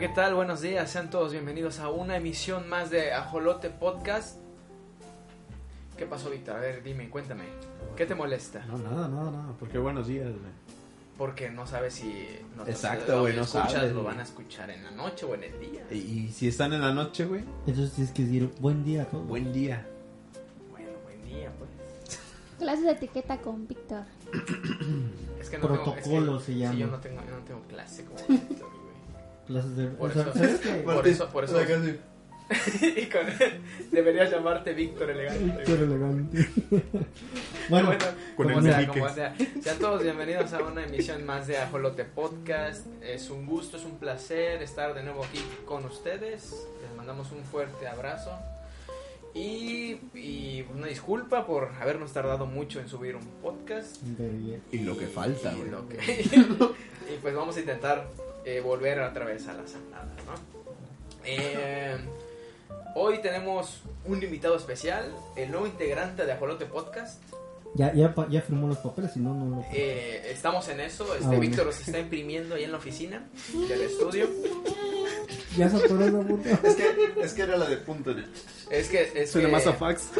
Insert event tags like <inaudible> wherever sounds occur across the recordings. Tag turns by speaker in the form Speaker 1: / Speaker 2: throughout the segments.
Speaker 1: ¿qué tal? Buenos días, sean todos bienvenidos a una emisión más de Ajolote Podcast. ¿Qué pasó, Víctor? A ver, dime, cuéntame. ¿Qué te molesta?
Speaker 2: No, nada, nada, nada. Porque buenos días, güey.
Speaker 1: Porque no sabes si nos
Speaker 2: Exacto, güey, no
Speaker 1: escuchas,
Speaker 2: sabes,
Speaker 1: lo
Speaker 2: güey.
Speaker 1: van a escuchar en la noche o en el día.
Speaker 2: Y, y si están en la noche, güey,
Speaker 3: Entonces tienes que decir buen día a todos.
Speaker 2: buen día.
Speaker 1: Bueno, buen día, pues.
Speaker 4: Clases de etiqueta con Víctor.
Speaker 1: Es que
Speaker 3: Protocolo
Speaker 1: tengo, es que-
Speaker 3: se llama.
Speaker 1: Sí, yo no tengo, yo no tengo clase
Speaker 3: <laughs>
Speaker 1: como Víctor, güey.
Speaker 3: Clases de.
Speaker 1: Por
Speaker 3: o sea,
Speaker 1: eso-
Speaker 3: ¿sabes qué?
Speaker 1: <laughs> Por eso- por eso-
Speaker 2: o sea, casi-
Speaker 1: <laughs> y con deberías llamarte Víctor elegante.
Speaker 3: <laughs>
Speaker 1: güey. <laughs>
Speaker 3: Qué elegante. bueno,
Speaker 2: con
Speaker 1: como
Speaker 2: el
Speaker 1: sea,
Speaker 2: meñique.
Speaker 1: como sea. Sean todos bienvenidos a una emisión más de Ajolote Podcast. Es un gusto, es un placer estar de nuevo aquí con ustedes. Les mandamos un fuerte abrazo. Y, y una disculpa por habernos tardado mucho en subir un podcast.
Speaker 3: de bien.
Speaker 2: Y lo que falta,
Speaker 1: y
Speaker 2: güey. <laughs>
Speaker 1: lo que- <laughs> y pues vamos a intentar eh, volver otra vez a las andadas, ¿no? Eh, hoy tenemos un invitado especial, el nuevo integrante de Ajolote Podcast.
Speaker 3: ya, ya, pa- ya firmó los papeles, si no, no lo.
Speaker 1: Eh, estamos en eso. Este
Speaker 3: bueno.
Speaker 1: Víctor los está imprimiendo ahí en la oficina del estudio.
Speaker 3: Ya se atoró la puta.
Speaker 2: Es que, es que era la de punta, güey.
Speaker 1: Es que, es
Speaker 2: Suena
Speaker 1: que
Speaker 2: más a fax.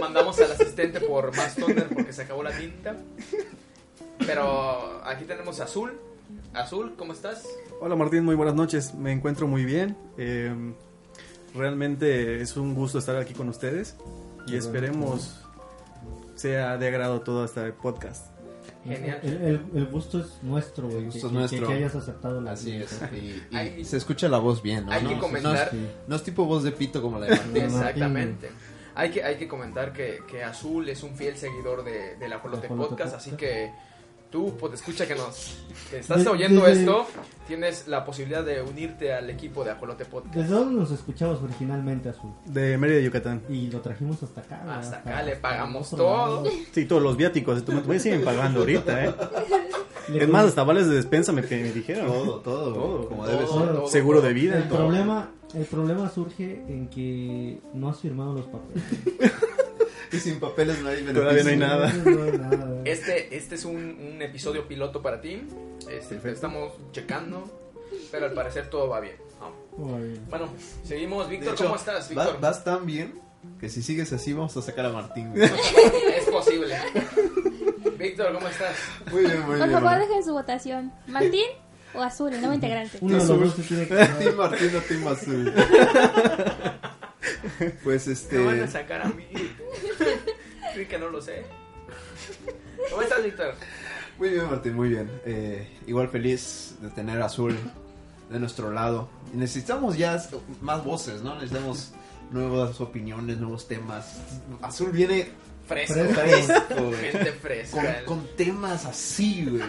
Speaker 1: mandamos al asistente por más toner porque se acabó la tinta. Pero aquí tenemos a Azul. Azul, ¿cómo estás?
Speaker 5: Hola Martín, muy buenas noches. Me encuentro muy bien. Eh, realmente es un gusto estar aquí con ustedes y esperemos sea de agrado todo este podcast.
Speaker 1: <laughs> Genial.
Speaker 3: El, el, el gusto es nuestro, güey.
Speaker 6: El gusto
Speaker 3: que-
Speaker 6: es
Speaker 3: que-
Speaker 6: nuestro.
Speaker 3: Que, hayas aceptado la
Speaker 6: Así
Speaker 3: <laughs>
Speaker 6: es.
Speaker 1: <laughs>
Speaker 6: Y, y
Speaker 1: Hay-
Speaker 6: se escucha la voz bien, ¿no?
Speaker 1: hay
Speaker 6: no,
Speaker 1: que comentar.
Speaker 6: No es, no es tipo voz de pito como la de
Speaker 3: <laughs>
Speaker 6: Martín.
Speaker 3: Martín.
Speaker 1: Exactamente. Hay que, hay que comentar que, que Azul es un fiel seguidor de, de la Jolote
Speaker 3: De Ajolote
Speaker 1: Podcast,
Speaker 3: Podcast.
Speaker 1: así que tú, pues escucha que nos que estás
Speaker 3: De-
Speaker 1: oyendo
Speaker 3: desde-
Speaker 1: esto, tienes la posibilidad de unirte al equipo de Ajolote Podcast.
Speaker 3: ¿Desde dónde nos escuchabas originalmente, Azul?
Speaker 5: De Mérida, Yucatán.
Speaker 3: Y lo trajimos hasta acá. güey,
Speaker 1: Hasta acá, le
Speaker 3: hasta
Speaker 1: pagamos
Speaker 3: otro lado.
Speaker 1: todo.
Speaker 5: Sí, todos los viáticos. Me me siguen pagando ahorita, ¿eh?
Speaker 1: <laughs>
Speaker 3: Le-
Speaker 5: Es más, hasta vales de despensa me, me dijeron.
Speaker 6: Todo, todo, güey,
Speaker 5: Todo,
Speaker 6: como
Speaker 5: todo.
Speaker 6: debe ser.
Speaker 3: todo.
Speaker 5: Seguro de vida.
Speaker 3: El problema, el problema surge en que no has firmado los papeles.
Speaker 6: Y sin papeles no hay beneficio.
Speaker 5: Todavía no hay nada.
Speaker 3: No hay nada. güey.
Speaker 1: Este, este es un, un episodio piloto para ti. Este, te estamos checando, pero al parecer todo va bien. ¿no?
Speaker 3: Ay.
Speaker 1: Bueno, seguimos.
Speaker 6: De
Speaker 1: Víctor,
Speaker 6: hecho,
Speaker 1: ¿cómo estás,
Speaker 6: va-
Speaker 1: Víctor?
Speaker 6: vas tan bien que si sigues así vamos a sacar a Martín. güey.
Speaker 1: <laughs> Es posible. Víctor, ¿cómo estás?
Speaker 6: muy bien, muy
Speaker 4: Por
Speaker 6: bien.
Speaker 4: favor,
Speaker 6: Martín.
Speaker 4: dejen su votación. ¿Martín o Azul, el nuevo integrante?
Speaker 3: Uno de los dos se tiene
Speaker 6: <laughs>
Speaker 3: que
Speaker 6: <laughs> Team Martín no Team Azul. pues este...
Speaker 1: Me van a sacar a mí. Sí que no lo sé. ¿Cómo estás, Víctor?
Speaker 6: Muy bien, Martín, muy bien. Eh, igual feliz de tener a Azul de nuestro lado. Y necesitamos ya s- más voces, ¿no? Necesitamos nuevas opiniones, nuevos temas. Azul viene
Speaker 1: Fresco.
Speaker 6: fresco, güey,
Speaker 1: Gente fresca.
Speaker 6: con, con temas así, güey.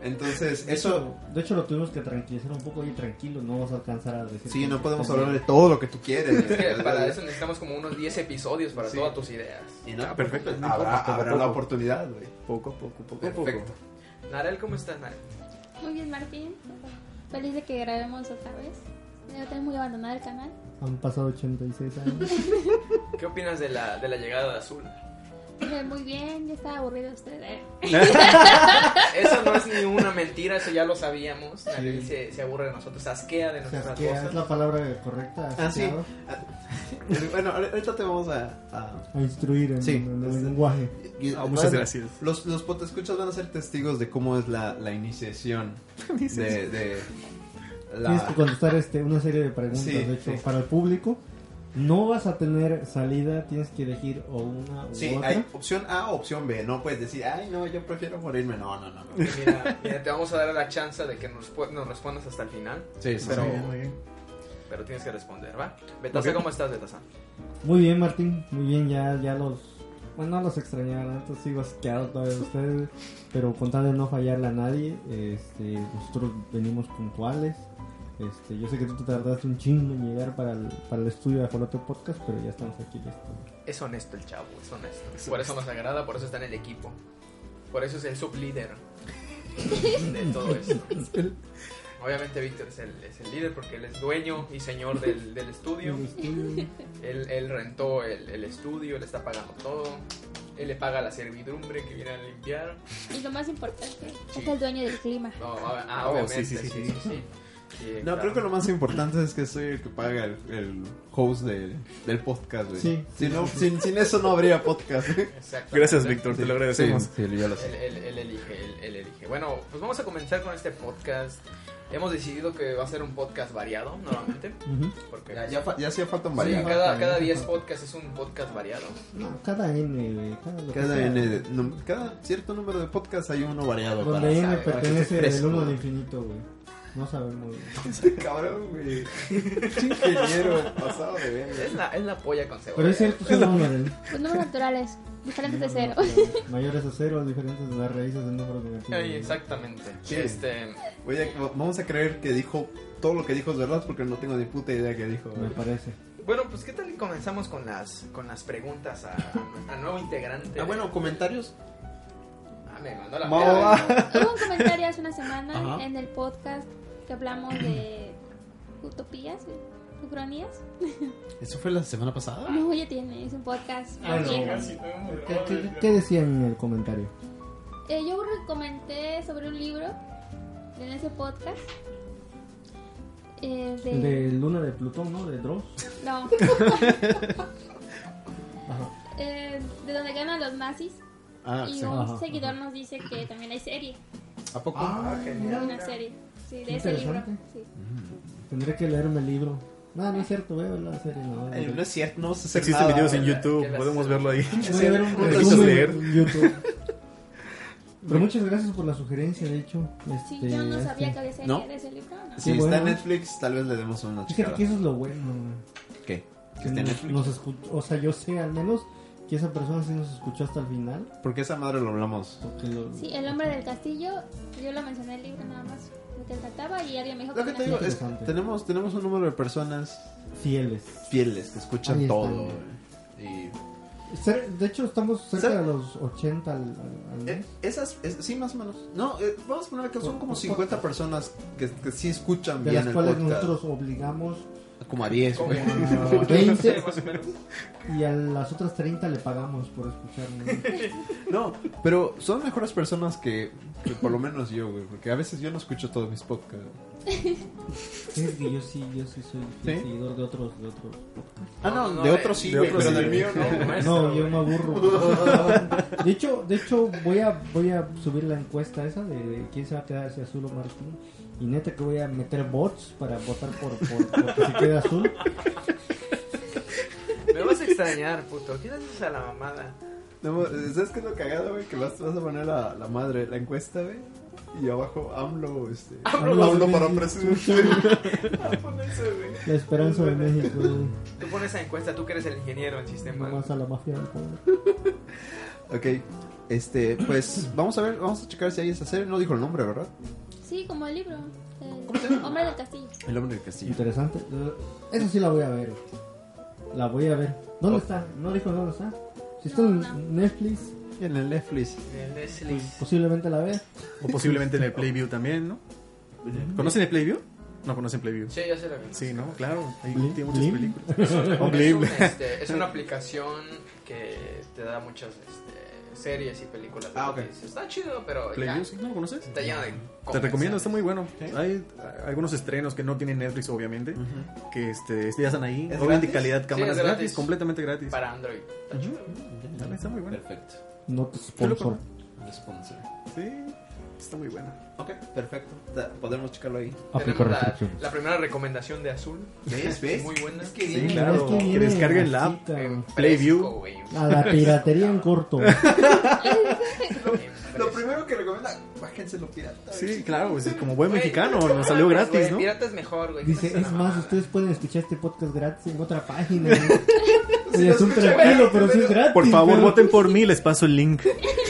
Speaker 6: Entonces, eso...
Speaker 3: De hecho, lo tuvimos que tranquilizar un poco. Oye, tranquilo, no vas a alcanzar a decir.
Speaker 6: Sí, no podemos
Speaker 3: Entonces,
Speaker 6: hablar de todo lo que tú quieres.
Speaker 1: Es
Speaker 6: güey.
Speaker 1: que para eso necesitamos como unos 10 episodios para
Speaker 6: Sí.
Speaker 1: todas tus ideas.
Speaker 6: Y no,
Speaker 5: Ah, perfecto.
Speaker 6: pues, Habrá,
Speaker 5: Poco a
Speaker 6: habrá
Speaker 5: poco.
Speaker 6: la oportunidad, güey.
Speaker 5: Poco a poco, poco a poco.
Speaker 6: Perfecto.
Speaker 1: Narel, ¿cómo estás, Narel?
Speaker 4: Muy bien, Martín. Feliz de que grabemos otra vez. Ya tenemos muy abandonado el canal.
Speaker 3: Han pasado 86 años.
Speaker 6: <laughs>
Speaker 1: ¿Qué opinas de la, de la llegada de Azul?
Speaker 4: Dije, Muy bien, ya estaba aburrido usted. ¿eh?
Speaker 1: Eso no es ni una mentira, eso ya lo sabíamos. Narel se, se aburre de nosotros, asquea de
Speaker 3: O sea,
Speaker 1: nuestras
Speaker 3: que
Speaker 1: voces.
Speaker 3: es la palabra correcta.
Speaker 6: Ah, sí.
Speaker 3: asociado,
Speaker 6: Bueno, ahorita te vamos a- a
Speaker 3: A instruir en,
Speaker 6: Sí.
Speaker 3: en el lenguaje.
Speaker 6: Y-
Speaker 5: Ah, muchas
Speaker 6: vas-
Speaker 5: gracias.
Speaker 6: Los, los potescuchas van a ser testigos de cómo es la, la iniciación de, de
Speaker 3: Tienes que
Speaker 6: la...
Speaker 3: contestar este, una serie de preguntas.
Speaker 6: Sí,
Speaker 3: de hecho,
Speaker 6: sí.
Speaker 3: para el público, no vas a tener salida. Tienes que elegir o una u
Speaker 6: Sí,
Speaker 3: otra.
Speaker 6: hay opción A, opción B. No puedes decir, ay, no, yo prefiero morirme. No, no, no. no.
Speaker 1: Y Mira, mira, te vamos a dar la chance de que nos, pu- nos respondas hasta el final,
Speaker 6: Sí, sí,
Speaker 1: Pero-
Speaker 5: Muy bien, muy bien.
Speaker 1: pero tienes que responder, ¿va? Betasa,
Speaker 5: Ok.
Speaker 1: ¿cómo estás, Betasa?
Speaker 3: Muy bien, Martín. Muy bien, ya, ya los. Bueno, no los extrañaban, antes sigo asqueado todavía de ustedes. Pero con tal de no fallarle a nadie, este, nosotros venimos puntuales. Este, yo sé que tú te tardaste un chingo en llegar para el, para el estudio de Ajolote Podcast, pero ya estamos aquí listos.
Speaker 1: Es honesto el chavo, es honesto. por eso nos agrada, por eso está en el equipo. Por eso es el sublíder de todo esto. Obviamente Víctor es el, es el líder porque él es dueño y señor del, del estudio.
Speaker 3: El estudio,
Speaker 1: Él, él rentó el, el estudio, le está pagando todo. Él le paga la servidumbre que viene a limpiar.
Speaker 4: Y lo más importante,
Speaker 1: Sí.
Speaker 4: es el dueño del clima.
Speaker 1: No, a- ah,
Speaker 5: Oh,
Speaker 1: obviamente,
Speaker 5: sí, sí, sí,
Speaker 1: sí,
Speaker 5: sí.
Speaker 1: sí, sí. Sí,
Speaker 6: No,
Speaker 1: claro.
Speaker 6: creo que lo más importante es que soy el que paga el, el host de- del podcast, güey.
Speaker 3: Sí,
Speaker 6: Si no- Sin, sin eso no habría podcast.
Speaker 1: Exactamente.
Speaker 5: <laughs> Gracias, Víctor, te lo
Speaker 6: Sí,
Speaker 5: agradecemos.
Speaker 6: sí, yo lo
Speaker 1: Él,
Speaker 6: sé.
Speaker 1: él- él elige, él, él elige. Bueno, pues vamos a comenzar con este podcast. Hemos decidido que va a ser un podcast variado, normalmente.
Speaker 3: Ujú.
Speaker 1: Porque
Speaker 6: Ya, ya, fa- ya hacía falta un
Speaker 1: Sí,
Speaker 6: variado.
Speaker 1: cada, cada 10 podcasts es un podcast variado.
Speaker 3: No, cada N, güey. Cada, lo que
Speaker 6: Cada,
Speaker 3: sea.
Speaker 6: N de- num- cada cierto número de podcasts hay uno variado. para-
Speaker 3: Donde N
Speaker 1: saber, para que
Speaker 6: esté
Speaker 3: pertenece el
Speaker 6: fresco.
Speaker 3: 1 al infinito, güey. No sabemos. güey.
Speaker 6: Este Cabrón, güey. Pinche Ingeniero pasado de verga.
Speaker 1: Es la, es la polla con cebolla.
Speaker 3: Pero es cierto, son números.
Speaker 4: Los números naturales, diferentes de cero.
Speaker 3: Mayores a cero, diferentes de las raíces del número negativo.
Speaker 1: Ay,
Speaker 3: güey.
Speaker 1: exactamente.
Speaker 6: Sí.
Speaker 1: Este,
Speaker 6: Voy a- vamos a creer que dijo todo lo que dijo es verdad porque no tengo ni puta idea que dijo.
Speaker 3: Me parece.
Speaker 1: bueno, pues qué tal y comenzamos con las con las preguntas a, a nuevo integrante.
Speaker 6: Ah, bueno, comentarios.
Speaker 1: Ah, me mandó la
Speaker 6: Mao.
Speaker 1: perra.
Speaker 4: <laughs> Hubo un comentario hace una semana
Speaker 6: Ajá.
Speaker 4: en el podcast que hablamos de utopías, güey, ucronías.
Speaker 6: ¿Eso fue la semana pasada?
Speaker 4: No, ya tiene, es un podcast.
Speaker 3: Ah, no.
Speaker 4: viejo.
Speaker 3: ¿Qué, qué, qué decían en el comentario?
Speaker 4: Eh, yo comenté sobre un libro en ese podcast. eh, de...
Speaker 3: De Luna de Plutón, ¿no? De Dross. <laughs>
Speaker 4: No. Eh, de donde ganan los nazis.
Speaker 6: Ah,
Speaker 4: y
Speaker 6: sí.
Speaker 4: un
Speaker 3: Ajá,
Speaker 4: seguidor nos dice que también hay serie.
Speaker 6: ¿A poco?
Speaker 1: Ah,
Speaker 4: Hay una serie. Sí, de ese libro.
Speaker 3: Interesante.
Speaker 4: Sí.
Speaker 3: Tendré que leerme el libro. No, no es cierto, veo la serie. No,
Speaker 6: Eh, no es cierto, no sé
Speaker 5: Existen videos en
Speaker 1: que la- que
Speaker 5: YouTube,
Speaker 1: la-
Speaker 5: podemos verlo ahí.
Speaker 3: Voy a ver un
Speaker 5: Necesitas
Speaker 3: resumen
Speaker 5: leer.
Speaker 3: en YouTube.
Speaker 6: <laughs>
Speaker 3: Pero muchas gracias por la sugerencia, de hecho.
Speaker 4: Sí,
Speaker 3: Este,
Speaker 4: yo no sabía
Speaker 3: este,
Speaker 4: que había serie
Speaker 6: ¿No?
Speaker 4: de ese libro. No.
Speaker 6: Si está
Speaker 3: Qué
Speaker 6: en
Speaker 3: bueno.
Speaker 6: Netflix, tal vez le demos una
Speaker 3: Fíjate
Speaker 6: checada.
Speaker 3: que eso es lo bueno. güey.
Speaker 6: ¿Qué? Que está
Speaker 3: Que
Speaker 6: en
Speaker 3: nos,
Speaker 6: Netflix.
Speaker 3: nos escuchó, o sea, yo sé al menos que esa persona sí nos escuchó hasta el final.
Speaker 6: Porque esa madre lo hablamos.
Speaker 3: Porque lo,
Speaker 4: Sí, El hombre del castillo. Yo lo mencioné en el libro nada más. Lo que trataba y alguien me dijo
Speaker 6: Lo que
Speaker 4: no
Speaker 6: te digo es
Speaker 3: interesante.
Speaker 6: tenemos, tenemos un número de personas
Speaker 3: Fieles.
Speaker 6: fieles que escuchan
Speaker 3: Ahí está.
Speaker 6: todo. güey.
Speaker 3: Cer- De hecho, estamos cerca
Speaker 6: Cer-
Speaker 3: de los 80 al, al- al
Speaker 6: Y eh,
Speaker 3: mes.
Speaker 6: esas, es- sí, más o menos. No, eh, vamos a poner que son como
Speaker 3: Por-
Speaker 6: 50 personas que, que sí escuchan
Speaker 3: De
Speaker 6: bien
Speaker 3: las
Speaker 6: el
Speaker 3: cuales
Speaker 6: podcast.
Speaker 3: nosotros obligamos
Speaker 6: Como a 10,
Speaker 1: Como-
Speaker 6: güey.
Speaker 1: no,
Speaker 3: Veinte.
Speaker 1: <laughs> sí, más o menos.
Speaker 3: y a las otras 30 le pagamos por escucharnos.
Speaker 6: <laughs> No, pero son mejores personas que, que por lo menos yo, güey. Porque a veces yo no escucho todos mis podcasts.
Speaker 3: Es que yo sí, yo sí soy fiel
Speaker 6: ¿Sí?
Speaker 3: seguidor de otros, de otros.
Speaker 6: Ah,
Speaker 1: No,
Speaker 6: no,
Speaker 1: no, no,
Speaker 6: de
Speaker 1: de-
Speaker 6: otros sí,
Speaker 5: de
Speaker 6: güey,
Speaker 5: otros
Speaker 6: pero
Speaker 5: sí,
Speaker 6: del
Speaker 5: güey.
Speaker 6: mío no.
Speaker 1: No. Maestro,
Speaker 3: No, yo
Speaker 1: güey.
Speaker 3: me aburro. De hecho, de hecho, voy a, voy a subir la encuesta esa de, de quién se va a quedar si azul o martín. Y neta que voy a meter bots para votar por, por, por que se quede azul.
Speaker 1: Me vas a extrañar, puto. ¿Qué le haces a la mamada?
Speaker 6: No, ¿Sabes qué es lo cagado, güey? Que vas, vas a poner la, la madre, la encuesta, güey. Y abajo AMLO, este.
Speaker 3: AMLO.
Speaker 6: para presidente. <laughs>
Speaker 3: La esperanza de México.
Speaker 1: Tú pones esa encuesta, tú que eres el ingeniero en sistemas.
Speaker 3: Nomás a la mafia del poder.
Speaker 6: ok, este, pues vamos a ver, vamos a checar si hay esa serie. No dijo el nombre, ¿verdad?
Speaker 4: Sí, como el libro. El hombre del castillo.
Speaker 6: El hombre del castillo.
Speaker 3: Interesante. Eh, Esa sí la voy a ver. La voy a ver. ¿Dónde está? ¿No dijo dónde está? Si está en
Speaker 4: No, no.
Speaker 3: Netflix,
Speaker 6: En el Netflix.
Speaker 1: El Leslie.
Speaker 3: pues posiblemente la vea.
Speaker 5: O posiblemente en el Playview también, ¿no? ¿Conocen el Playview? No conocen Playview.
Speaker 1: Sí, ya se la vi.
Speaker 5: pues. Sí, ¿no? Claro, ahí
Speaker 3: Blim,
Speaker 5: tiene muchas
Speaker 3: blim.
Speaker 5: películas.
Speaker 3: <laughs>
Speaker 1: Es, un,
Speaker 5: Horrible.
Speaker 1: este, es una aplicación que te da muchas este, series y películas.
Speaker 6: Ah, ok.
Speaker 1: Dices, Está chido, pero ya
Speaker 5: Playview, sí, ¿no lo conoces?
Speaker 1: está lleno de
Speaker 5: Te
Speaker 1: cosas.
Speaker 5: recomiendo, está muy bueno.
Speaker 6: ¿Sí?
Speaker 5: Hay a- algunos estrenos que no tienen Netflix, obviamente, que este, ya están ahí.
Speaker 6: ¿Es
Speaker 5: Obviamente
Speaker 6: gratis?
Speaker 5: calidad cámaras
Speaker 1: es
Speaker 5: gratis.
Speaker 1: gratis.
Speaker 5: completamente gratis.
Speaker 1: Para Android. Está chido.
Speaker 5: También Está muy bueno.
Speaker 6: Perfecto.
Speaker 3: No te sponsor.
Speaker 6: Sponsor.
Speaker 5: Sí, está muy bueno.
Speaker 6: Ok, perfecto. Ta- Podemos checarlo ahí.
Speaker 3: Aplico
Speaker 1: Tenemos la,
Speaker 3: restricción.
Speaker 1: la primera recomendación de Azul.
Speaker 6: ¿Ves? ¿Ves?
Speaker 1: Muy buena.
Speaker 6: Es que
Speaker 5: Sí,
Speaker 6: viene-
Speaker 5: claro.
Speaker 3: Es que
Speaker 5: que
Speaker 3: viene
Speaker 5: descarguen
Speaker 3: así,
Speaker 5: la app.
Speaker 3: cabrón.
Speaker 5: Playview.
Speaker 1: Fresco, güey.
Speaker 3: A la piratería en corto. Yo
Speaker 1: En
Speaker 6: Lo
Speaker 1: fresco.
Speaker 6: primero que recomienda, bájense lo pirata.
Speaker 5: Sí, claro, pues, como buen
Speaker 1: Güey,
Speaker 5: mexicano,
Speaker 1: no
Speaker 5: nos salió
Speaker 1: mames,
Speaker 5: gratis,
Speaker 1: güey,
Speaker 5: ¿no?
Speaker 1: Pirata es mejor, güey.
Speaker 3: Dice,
Speaker 1: Esa
Speaker 3: es más,
Speaker 1: mamada.
Speaker 3: ustedes pueden escuchar este podcast gratis en otra página. Oye,
Speaker 6: lo
Speaker 3: es un
Speaker 6: escuchan
Speaker 3: tranquilo,
Speaker 6: gratis,
Speaker 3: pero sí es
Speaker 6: pero-
Speaker 3: gratis.
Speaker 5: Por favor,
Speaker 3: pero-
Speaker 5: voten por mí, les paso el link.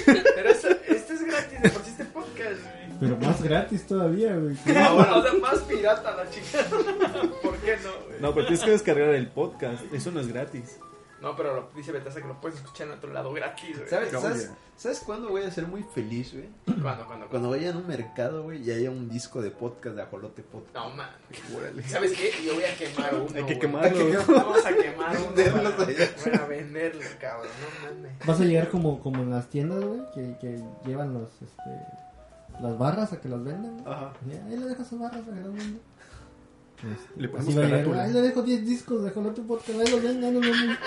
Speaker 1: Pero eso- este es gratis, de por sí este podcast, güey.
Speaker 3: Pero más gratis todavía, güey.
Speaker 1: Ah, <laughs> bueno, o sea, más pirata la chica. <laughs> ¿Por qué no, güey?
Speaker 5: No, pero tienes que descargar el podcast. Eso no es gratis.
Speaker 1: No, pero lo, dice Betasa que lo puedes escuchar en otro lado gratis, güey.
Speaker 6: ¿Sabes,
Speaker 5: No,
Speaker 6: sabes,
Speaker 5: ya.
Speaker 6: ¿Sabes cuándo voy a ser muy feliz, güey?
Speaker 1: Cuando, cuando, cuando.
Speaker 6: Cuando vaya a un mercado, güey, y haya un disco de podcast de Ajolote Podcast.
Speaker 1: No, man. ¿Sabes qué? Yo voy a quemar uno.
Speaker 5: Hay que
Speaker 1: güey.
Speaker 5: quemarlo.
Speaker 1: Vamos a
Speaker 6: <laughs>
Speaker 1: quemar uno.
Speaker 6: De
Speaker 1: para,
Speaker 6: unos allá.
Speaker 1: para venderlo, cabrón. No mames.
Speaker 3: Vas a llegar como, como en las tiendas, güey, que, que llevan los, este, las barras a que las vendan.
Speaker 6: Ajá.
Speaker 3: Y ahí le dejas sus barras a que las vendan. Este,
Speaker 5: Le ponemos
Speaker 3: así va a llegar,
Speaker 5: carátula.
Speaker 3: Ay, le dejo 10 discos de Jolote Podcast. Ahí los ven, ya no lo ven".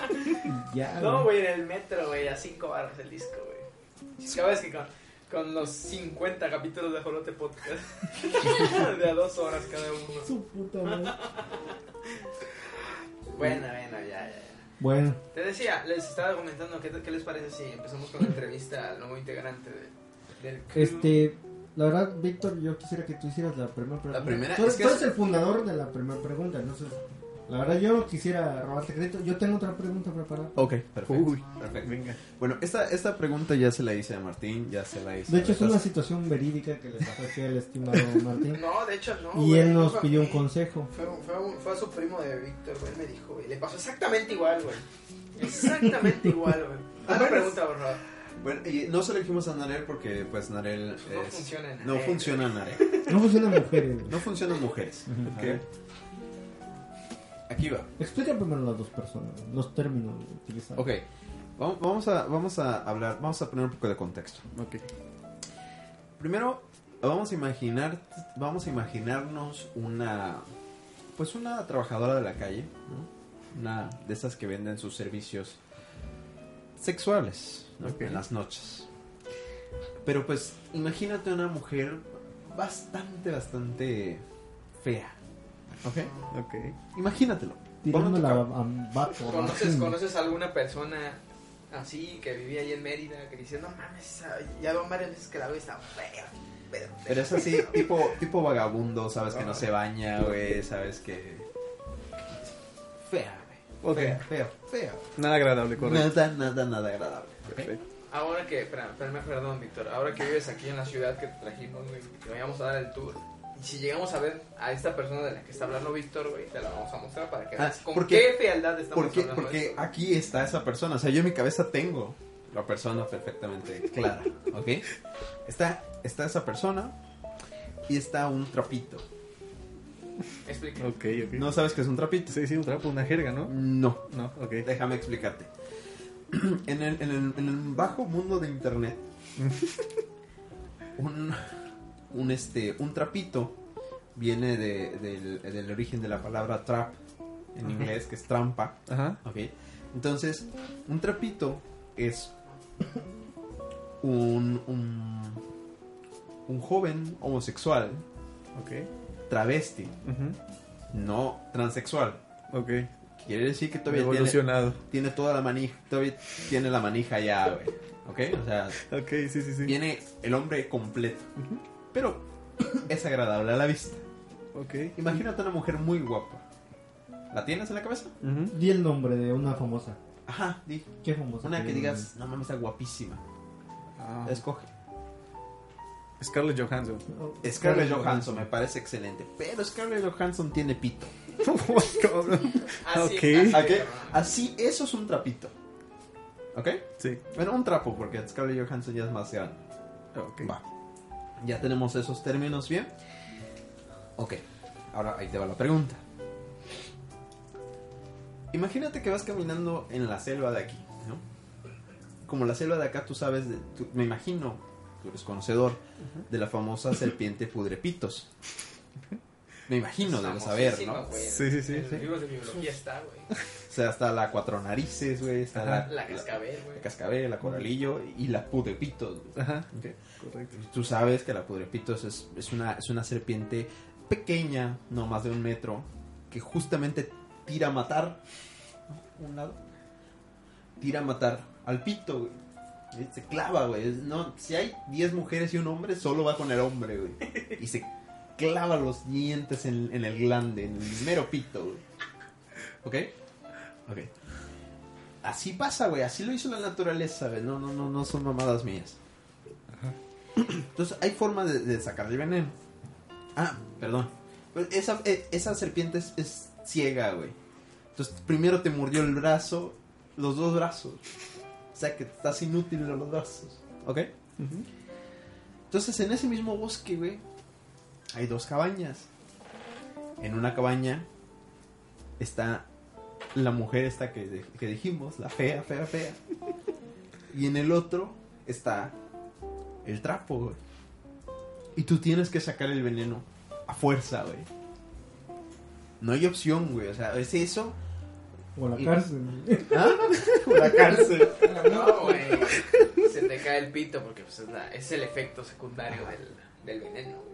Speaker 3: <laughs> Ya,
Speaker 1: No, güey, en el metro, güey, a 5 barras el disco, güey. Sabes que con, con los 50 capítulos de Jolote Podcast, <laughs> de a 2 horas cada uno.
Speaker 3: Su puta madre.
Speaker 1: Bueno, bueno, ya, ya. ya.
Speaker 3: Bueno,
Speaker 1: Te decía, les estaba comentando, ¿qué, qué les parece si empezamos con la entrevista al nuevo integrante de- del crew?
Speaker 3: este. La verdad, Víctor, yo quisiera que tú hicieras la primera pregunta.
Speaker 6: La primera,
Speaker 3: tú eres,
Speaker 6: es que
Speaker 3: tú
Speaker 6: es-
Speaker 3: eres el fundador de la primera pregunta, entonces. La verdad, yo no quisiera robarte crédito. Yo tengo otra pregunta preparada.
Speaker 6: Ok, perfecto.
Speaker 5: Uy,
Speaker 6: perfecto.
Speaker 5: venga.
Speaker 6: Bueno, esta, esta pregunta ya se la hice a Martín, ya se la hice.
Speaker 3: De
Speaker 6: a
Speaker 3: hecho, es
Speaker 6: Betas.
Speaker 3: una situación verídica que le pasó aquí <laughs> al estimado Martín.
Speaker 1: No, de hecho no.
Speaker 3: Y
Speaker 1: güey,
Speaker 3: él nos
Speaker 1: fue a
Speaker 3: pidió un
Speaker 1: mí.
Speaker 3: consejo.
Speaker 1: Fue, fue, un- fue a su primo de Víctor, güey, él me dijo, güey, le pasó exactamente igual, güey. Exactamente igual, güey.
Speaker 6: Ah,
Speaker 1: Otra
Speaker 6: bueno.
Speaker 1: pregunta, por favor.
Speaker 6: Bueno, y no se lo dijimos a Narel porque, pues, Narel.
Speaker 1: No
Speaker 6: es-
Speaker 1: funciona en
Speaker 6: No
Speaker 1: Narel.
Speaker 6: funciona en Narel.
Speaker 3: No funcionan mujeres. güey.
Speaker 6: No funcionan mujeres.
Speaker 3: Ujú.
Speaker 6: A ver. Aquí va.
Speaker 3: Explica primero las dos personas, los términos utilizados.
Speaker 6: Ok. Vam- Vamos a, vamos a hablar, vamos a poner un poco de contexto.
Speaker 5: Ok.
Speaker 6: Primero, vamos a imaginar, vamos a imaginarnos una, pues una trabajadora de la calle, ¿no? Una de esas que venden sus servicios sexuales ¿no?
Speaker 5: Ok.
Speaker 6: en las noches. Pero pues, imagínate una mujer bastante, bastante fea. ¿Ok?
Speaker 5: Ok.
Speaker 6: Imagínatelo.
Speaker 3: Tirándola a,
Speaker 6: Vamos
Speaker 3: a vato.
Speaker 1: ¿Conoces,
Speaker 3: ¿no?
Speaker 1: ¿Conoces a alguna persona así que vivía ahí en Mérida que dice, no mames, esa- ya veo varias veces que la veo y está fea? pero-
Speaker 6: Pero es así, tipo, tipo vagabundo, sabes que no se baña, güey, sabes que... Fea, güey.
Speaker 5: Ok.
Speaker 6: Fea, fea, fea.
Speaker 5: Nada agradable, correcto.
Speaker 6: Nada, nada, nada agradable.
Speaker 5: Perfecto.
Speaker 1: Ahora que, espera, espérame, perdón, Víctor, ahora que vives aquí en la ciudad que te trajimos, güey, te vayamos a dar el tour. Y si llegamos a ver a esta persona de la que está hablando Víctor, güey, te la vamos a mostrar para que
Speaker 6: Ah,
Speaker 1: veas con
Speaker 6: ¿por
Speaker 1: qué
Speaker 6: qué?
Speaker 1: fealdad estamos
Speaker 6: Porque,
Speaker 1: hablando.
Speaker 6: porque
Speaker 1: esto,
Speaker 6: aquí está esa persona, o sea, yo en mi cabeza tengo la persona perfectamente clara, ¿ok? Está, está esa persona y está un trapito.
Speaker 1: güey. Explica.
Speaker 5: Ok, ok.
Speaker 6: ¿No sabes qué es un trapito?
Speaker 5: Sí, sí, un trapo, una jerga, ¿no?
Speaker 6: No,
Speaker 5: No, ok.
Speaker 6: déjame explicarte. <clears throat> En el, en el- en el bajo mundo de internet, <laughs> un, un, este, un trapito viene de- del, del origen de la palabra trap en inglés, que es trampa.
Speaker 5: Ajá.
Speaker 6: Ok. Entonces, un trapito es un, un, un joven homosexual,
Speaker 5: Ok.
Speaker 6: travesti,
Speaker 5: Ujú.
Speaker 6: no transexual.
Speaker 5: Ok.
Speaker 6: Quiere decir que todavía tiene,
Speaker 5: Evolucionado.
Speaker 6: tiene toda la manija, todavía tiene la manija ya, güey. ¿Ok? O sea,
Speaker 5: Ok, sí, sí, sí.
Speaker 6: viene el hombre completo.
Speaker 5: Ujú.
Speaker 6: Pero <coughs> es agradable a la vista.
Speaker 5: Ok.
Speaker 6: Imagínate una mujer muy guapa. ¿La tienes en la cabeza?
Speaker 5: Ujú.
Speaker 3: Di el nombre de una famosa.
Speaker 6: Ajá, di.
Speaker 3: ¿Qué famosa?
Speaker 6: Una que
Speaker 3: Tiene
Speaker 6: digas, no mames, está guapísima.
Speaker 5: Ah,
Speaker 6: Escoge.
Speaker 5: Scarlett <laughs> Johansson.
Speaker 3: un nombre.
Speaker 6: Scarlett Johansson me parece excelente, pero Scarlett Johansson tiene pito.
Speaker 5: Oh Cabrón.
Speaker 1: Así,
Speaker 5: Ok.
Speaker 1: así,
Speaker 6: ¿Ok?
Speaker 1: cabrón.
Speaker 6: Así, eso es un trapito. ¿Ok?
Speaker 5: Sí.
Speaker 6: Bueno, un trapo, porque Scarlett Johansson ya es más grande.
Speaker 5: Ok.
Speaker 6: Va. Ya tenemos esos términos bien. Ok, ahora ahí te va la pregunta. Imagínate que vas caminando en la selva de aquí, ¿no? Como la selva de acá, tú sabes, de- tú- me imagino, tú eres conocedor de la famosa serpiente pudrepitos.
Speaker 1: <laughs>
Speaker 6: Me imagino, debes saber,
Speaker 1: Famosísima,
Speaker 6: ¿no?
Speaker 1: güey.
Speaker 5: Sí, sí, sí,
Speaker 1: En los
Speaker 5: sí.
Speaker 1: libros de biología está, güey.
Speaker 6: O sea, está la cuatro narices, güey, está la,
Speaker 1: La cascabel, güey.
Speaker 6: la cascabel, la coralillo y la pudrepitos. güey.
Speaker 5: Ajá.
Speaker 6: Ok.
Speaker 5: Correcto.
Speaker 6: Tú sabes que la pudrepitos es, es una, es una serpiente pequeña, no más de un metro, que justamente tira a matar. ¿no? Un lado. Tira a matar al pito, güey. Eh, Se clava, güey. Es- No, si hay 10 mujeres y un hombre, solo va con el hombre, güey. Y se clava los dientes en, en el glande, en el mero pito, güey. ¿Ok? Ok. Así pasa, güey. Así lo hizo la naturaleza, güey. No, no, no, no son mamadas mías. Entonces, hay forma de, de sacar el veneno. Ah, perdón. Pero Esa, e- esa serpiente es, es ciega, güey. Entonces, primero te mordió el brazo, los dos brazos. O sea que estás inútil en los brazos. ¿Ok?
Speaker 5: Ujú.
Speaker 6: Entonces, en ese mismo bosque, güey, hay dos cabañas. En una cabaña está la mujer esta que, de- que dijimos, la fea, fea, fea. Y en el otro está el trapo, güey. Y tú tienes que sacar el veneno a fuerza, güey. No hay opción, güey. O sea, es eso.
Speaker 3: O la
Speaker 6: Y-
Speaker 3: cárcel.
Speaker 6: ¿Ah? O <laughs> la cárcel.
Speaker 1: No, güey. Se te cae el pito porque pues, es, la- es el efecto secundario del, del veneno. güey.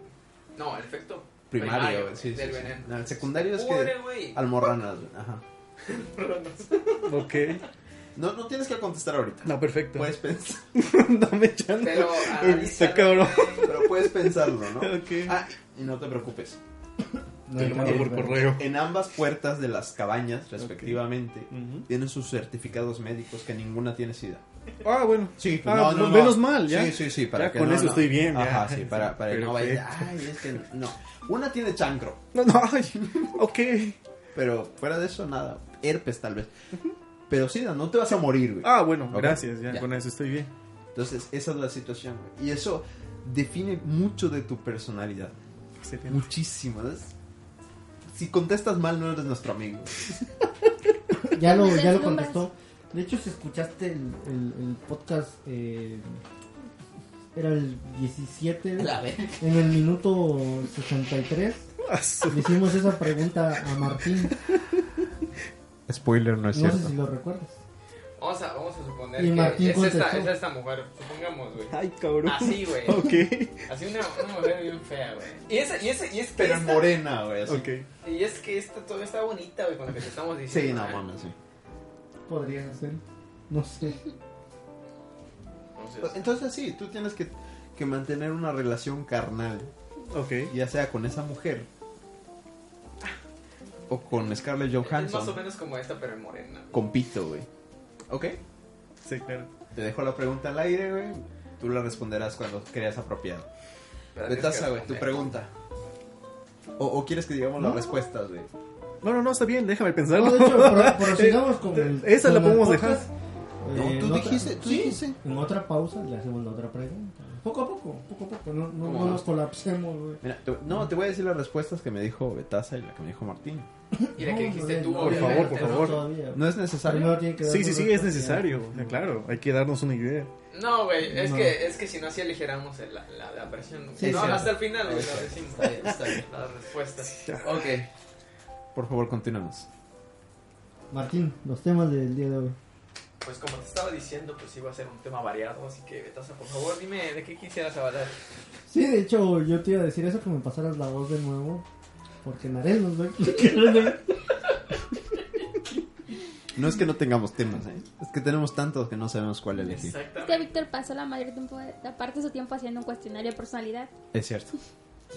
Speaker 1: No, el efecto
Speaker 6: Primario, güey. Sí,
Speaker 1: del
Speaker 6: sí, sí.
Speaker 1: veneno.
Speaker 6: No, el secundario es
Speaker 1: Pudre,
Speaker 6: que.
Speaker 1: güey.
Speaker 6: Almorranas, güey. Ajá.
Speaker 5: Ok.
Speaker 6: No, no tienes que contestar ahorita.
Speaker 5: No, perfecto. <laughs>
Speaker 6: Puedes pensar.
Speaker 5: Dame chance.
Speaker 6: <laughs>
Speaker 1: Pero
Speaker 5: Está
Speaker 1: analízalo,
Speaker 5: cabrón.
Speaker 1: güey.
Speaker 6: Pero puedes pensarlo, ¿no?
Speaker 5: Ok.
Speaker 6: Ah, y no te preocupes.
Speaker 3: No,
Speaker 5: Te lo mando por
Speaker 3: no,
Speaker 5: correo.
Speaker 6: En ambas puertas de las cabañas, respectivamente,
Speaker 5: Ujú.
Speaker 6: tienen sus certificados médicos que ninguna tiene sida.
Speaker 5: Ah, bueno.
Speaker 6: Sí,
Speaker 5: Ah, pues, menos mal, ya.
Speaker 6: Sí, sí, sí, para
Speaker 5: Ya
Speaker 6: que
Speaker 5: con
Speaker 6: no,
Speaker 5: eso
Speaker 6: no.
Speaker 5: estoy bien, ya.
Speaker 6: Ajá, sí, para, para que no vaya. Ay, es que no. Una tiene chancro,
Speaker 5: No, no, ay, <laughs> ok.
Speaker 6: pero fuera de eso nada. Herpes tal vez. Pero sida, no te vas a morir, güey.
Speaker 5: Ah, bueno,
Speaker 6: Ok,
Speaker 5: gracias, ya,
Speaker 6: ya.
Speaker 5: con eso estoy bien.
Speaker 6: Entonces, esa es la situación, güey. Y eso define mucho de tu personalidad.
Speaker 5: Excelente.
Speaker 6: Muchísimo. ¿sabes? Si contestas mal, no eres nuestro
Speaker 5: <laughs>
Speaker 6: amigo.
Speaker 3: Ya lo, ya lo
Speaker 4: Deslumbras.
Speaker 3: contestó. De hecho, si escuchaste el, el- el podcast, eh, era el 17, en el minuto 63,
Speaker 5: Ah, <laughs> su-
Speaker 3: le hicimos esa pregunta a Martín.
Speaker 2: Spoiler,
Speaker 3: No sé si lo recuerdas.
Speaker 1: Vamos a, vamos a suponer
Speaker 3: Y Martín
Speaker 1: que es esta,
Speaker 3: contestó.
Speaker 1: es esta mujer, supongamos, güey.
Speaker 5: Ay, cabrón.
Speaker 1: Así, güey.
Speaker 5: <laughs> Ok,
Speaker 1: Así una, una mujer bien fea, güey. Y, esa, y, esa, y es que
Speaker 6: Pero
Speaker 1: esta-
Speaker 6: morena, güey. así.
Speaker 5: ok.
Speaker 1: Y es que esta todavía está bonita, güey, con lo que te estamos
Speaker 6: Sí,
Speaker 1: diciendo.
Speaker 6: no
Speaker 1: ¿eh?
Speaker 6: mames, sí.
Speaker 3: Podrías hacer. No sé.
Speaker 1: Entonces,
Speaker 6: Entonces, sí, tú tienes que, que mantener una relación carnal.
Speaker 5: Ok.
Speaker 6: ya sea con esa mujer o con Scarlett
Speaker 1: es más o
Speaker 6: Johansson,
Speaker 1: menos como esta, pero en morena. güey.
Speaker 6: con Pito, güey. ¿Ok?
Speaker 5: Sí, claro.
Speaker 6: Te dejo la pregunta al aire, güey. Tú la responderás cuando creas apropiado.
Speaker 1: Pero tienes
Speaker 6: Betasa,
Speaker 1: que
Speaker 6: güey, tu
Speaker 1: responder.
Speaker 6: pregunta. O, o quieres que digamos las
Speaker 3: No.
Speaker 6: respuestas, güey.
Speaker 5: No, no, no, está bien, déjame
Speaker 3: No,
Speaker 5: pensarlo.
Speaker 3: de hecho, pro-
Speaker 5: <laughs>
Speaker 3: prosigamos con el.
Speaker 5: Esa
Speaker 3: con
Speaker 5: la
Speaker 3: el
Speaker 5: podemos dejar.
Speaker 3: podcast. Eh,
Speaker 6: No,
Speaker 3: en
Speaker 6: tú
Speaker 3: otra-
Speaker 6: dijiste, tú
Speaker 3: Sí,
Speaker 6: dijiste.
Speaker 3: En otra pausa le hacemos la otra pregunta. Poco a poco, poco a poco. No, no,
Speaker 1: ¿Cómo
Speaker 3: no
Speaker 1: no?
Speaker 3: nos colapsemos, güey.
Speaker 6: Mira, te- no, te voy a decir las respuestas que me dijo Betasa y la que me dijo Martín.
Speaker 1: Y la que
Speaker 3: No,
Speaker 1: dijiste
Speaker 3: no,
Speaker 1: tú,
Speaker 3: no,
Speaker 5: por
Speaker 1: obviamente,
Speaker 5: favor, por
Speaker 1: ¿no?
Speaker 5: favor.
Speaker 3: Todavía.
Speaker 6: ¿No es necesario?
Speaker 3: Primero tiene que
Speaker 5: Sí, sí,
Speaker 3: darnos
Speaker 5: sí,
Speaker 3: la
Speaker 5: es
Speaker 3: oportunidad.
Speaker 5: necesario. o sea, claro, hay que darnos una idea.
Speaker 1: No, güey, es,
Speaker 3: No.
Speaker 1: que, es que si no, así aligeramos el- la, la, la presión.
Speaker 6: Sí,
Speaker 1: no,
Speaker 6: sí.
Speaker 1: hasta el final, güey,
Speaker 6: Está
Speaker 1: lo
Speaker 6: bien,
Speaker 1: decimos.
Speaker 6: está bien, está bien.
Speaker 1: Las respuestas.
Speaker 6: Ok. Por favor, continuemos.
Speaker 3: Martín, los temas del día de hoy.
Speaker 1: Pues como te estaba diciendo, pues iba a ser un tema variado, así que, Betasa, por favor, dime de qué quisieras hablar.
Speaker 3: Sí, de hecho, yo te iba a decir eso que me pasaras la voz de nuevo. Porque Narel nos va a explicar.
Speaker 6: No es que no tengamos temas, ¿eh? Es que tenemos tantos que no sabemos cuál elegir.
Speaker 4: Es que
Speaker 1: Exactamente.
Speaker 4: Víctor pasó la mayor tiempo, la parte de su tiempo haciendo un cuestionario de personalidad.
Speaker 6: Es cierto.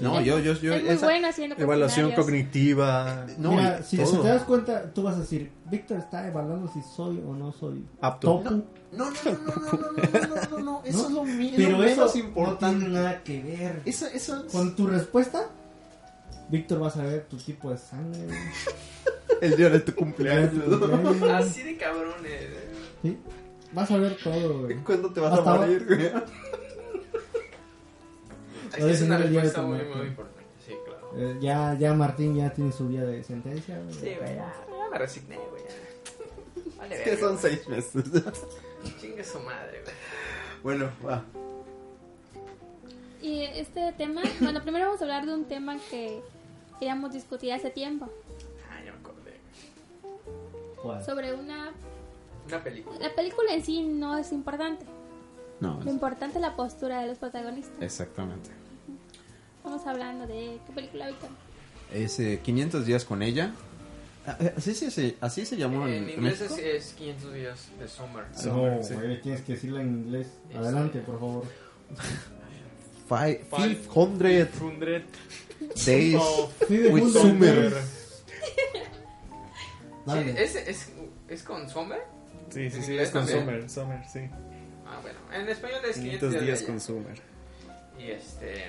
Speaker 6: No, yo, yo, yo.
Speaker 4: es muy
Speaker 6: esa-
Speaker 4: bueno haciendo
Speaker 5: Evaluación
Speaker 4: cuestionarios.
Speaker 5: cognitiva.
Speaker 6: No,
Speaker 3: Mira,
Speaker 6: y
Speaker 3: si
Speaker 6: todo.
Speaker 3: te das cuenta, tú vas a decir: Víctor está evaluando si soy o no soy
Speaker 5: Apto.
Speaker 3: topo.
Speaker 6: No, no, no, no, no, no, no, no, no, eso
Speaker 3: ¿No?
Speaker 6: es lo mismo.
Speaker 3: Pero eso
Speaker 6: es
Speaker 3: no
Speaker 6: importante.
Speaker 3: tiene nada que ver.
Speaker 6: Eso, eso es...
Speaker 3: Con tu respuesta, Víctor va a saber tu tipo de
Speaker 6: <laughs>
Speaker 3: sangre. güey.
Speaker 6: El día de tu
Speaker 3: <laughs>
Speaker 1: Así de eh. cabrones.
Speaker 3: ¿Sí? Vas a ver todo, güey.
Speaker 6: ¿Cuándo te vas
Speaker 3: Hasta
Speaker 6: a morir, güey?
Speaker 1: Es que es
Speaker 3: sí,
Speaker 1: una
Speaker 3: no, ya
Speaker 1: respuesta
Speaker 3: te
Speaker 1: muy,
Speaker 3: marco.
Speaker 1: muy importante. Sí, claro.
Speaker 3: Eh, ya, ya Martín ya tiene su día de sentencia. güey.
Speaker 1: Sí, güey, ya, ya me Ah, resigné, güey. ya. Vale,
Speaker 6: Es que
Speaker 1: verga,
Speaker 6: son seis meses.
Speaker 1: <laughs> güey. Chingue su madre, güey.
Speaker 6: Bueno, va.
Speaker 4: Y este tema, bueno, primero vamos a hablar de un tema que queríamos discutir hace tiempo,
Speaker 1: Ah, ya me acordé.
Speaker 3: ¿Cuál?
Speaker 4: sobre una...
Speaker 1: Una película.
Speaker 4: La película en sí no es importante,
Speaker 6: No,
Speaker 4: lo importante es la postura de los protagonistas.
Speaker 6: exactamente.
Speaker 4: Estamos hablando de... ¿Qué película, Víctor?
Speaker 6: Es eh, 500 días con ella. Ah, eh, Así, se- se- así se llamó en,
Speaker 1: En inglés es, eh,
Speaker 6: México.
Speaker 1: es 500 días de summer.
Speaker 3: No,
Speaker 5: Summer, sí.
Speaker 3: güey, tienes que decirla en inglés. Adelante, por favor.
Speaker 6: Five-
Speaker 1: Five-
Speaker 6: 500
Speaker 1: 100
Speaker 6: days.
Speaker 1: of-
Speaker 3: Vive
Speaker 6: <laughs> With
Speaker 3: juntos,
Speaker 1: <laughs>
Speaker 6: Summer.
Speaker 3: güey.
Speaker 1: Sí,
Speaker 3: Dale.
Speaker 1: ¿es, es, ¿Es con summer?
Speaker 5: Sí, sí,
Speaker 1: En
Speaker 5: sí,
Speaker 1: inglés
Speaker 5: es con
Speaker 1: también.
Speaker 5: Summer, Summer, sí.
Speaker 1: Ah, bueno. En español es 500
Speaker 5: 500 días
Speaker 1: de
Speaker 5: con
Speaker 1: ella.
Speaker 5: Summer.
Speaker 1: Y este...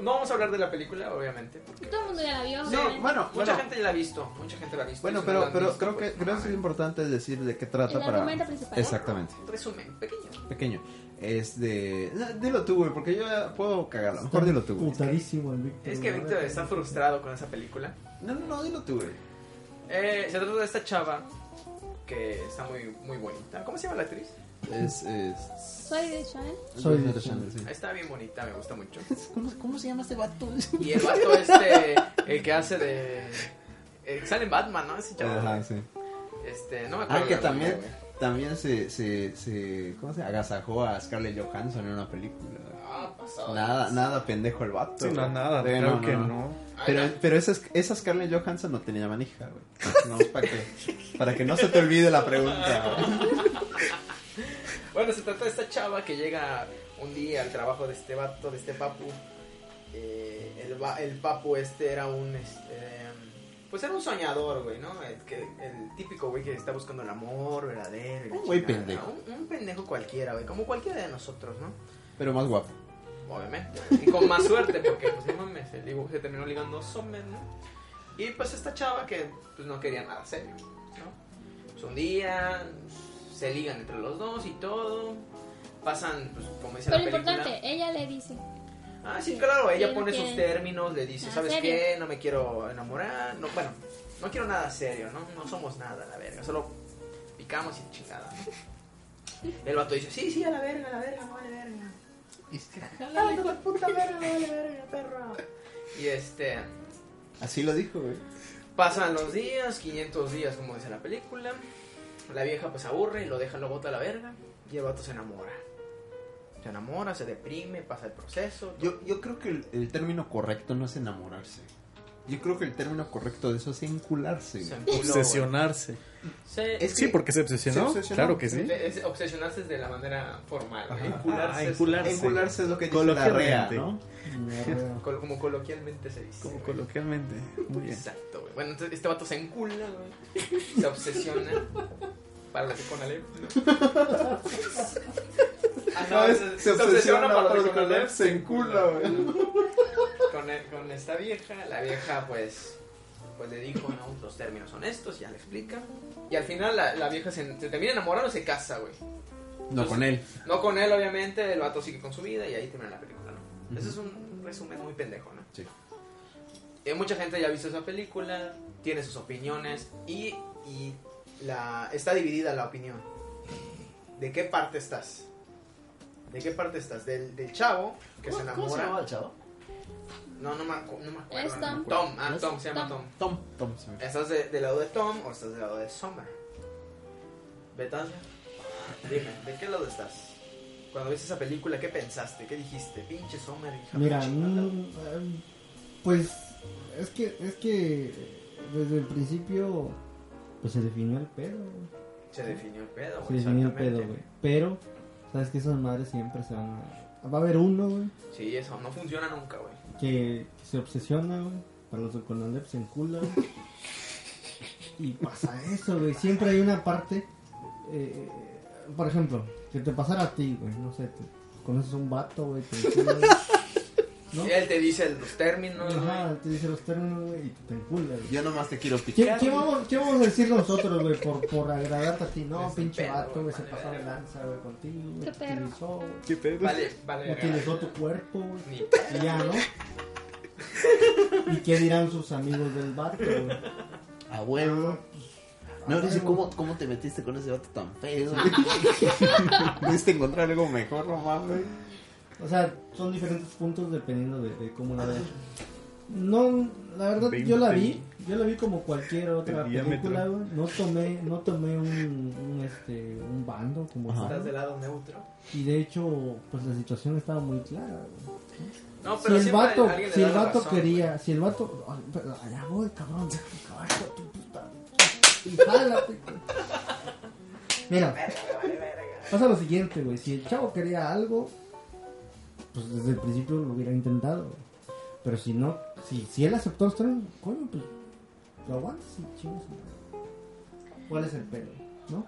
Speaker 1: No vamos a hablar de la película, obviamente. porque-
Speaker 4: Todo el mundo ya la vio.
Speaker 6: No,
Speaker 4: obviamente.
Speaker 6: bueno,
Speaker 1: Mucha
Speaker 6: bueno.
Speaker 1: gente la ha visto. Mucha gente la ha visto.
Speaker 6: Bueno,
Speaker 1: y si no la
Speaker 6: pero,
Speaker 1: han
Speaker 6: pero
Speaker 1: visto,
Speaker 6: creo que
Speaker 1: pues,
Speaker 6: creo que es importante decir de qué trata
Speaker 4: El
Speaker 6: para...
Speaker 4: argumento principal.
Speaker 6: Exactamente.
Speaker 1: Un resumen pequeño.
Speaker 6: pequeño. Es de. no, Dilo tú, güey, porque yo ya puedo cagarlo. Mejor dilo tú, güey.
Speaker 3: Putadísimo el Víctor.
Speaker 1: Es que
Speaker 3: güey.
Speaker 1: Víctor está frustrado con esa película.
Speaker 6: No, no, no, dilo tú, güey.
Speaker 1: Eh, se trata de esta chava que está muy, muy bonita. ¿Cómo se llama la actriz?
Speaker 6: Es, es...
Speaker 4: Soy de Sean.
Speaker 3: Soy
Speaker 6: es
Speaker 3: de
Speaker 6: Natasha
Speaker 3: China.
Speaker 6: Anderson.
Speaker 1: Está bien bonita, me gusta mucho.
Speaker 6: ¿Cómo, ¿Cómo se llama este vato?
Speaker 1: Y el vato este, el que hace de... El que sale en Batman, ¿no? Ese chavo.
Speaker 6: Ajá, sí.
Speaker 1: Este, no me acuerdo.
Speaker 6: Ah, que
Speaker 1: el nombre,
Speaker 6: también,
Speaker 1: güey.
Speaker 6: también se, se, se, ¿cómo se agasajó a Scarlett Johansson en una película.
Speaker 1: Ah, pasado.
Speaker 6: Nada, nada pendejo el vato.
Speaker 5: Sí, no,
Speaker 6: güey.
Speaker 5: nada,
Speaker 6: Sí,
Speaker 5: creo que no.
Speaker 1: Ay,
Speaker 6: Pero,
Speaker 1: ya.
Speaker 6: pero esa, esa Scarlett Johansson no tenía manija, güey. No, para que, para que no se te olvide la pregunta.
Speaker 1: Bueno, se trata de esta chava que llega un día al trabajo de este vato, de este papu. Eh, el, va- el papu este era un... Este, pues era un soñador, güey, ¿no? El, que, el típico güey que está buscando el amor verdadero. y la
Speaker 6: Un güey
Speaker 1: chingada.
Speaker 6: pendejo.
Speaker 1: Un, un pendejo cualquiera, güey, como cualquiera de nosotros, ¿no?
Speaker 6: Pero más guapo.
Speaker 1: Obviamente. Y con más suerte, porque pues no mames, se, ligó- se terminó ligando a hombres, ¿no? Y pues esta chava que pues no quería nada serio, ¿no? Pues un día se ligan entre los dos y todo. Pasan, pues como dice
Speaker 4: Pero
Speaker 1: la
Speaker 4: lo
Speaker 1: película.
Speaker 4: importante, ella le dice.
Speaker 1: Ah, sí, claro, ella
Speaker 4: Sí,
Speaker 1: pone
Speaker 4: que-
Speaker 1: sus términos, le dice,
Speaker 4: Ah,
Speaker 1: ¿sabes
Speaker 4: serio.
Speaker 1: qué? No me quiero enamorar, no, bueno, no quiero nada serio, ¿no? No somos nada, la verga, solo picamos y chingada, ¿no? El vato dice, sí, sí, a la verga, a la verga, vale verga. Jálale, hijo de puta verga, vale verga, perro. Y este,
Speaker 6: Así lo dijo, güey.
Speaker 1: pasan los días, 500 días, como dice la película. La vieja pues aburre y lo deja, lo bota a la verga. Y el vato se enamora. Se enamora, se deprime, pasa el proceso.
Speaker 6: Yo, yo creo que el, el término correcto no es enamorarse. Yo creo que el término correcto de eso es encularse. <laughs>
Speaker 1: se
Speaker 6: güey.
Speaker 1: enculó, güey.
Speaker 5: Obsesionarse.
Speaker 1: Se-
Speaker 6: Es
Speaker 5: Sí, porque se obsesionó.
Speaker 6: se obsesionó.
Speaker 5: Claro que sí.
Speaker 1: Es- es obsesionarse de la manera formal,
Speaker 6: Ajá.
Speaker 1: vincularse
Speaker 5: Ah, encularse.
Speaker 6: Encularse es lo que dice la rea,
Speaker 5: Coloquialmente.
Speaker 6: ¿no?
Speaker 3: Me arreo.
Speaker 1: col- como coloquialmente se dice.
Speaker 5: Como
Speaker 1: güey.
Speaker 5: coloquialmente. Muy bien.
Speaker 1: Exacto, güey. Bueno, entonces este vato se encula, güey. Se obsesiona. Para la
Speaker 6: <laughs>
Speaker 1: Conalep. Ah, no,
Speaker 6: ¿Sabes?
Speaker 1: se, se obsesiona para la Conalep.
Speaker 6: se encula, güey.
Speaker 1: Con, el- con esta vieja, la vieja pues pues le dijo, no, los términos son estos, ya le explica. Y al final la, la vieja se, se termina enamorando y se casa, güey.
Speaker 6: No con
Speaker 5: Pues,
Speaker 6: él.
Speaker 1: No con él, obviamente, el vato sigue con su vida y ahí termina la película, ¿no? Ese es un resumen muy pendejo, ¿no?
Speaker 6: Sí.
Speaker 1: Eh, mucha gente ya ha visto esa película, tiene sus opiniones y, y la, está dividida la opinión. ¿De qué parte estás? ¿De qué parte estás? ¿Del, del chavo que se enamora?
Speaker 6: el chavo?
Speaker 1: No, no me, acu- no me acuerdo.
Speaker 4: Es
Speaker 1: no me
Speaker 4: Tom.
Speaker 1: acuerdo. Tom, ah,
Speaker 6: ¿No es?
Speaker 1: Tom, se llama Tom.
Speaker 4: Tom.
Speaker 6: Tom. Tom. se me-
Speaker 1: ¿Estás de- del lado de Tom o estás del lado de Summer? Betania, dime, ¿de qué lado estás? Cuando viste esa película, ¿qué pensaste? ¿Qué dijiste? Pinche Summer, hija de
Speaker 3: Mira,
Speaker 1: chingada.
Speaker 3: mm, eh, pues es que es que desde el principio pues se definió el pedo, güey.
Speaker 1: Se definió el pedo,
Speaker 3: se
Speaker 1: güey.
Speaker 3: definió el
Speaker 1: exactamente.
Speaker 3: pedo, güey. Pero sabes que esas madres siempre se van a va a haber uno, güey,
Speaker 1: Sí, eso no funciona nunca, güey.
Speaker 3: que se obsesiona, güey, para los con se encula. güey. Y pasa eso, güey. Siempre hay una parte eh, por ejemplo, que te pasara a ti, güey, no sé, te conoces a un vato, güey, te encula, güey. ¿No?
Speaker 1: Y él te dice los términos,
Speaker 3: Ajá,
Speaker 1: güey.
Speaker 3: te dice los términos, güey, y te encula, güey.
Speaker 6: Yo nomás te quiero
Speaker 3: ¿Qué,
Speaker 6: pichar.
Speaker 3: qué vamos, qué vamos a decir nosotros, güey, por, por agradarte a ti? No,
Speaker 1: Es un
Speaker 3: pinche
Speaker 1: pedo,
Speaker 3: vato,
Speaker 1: güey,
Speaker 3: güey, se
Speaker 1: vale,
Speaker 3: pasó de
Speaker 1: vale.
Speaker 3: lanza, güey, contigo, güey.
Speaker 4: Qué
Speaker 3: te
Speaker 4: perro.
Speaker 3: Utilizó, güey,
Speaker 5: ¿Qué pedo?
Speaker 1: Vale, vale.
Speaker 3: utilizó tu cuerpo, güey.
Speaker 1: Ni
Speaker 3: Y
Speaker 1: <laughs>
Speaker 3: ya, ¿no? ¿Y qué dirán sus amigos del vato, güey?
Speaker 6: A huevo.
Speaker 3: A
Speaker 6: No, dice,
Speaker 3: huevo.
Speaker 6: ¿cómo, ¿cómo te metiste con ese vato tan <laughs> feo? Debiste encontrar algo mejor, no mames.
Speaker 3: O sea, son diferentes puntos dependiendo de, de cómo la veas. No, la verdad, yo la vi, yo la vi como cualquier otra
Speaker 5: El diámetro.
Speaker 3: película, güey. No tomé, no tomé un, un, este, un bando como
Speaker 6: Ajá.
Speaker 3: tal.
Speaker 1: Estás del lado neutro.
Speaker 3: Y de hecho, pues la situación estaba muy clara. güey.
Speaker 1: No,
Speaker 3: Si
Speaker 1: pero
Speaker 3: el
Speaker 1: siempre
Speaker 3: vato,
Speaker 1: alguien le
Speaker 3: si
Speaker 1: da
Speaker 3: el
Speaker 1: la
Speaker 3: vato
Speaker 1: razón,
Speaker 3: quería, si el vato. ay, pero Allá voy, cabrón, déjame acabar con tu puta. Y jala, güey. Mira,
Speaker 1: Vale, verga.
Speaker 3: pasa lo siguiente, güey. Si el chavo quería algo, pues desde el principio lo hubiera intentado. güey. Pero si no, si, si él aceptó los términos, coño, pues lo aguantas y chingas. güey. ¿Cuál es el pelo? ¿No?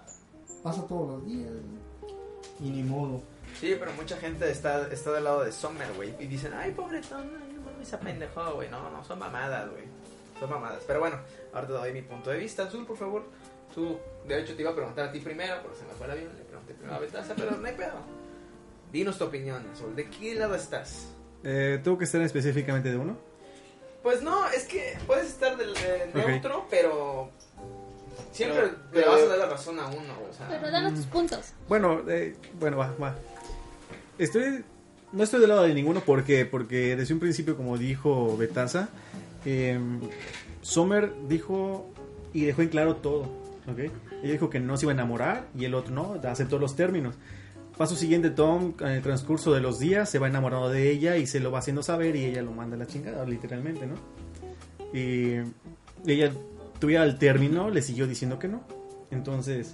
Speaker 3: Pasa todos los días, güey. Y ni modo.
Speaker 1: Sí, pero mucha gente está, está del lado de Summer, güey. Y dicen, ay, pobre Tom, ay, no mames, se apendejó, güey. No, no, son mamadas, güey. Son mamadas. Pero bueno, ahora te doy mi punto de vista. Azul, por favor. Tú, de hecho, te iba a preguntar a ti primero, pero se me fue el avión. Le pregunté primero a Betaza, pero no hay pedo. Dinos tu opinión, Azul. ¿De qué lado estás?
Speaker 5: Eh, ¿Tengo que estar específicamente de uno?
Speaker 1: Pues no, es que puedes estar del, del neutro, pero Siempre
Speaker 6: Pero-
Speaker 1: le
Speaker 6: pero-
Speaker 1: vas a dar la razón a uno, o sea.
Speaker 4: Pero danos tus puntos.
Speaker 5: Bueno, eh, bueno, va, va. Estoy, no estoy del lado de ninguno porque, porque desde un principio, como dijo Betasa, eh, Sommer dijo y dejó en claro todo. ¿ok? Ella dijo que no se iba a enamorar y el otro no, aceptó los términos. Paso siguiente, Tom, en el transcurso de los días, se va enamorando de ella y se lo va haciendo saber y ella lo manda a la chingada, literalmente, ¿no? Y ella, tuviera el término, le siguió diciendo que no. Entonces,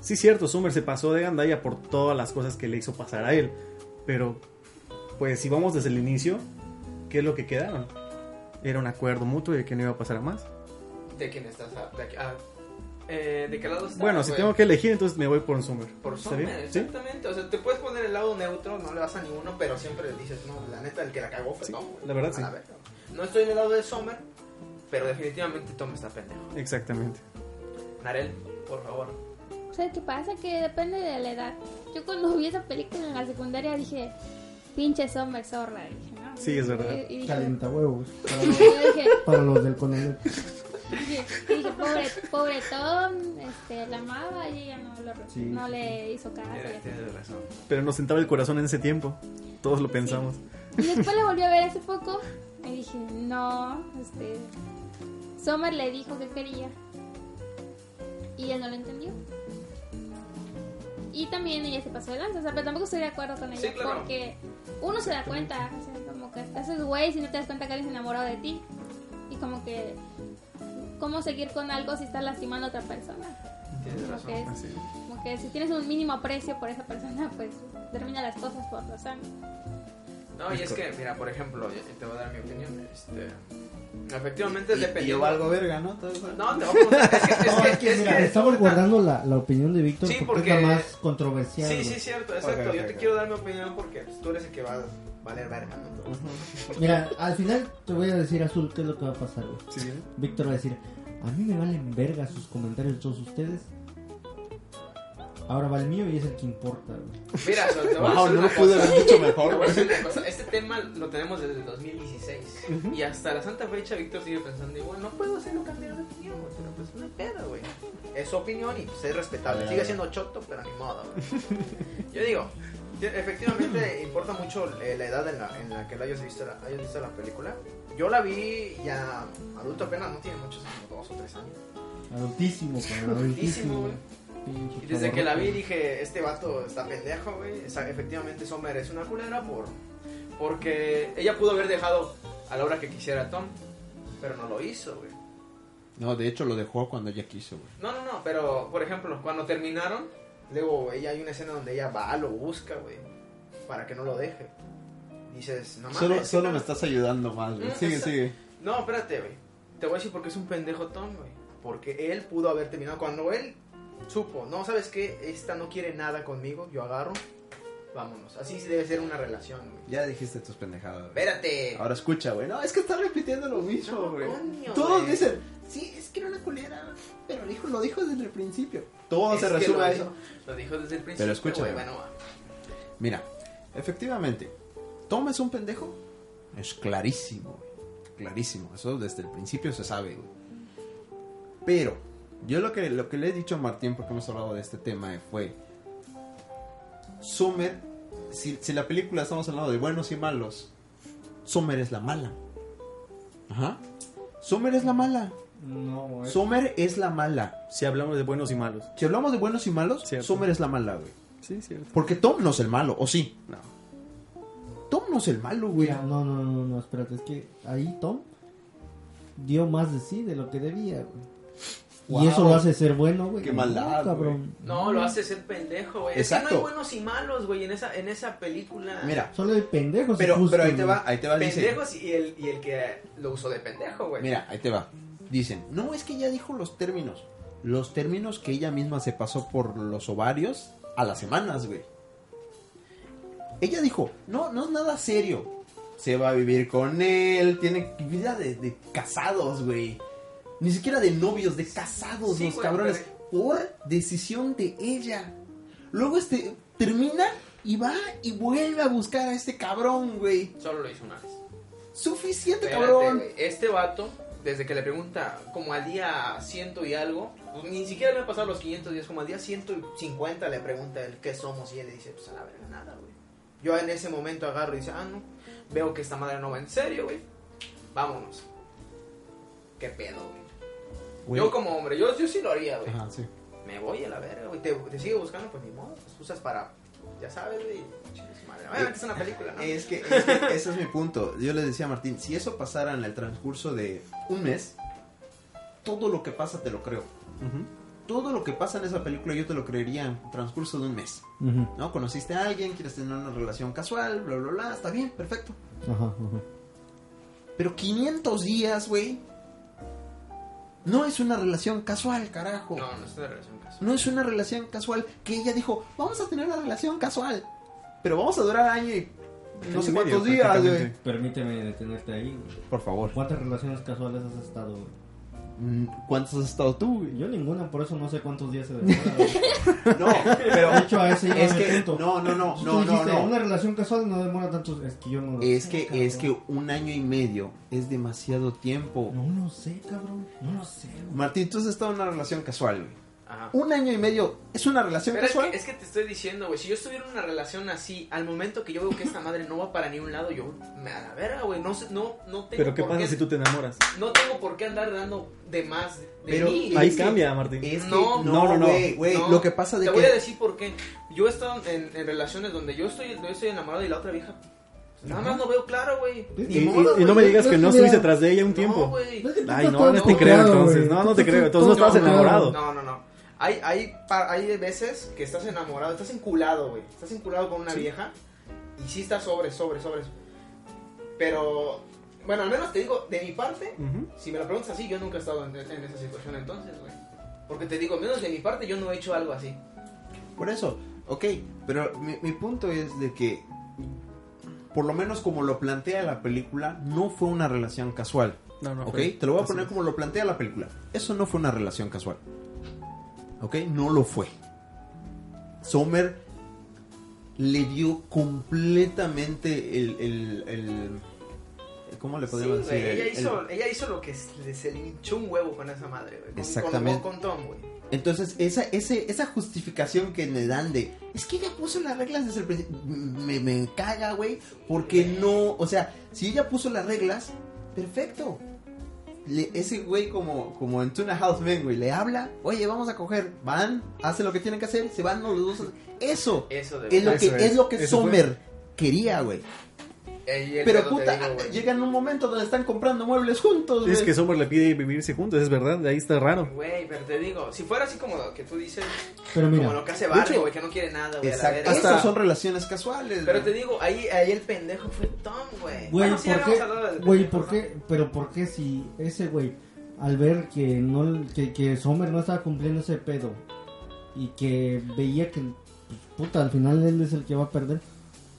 Speaker 5: Sí, cierto, Summer se pasó de gandalla por todas las cosas que le hizo pasar a él. Pero, pues, si vamos desde el inicio, ¿qué es lo que quedaron? Era un acuerdo mutuo de que no iba a pasar a más.
Speaker 1: ¿De quién estás? Ah, ¿De, aquí- ah, eh, ¿de qué lado estás?
Speaker 5: Bueno, si
Speaker 1: güey?
Speaker 5: tengo que elegir, entonces me voy por Summer.
Speaker 1: Por
Speaker 5: ¿Está
Speaker 1: Sommer,
Speaker 5: bien? ¿Sí?
Speaker 1: exactamente. O sea, te puedes poner el lado neutro, no le vas a ninguno, pero siempre dices, no, la neta, el que la cagó fue
Speaker 5: Sí,
Speaker 1: Tom. güey.
Speaker 5: la verdad,
Speaker 1: A
Speaker 5: sí.
Speaker 1: verga. No estoy del lado de Sommer, pero definitivamente Tom está pendejo.
Speaker 5: Exactamente.
Speaker 1: Narel, por favor.
Speaker 4: ¿Sabes qué pasa? Que depende de la edad. Yo cuando vi esa película en la secundaria dije, pinche Summer Zorra. y dije, no.
Speaker 5: Sí, es verdad.
Speaker 4: Y, y dije,
Speaker 3: Calienta huevos. Para
Speaker 4: y
Speaker 3: los,
Speaker 4: yo dije,
Speaker 3: para los del Conalep.
Speaker 1: <laughs>
Speaker 4: dije, dije, pobre, pobre Tom, este, la amaba y ella no, lo-
Speaker 3: Sí,
Speaker 4: no
Speaker 3: sí,
Speaker 4: le hizo caso. y así.
Speaker 1: razón.
Speaker 5: Pero nos sentaba el corazón en ese tiempo. Todos lo pensamos.
Speaker 4: Y después la volví a ver hace poco y dije, no, este... Sommer le dijo que quería. Y él no lo entendió. Y también ella se pasó de lanza, o sea, pero tampoco estoy de acuerdo con ella
Speaker 1: Sí, claro.
Speaker 4: porque uno se da cuenta, o sea, como que haces güey si no te das cuenta que alguien se enamoró de ti. Y como que, ¿cómo seguir con algo si estás lastimando a otra persona?
Speaker 1: Tienes
Speaker 4: Como
Speaker 1: razón.
Speaker 4: que, es-
Speaker 5: Así es.
Speaker 4: como que si tienes un mínimo aprecio por esa persona, <laughs> pues termina las cosas por razón.
Speaker 1: No, y es que, mira, por ejemplo, yo- te voy a dar mi opinión. Este, efectivamente,
Speaker 6: Y-
Speaker 1: depende.
Speaker 6: Y yo valgo verga, ¿no? Todo eso.
Speaker 1: No, te vamos a es que, es
Speaker 3: No,
Speaker 1: que,
Speaker 3: es que
Speaker 1: es
Speaker 3: mira,
Speaker 1: que-
Speaker 3: estamos guardando la, la opinión de Víctor
Speaker 1: Sí,
Speaker 3: porque es la
Speaker 1: porque-
Speaker 3: más controversial.
Speaker 1: Sí,
Speaker 3: güey.
Speaker 1: sí, cierto, exacto.
Speaker 6: Ok, ok,
Speaker 1: yo te
Speaker 6: ok.
Speaker 1: quiero dar mi opinión porque pues, tú eres el que va a valer verga. ¿no? Entonces,
Speaker 3: Mira, al final te voy a decir, Azul, qué es lo que va a pasar, güey.
Speaker 5: ¿Sí bien?
Speaker 3: Víctor va a decir, a mí me valen verga sus comentarios de todos ustedes. Ahora va el mío y es el que importa, güey.
Speaker 1: Mira, o sea, te voy a decir
Speaker 6: Wow, no lo
Speaker 1: una
Speaker 6: pude
Speaker 1: cosa.
Speaker 6: haber dicho
Speaker 1: Te
Speaker 6: mejor,
Speaker 1: voy a
Speaker 6: güey.
Speaker 1: decir una cosa, Este tema lo tenemos desde el 2016 y hasta la santa fecha Víctor sigue pensando igual. No puedo hacerlo cambiar de opinión, güey, pero pues no hay pedo, güey. Es su opinión y pues, es respetable.
Speaker 6: Claro.
Speaker 1: Sigue siendo choto, pero ni modo. güey. Yo digo, yo- efectivamente importa mucho eh, la edad en la, en la que la hayas visto, la, hayas visto la película. Yo la vi ya adulto apenas, no tiene muchos, como dos o tres años.
Speaker 3: Adultísimo, cabrón.
Speaker 1: Adultísimo,
Speaker 3: Adultísimo,
Speaker 1: güey.
Speaker 3: güey. Pinche
Speaker 1: Y desde que la vi
Speaker 3: cabrón.
Speaker 1: dije, este vato está pendejo, güey. O sea, efectivamente Sommer es una culera por... Porque ella pudo haber dejado a la hora que quisiera a Tom, pero no lo hizo, güey.
Speaker 6: No, de hecho lo dejó cuando ella quiso, güey.
Speaker 1: No, no, no, pero por ejemplo, cuando terminaron, luego ella hay una escena donde ella va, lo busca, güey, para que no lo deje. Dices, no mames.
Speaker 6: Solo, solo
Speaker 1: no-
Speaker 6: me estás ayudando más, güey.
Speaker 1: Mm,
Speaker 6: Sigue,
Speaker 1: esa-
Speaker 6: sigue.
Speaker 1: No, espérate, güey. Te voy a decir por qué es un pendejo Tom, güey. Porque él pudo haber terminado. Cuando él supo, no, ¿sabes qué? Esta no quiere nada conmigo, yo agarro. Vámonos. Así debe ser una relación, güey.
Speaker 6: Ya dijiste tus pendejadas, güey.
Speaker 1: Espérate.
Speaker 6: Ahora escucha, güey. No, es que estás repitiendo lo mismo,
Speaker 1: No,
Speaker 6: güey.
Speaker 1: coño,
Speaker 6: Todos
Speaker 1: güey.
Speaker 6: dicen, sí, es que era una culera, pero el hijo lo dijo desde el principio. Todo
Speaker 1: Es
Speaker 6: se
Speaker 1: que
Speaker 6: resume
Speaker 1: lo
Speaker 6: a
Speaker 1: dijo-
Speaker 6: eso.
Speaker 1: Lo dijo desde el principio,
Speaker 6: escúchame.
Speaker 1: güey. Bueno, va.
Speaker 6: Mira, efectivamente, Tom es un pendejo. Es clarísimo, güey. Clarísimo. Eso desde el principio se sabe, güey. Pero, yo lo que, lo que le he dicho a Martín, porque hemos hablado de este tema, eh, fue. Summer, si, si la película estamos hablando de buenos y malos, Summer es la mala. Ajá. Summer es la mala.
Speaker 3: No, güey.
Speaker 6: Summer es la mala.
Speaker 5: Si hablamos de buenos y malos.
Speaker 6: Si hablamos de buenos y malos,
Speaker 5: Cierto.
Speaker 6: Summer es la mala, güey.
Speaker 5: Sí, cierto.
Speaker 6: Porque Tom no es el malo, ¿o sí?
Speaker 5: No.
Speaker 6: Tom no es el malo, güey.
Speaker 3: Mira, ah, no, no, no, no, espérate, es que ahí Tom dio más de sí de lo que debía, güey.
Speaker 6: Wow.
Speaker 3: Y eso lo hace ser bueno, güey.
Speaker 6: Qué maldad,
Speaker 3: No, cabrón.
Speaker 1: No, lo hace ser pendejo, güey. Es que no hay
Speaker 6: Exacto.
Speaker 1: buenos y malos, güey, en esa, en esa película.
Speaker 6: Mira,
Speaker 3: Solo el pendejo se
Speaker 6: pero,
Speaker 3: juzga,
Speaker 6: pero ahí te
Speaker 3: güey.
Speaker 6: va, ahí te va, dicen.
Speaker 1: Pendejos y el, y el que lo usó de pendejo, güey.
Speaker 6: Mira, ahí te va. Dicen, no, es que ella dijo los términos. Los términos que ella misma se pasó por los ovarios a las semanas, güey. Ella dijo, no, no es nada serio. Se va a vivir con él, tiene vida de, de casados, güey. Ni siquiera de novios, de casados,
Speaker 1: Sí,
Speaker 6: los
Speaker 1: güey,
Speaker 6: cabrones. Por decisión de ella. Luego este termina y va y vuelve a buscar a este cabrón, güey.
Speaker 1: Solo lo hizo una vez.
Speaker 6: Suficiente,
Speaker 1: Espérate,
Speaker 6: cabrón.
Speaker 1: güey. Este vato desde que le pregunta como al día ciento y algo, pues ni siquiera le han pasado los 500 días, como al día 150 le pregunta el qué somos y él le dice, pues a la verga, nada, güey. Yo en ese momento agarro y dice, ah, no, veo que esta madre no va en serio, güey. Vámonos. ¿Qué pedo, güey?
Speaker 5: Güey.
Speaker 1: Yo como hombre, yo, yo sí lo haría, güey.
Speaker 5: Ajá, sí.
Speaker 1: Me voy a la verga, güey. Te, te sigue buscando, pues ni modo, pues usas para, ya sabes, güey. chingas madre. Obviamente es una película, ¿no?
Speaker 6: Es que, es que ese es mi punto. Yo le decía a Martín, si eso pasara en el transcurso de un mes, todo lo que pasa te lo creo.
Speaker 5: Ujú.
Speaker 6: Todo lo que pasa en esa película yo te lo creería en el transcurso de un mes.
Speaker 3: Ujú,
Speaker 6: ¿No? Conociste a alguien, quieres tener una relación casual, bla, bla, bla, está bien, perfecto.
Speaker 3: Ajá, ajá.
Speaker 6: Pero 500 días, güey. No es una relación casual, carajo.
Speaker 1: No, no estoy de relación casual.
Speaker 6: No es una relación casual que ella dijo, vamos a tener una relación casual. Pero vamos a durar año y no
Speaker 5: Año
Speaker 6: sé
Speaker 5: y medio,
Speaker 6: cuántos días, güey.
Speaker 5: prácticamente.
Speaker 3: Permíteme detenerte ahí. güey.
Speaker 6: Por favor.
Speaker 3: ¿Cuántas relaciones casuales has estado? güey?
Speaker 6: Mm, ¿Cuántos has estado tú,
Speaker 3: <laughs>
Speaker 6: güey?
Speaker 3: Yo ninguna, por eso no sé cuántos días se demora. güey.
Speaker 6: No, <laughs> pero <laughs>
Speaker 3: De hecho, a ese iba
Speaker 6: es
Speaker 3: mi
Speaker 6: que
Speaker 3: punto.
Speaker 6: no, no, no,
Speaker 3: Tú
Speaker 6: no, no,
Speaker 3: dijiste, Una
Speaker 6: no.
Speaker 3: relación casual no demora tantos. Es que yo no lo
Speaker 6: Es
Speaker 3: sé,
Speaker 6: que
Speaker 3: cabrón.
Speaker 6: es que un año y medio es demasiado tiempo.
Speaker 3: No lo sé, cabrón. No lo sé, güey.
Speaker 6: Martín, tú has estado en una relación casual, güey.
Speaker 1: Ajá.
Speaker 6: Un año y medio es una relación
Speaker 1: Pero es
Speaker 6: casual.
Speaker 1: que, es que te estoy diciendo, güey, si yo estuviera en una relación así, al momento que yo veo que esta madre no va para ningún lado, yo me a la verga, güey, no, sé- no, no tengo
Speaker 5: Pero ¿qué
Speaker 1: por
Speaker 5: pasa si tú te enamoras?
Speaker 1: No tengo por qué andar dando de más de
Speaker 6: Pero-
Speaker 1: mí.
Speaker 5: Ahí
Speaker 6: es que-
Speaker 5: cambia, Martín.
Speaker 6: Es que
Speaker 1: No,
Speaker 6: no,
Speaker 5: no, no,
Speaker 6: no,
Speaker 5: no.
Speaker 6: güey, güey,
Speaker 1: No.
Speaker 6: lo que pasa de
Speaker 1: Te
Speaker 6: que
Speaker 1: voy a decir por qué. Yo he estado en, en relaciones donde yo estoy, yo estoy enamorado y la otra vieja, pues, nada más no veo claro, güey.
Speaker 5: Y,
Speaker 1: Ni
Speaker 5: y-
Speaker 1: modo,
Speaker 5: y no me
Speaker 1: güey.
Speaker 5: digas que
Speaker 3: No,
Speaker 5: no
Speaker 3: mira.
Speaker 5: estuviste tras de ella un
Speaker 1: No,
Speaker 5: tiempo.
Speaker 1: güey.
Speaker 5: Ay, no,
Speaker 3: Estás
Speaker 5: no
Speaker 3: todo
Speaker 5: te creo
Speaker 3: puteado,
Speaker 5: entonces.
Speaker 3: güey.
Speaker 5: No, no te
Speaker 3: Estás
Speaker 5: creo. Entonces no
Speaker 3: todo
Speaker 5: estabas
Speaker 3: puteado.
Speaker 5: enamorado.
Speaker 1: No, no, no. Hay, hay, pa- hay veces que estás enamorado, estás enculado, güey. Estás enculado con una vieja y sí estás sobre, sobre, sobre. Pero, bueno, al menos te digo, de mi parte,
Speaker 5: Ujú.
Speaker 1: si me lo preguntas así, yo nunca he estado en, en esa situación entonces, güey. Porque te digo, al menos de mi parte, yo no he hecho algo así.
Speaker 6: Por eso, ok, pero mi, mi punto es de que, por lo menos como lo plantea la película, no fue una relación casual.
Speaker 5: No, no,
Speaker 6: Ok,
Speaker 5: fue-
Speaker 6: te lo voy a
Speaker 5: así
Speaker 6: poner
Speaker 5: es.
Speaker 6: como lo plantea la película. Eso no fue una relación casual. Ok, no lo fue. Sommer le dio completamente el... el- el- ¿Cómo le
Speaker 1: Sí,
Speaker 6: podemos
Speaker 1: güey,
Speaker 6: decir? El-
Speaker 1: ella,
Speaker 6: el-
Speaker 1: hizo, ella hizo lo que se, se le hinchó un huevo con esa madre, güey. Con- con-
Speaker 6: Exactamente.
Speaker 1: Con, Tom, güey.
Speaker 6: Entonces, esa, ese, esa justificación que me dan de, es que ella puso las reglas desde el principio, me, me caga, güey, porque no, o sea, si ella puso las reglas, perfecto. Le- ese güey como, como en Tuna House Men, güey, le habla, oye, vamos a coger, van, hacen lo que tienen que hacer, se van los dos. Eso
Speaker 1: Eso de
Speaker 6: es lo
Speaker 5: Eso
Speaker 6: que,
Speaker 5: es,
Speaker 6: es lo que
Speaker 5: eso fue.
Speaker 6: Sommer quería, güey.
Speaker 1: Ahí el
Speaker 6: Pero
Speaker 1: pedo te
Speaker 6: puta,
Speaker 1: digo, güey.
Speaker 6: llegan un momento donde están comprando muebles juntos, güey.
Speaker 5: Es que Sommer le pide vivirse juntos, es verdad, de ahí está raro.
Speaker 1: Güey, pero te digo, si fuera así como lo que tú dices,
Speaker 3: Pero
Speaker 1: como
Speaker 3: mira,
Speaker 1: lo que hace
Speaker 6: de
Speaker 1: Barney,
Speaker 6: hecho,
Speaker 1: güey, que no quiere nada, güey. a la
Speaker 6: Exacto,
Speaker 1: verga.
Speaker 6: esas son relaciones casuales,
Speaker 1: Pero te
Speaker 6: güey.
Speaker 1: digo, ahí, ahí el pendejo fue Tom, güey.
Speaker 3: güey,
Speaker 1: Bueno, sí,
Speaker 3: ¿por
Speaker 1: habíamos
Speaker 3: qué?
Speaker 1: hablado del
Speaker 3: Güey,
Speaker 1: pendejo,
Speaker 3: ¿por
Speaker 1: ¿no?
Speaker 3: qué? Pero ¿por qué si ese güey, al ver que no, que, que Sommer no estaba cumpliendo ese pedo y que veía que, pues, puta, al final él es el que va a perder,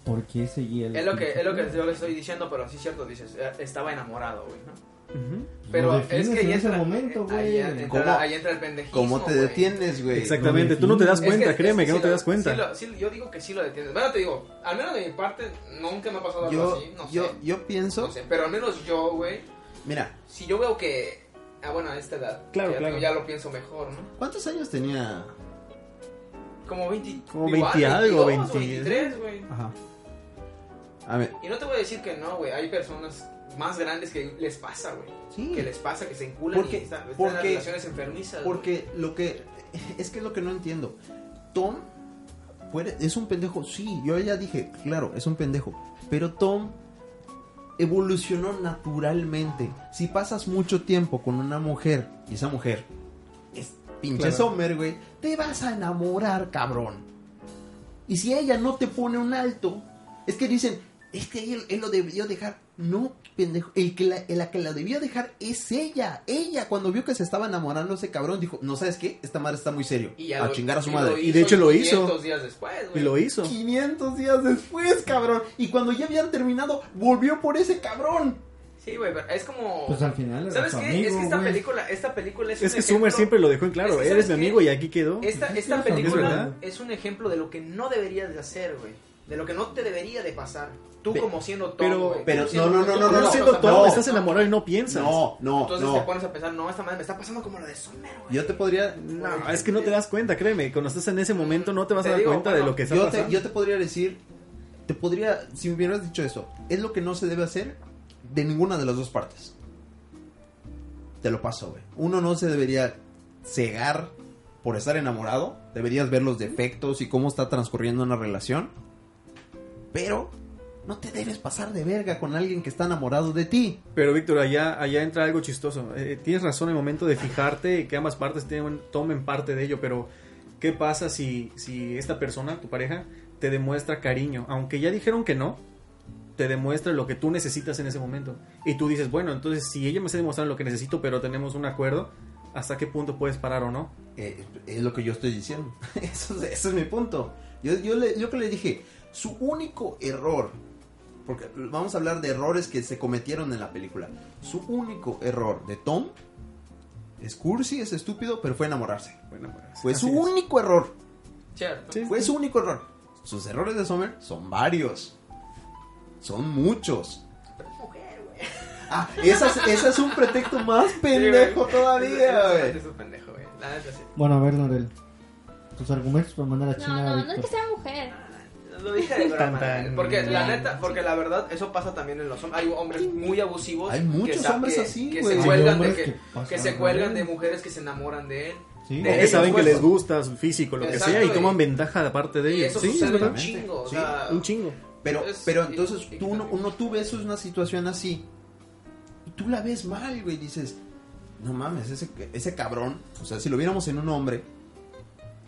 Speaker 3: ¿por qué seguía el
Speaker 1: Es lo, que, es lo que yo le estoy diciendo, pero sí es cierto, dices, eh, estaba enamorado, güey, ¿no?
Speaker 5: Ujú.
Speaker 1: Pero
Speaker 3: Lo
Speaker 1: es
Speaker 3: defines
Speaker 1: que eh,
Speaker 3: en
Speaker 1: ahí
Speaker 3: ese
Speaker 1: entra,
Speaker 3: momento,
Speaker 1: ahí,
Speaker 3: güey.
Speaker 1: entra,
Speaker 6: ¿Cómo?
Speaker 1: ahí entra el pendejismo,
Speaker 6: ¿Cómo te
Speaker 1: güey.
Speaker 6: detienes, güey?
Speaker 5: Exactamente, tú no te das
Speaker 1: Es que-
Speaker 5: cuenta,
Speaker 1: es que
Speaker 5: créeme que
Speaker 1: sí
Speaker 5: no te
Speaker 1: lo-
Speaker 5: das cuenta.
Speaker 1: sí lo- sí, yo digo que sí lo detienes. Bueno, te digo, al menos de mi parte, nunca me ha pasado algo
Speaker 6: yo,
Speaker 1: así, no sé.
Speaker 6: yo, yo pienso,
Speaker 1: No sé, pero al menos yo, güey,
Speaker 6: mira,
Speaker 1: si yo veo que... Ah, bueno, a esta edad.
Speaker 5: Claro,
Speaker 1: que ya,
Speaker 5: claro.
Speaker 1: tengo- ya lo pienso mejor, ¿no?
Speaker 6: ¿cuántos años tenía?
Speaker 1: Como 20...
Speaker 5: Como
Speaker 1: igual,
Speaker 5: 20 algo,
Speaker 1: 22 o
Speaker 5: 20.
Speaker 1: 23, güey.
Speaker 6: Ajá. A ver,
Speaker 1: Y no te voy a decir que no, güey. Hay personas más grandes que les pasa, güey.
Speaker 6: sí,
Speaker 1: Que les pasa, que se enculan
Speaker 6: Porque-
Speaker 1: y están, están en
Speaker 6: porque-
Speaker 1: las relaciones enfermizas. güey.
Speaker 6: porque lo que, es que es lo que no entiendo. Tom puede- es un pendejo, sí, yo ya dije, claro, es un pendejo, pero Tom evolucionó naturalmente. Si pasas mucho tiempo con una mujer y esa mujer es pinche
Speaker 5: Claro.
Speaker 6: Sommer, güey, te vas a enamorar, cabrón. Y si ella no te pone un alto, es que dicen, es que él, él lo debió dejar. No, pendejo. El que la, la que la debió dejar es ella. Ella, cuando vio que se estaba enamorando ese cabrón, dijo, no sabes qué, esta madre está muy serio.
Speaker 1: Y ya
Speaker 6: a
Speaker 1: lo-
Speaker 6: chingar a su
Speaker 1: y
Speaker 6: madre.
Speaker 1: lo
Speaker 5: Y de hecho lo hizo.
Speaker 1: 500 días después,
Speaker 5: Y
Speaker 1: güey.
Speaker 5: lo hizo.
Speaker 6: 500 días después, cabrón. Y cuando ya habían terminado, volvió por ese cabrón.
Speaker 1: Sí, güey, pero es como...
Speaker 3: Pues al final era
Speaker 1: ¿Sabes
Speaker 3: su
Speaker 1: qué?
Speaker 3: amigo,
Speaker 1: es que esta
Speaker 3: güey.
Speaker 1: película, esta película es,
Speaker 5: Es
Speaker 1: un
Speaker 5: que
Speaker 1: ejemplo-
Speaker 5: Sommer siempre lo dejó en
Speaker 1: Es
Speaker 5: claro,
Speaker 1: que, ¿sabes
Speaker 5: eres mi
Speaker 1: qué?
Speaker 5: amigo y aquí quedó.
Speaker 1: Esta, esta
Speaker 3: Es
Speaker 1: película
Speaker 5: verdad.
Speaker 1: es un ejemplo de lo que no deberías de hacer, güey. de lo que no te debería de pasar. Tú
Speaker 6: Pe-
Speaker 1: como siendo Tom,
Speaker 5: pero-
Speaker 1: güey,
Speaker 6: pero-
Speaker 1: tú siendo-
Speaker 6: no, no,
Speaker 1: tú
Speaker 6: no,
Speaker 1: como
Speaker 5: No,
Speaker 6: no,
Speaker 5: siendo
Speaker 1: persona-
Speaker 5: todo,
Speaker 6: no.
Speaker 5: estás enamorado y no piensas.
Speaker 6: No, no,
Speaker 1: Entonces
Speaker 6: no.
Speaker 1: te pones a pensar, no, esta madre me está pasando como lo de Summer, güey.
Speaker 6: Yo te podría.
Speaker 5: No, es que no te das cuenta, créeme. Cuando estás en ese momento no te vas
Speaker 1: este- Te
Speaker 5: a dar
Speaker 1: digo,
Speaker 5: cuenta de
Speaker 1: bueno,
Speaker 5: lo que está
Speaker 6: Yo te,
Speaker 5: pasando.
Speaker 6: yo te podría decir. Te podría. Si me hubieras dicho eso, es lo que no se debe hacer de ninguna de las dos partes. Te lo paso, güey. Uno no se debería cegar por estar enamorado. Deberías ver los defectos y cómo está transcurriendo una relación. Pero no te debes pasar de verga con alguien que está enamorado de ti.
Speaker 5: Pero Víctor, allá, allá entra algo chistoso. Eh, tienes razón en el momento de fijarte que ambas partes tienen- tomen parte de ello, pero ¿qué pasa si, si esta persona, tu pareja, te demuestra cariño? Aunque ya dijeron que no, te demuestra lo que tú necesitas en ese momento. Y tú dices, bueno, entonces si ella me está demostrando lo que necesito, pero tenemos un acuerdo, ¿hasta qué punto puedes parar o no?
Speaker 6: Eh, es lo que yo estoy diciendo. <laughs> Eso es- ese es mi punto. Yo, yo, le, yo que le dije, su único error, porque vamos a hablar de errores que se cometieron en la película. Su único error de Tom es cursi, es estúpido, pero fue enamorarse.
Speaker 5: Bueno,
Speaker 6: Fue su
Speaker 5: así es.
Speaker 6: único error.
Speaker 1: Cierto.
Speaker 5: Sí.
Speaker 6: Fue su único error. Sus errores de Summer son varios. Son muchos. Ah, esa es, esa es un pretexto más pendejo todavía, güey.
Speaker 1: Es un pendejo, güey. La neta sí.
Speaker 3: Bueno, a ver, Norel. Tus argumentos para mandar a
Speaker 4: No,
Speaker 3: China.
Speaker 4: no, no es que sea mujer.
Speaker 1: Lo dije de broma,
Speaker 5: Tan, tan.
Speaker 1: Porque la neta, porque la verdad, eso pasa también en los hombres. Hay hombres muy abusivos.
Speaker 6: Hay muchos
Speaker 1: sa-
Speaker 6: hombres así,
Speaker 1: que
Speaker 6: güey.
Speaker 1: se
Speaker 6: Hay
Speaker 1: cuelgan de
Speaker 3: hombres
Speaker 1: que,
Speaker 3: que pasan
Speaker 1: que se
Speaker 3: de
Speaker 1: cuelgan de
Speaker 3: verga.
Speaker 1: mujeres que se enamoran de él. de
Speaker 3: Sí.
Speaker 5: O que
Speaker 1: ellos,
Speaker 5: saben que
Speaker 1: pues.
Speaker 5: les gusta su físico, lo que
Speaker 1: Exacto,
Speaker 5: sea, y
Speaker 1: y-
Speaker 5: toman ventaja de parte de
Speaker 1: Y
Speaker 5: ellos.
Speaker 1: eso
Speaker 5: Sí, es
Speaker 1: sucede un
Speaker 5: verdad.
Speaker 1: chingo. o
Speaker 6: Sí,
Speaker 1: sea,
Speaker 5: Un chingo.
Speaker 6: Pero,
Speaker 1: Es-
Speaker 6: pero
Speaker 1: es-
Speaker 6: entonces
Speaker 1: es-
Speaker 6: tú uno, uno tú ves una situación así y tú la ves mal, güey, y dices, no mames, ese, ese cabrón, o sea, si lo viéramos en un hombre,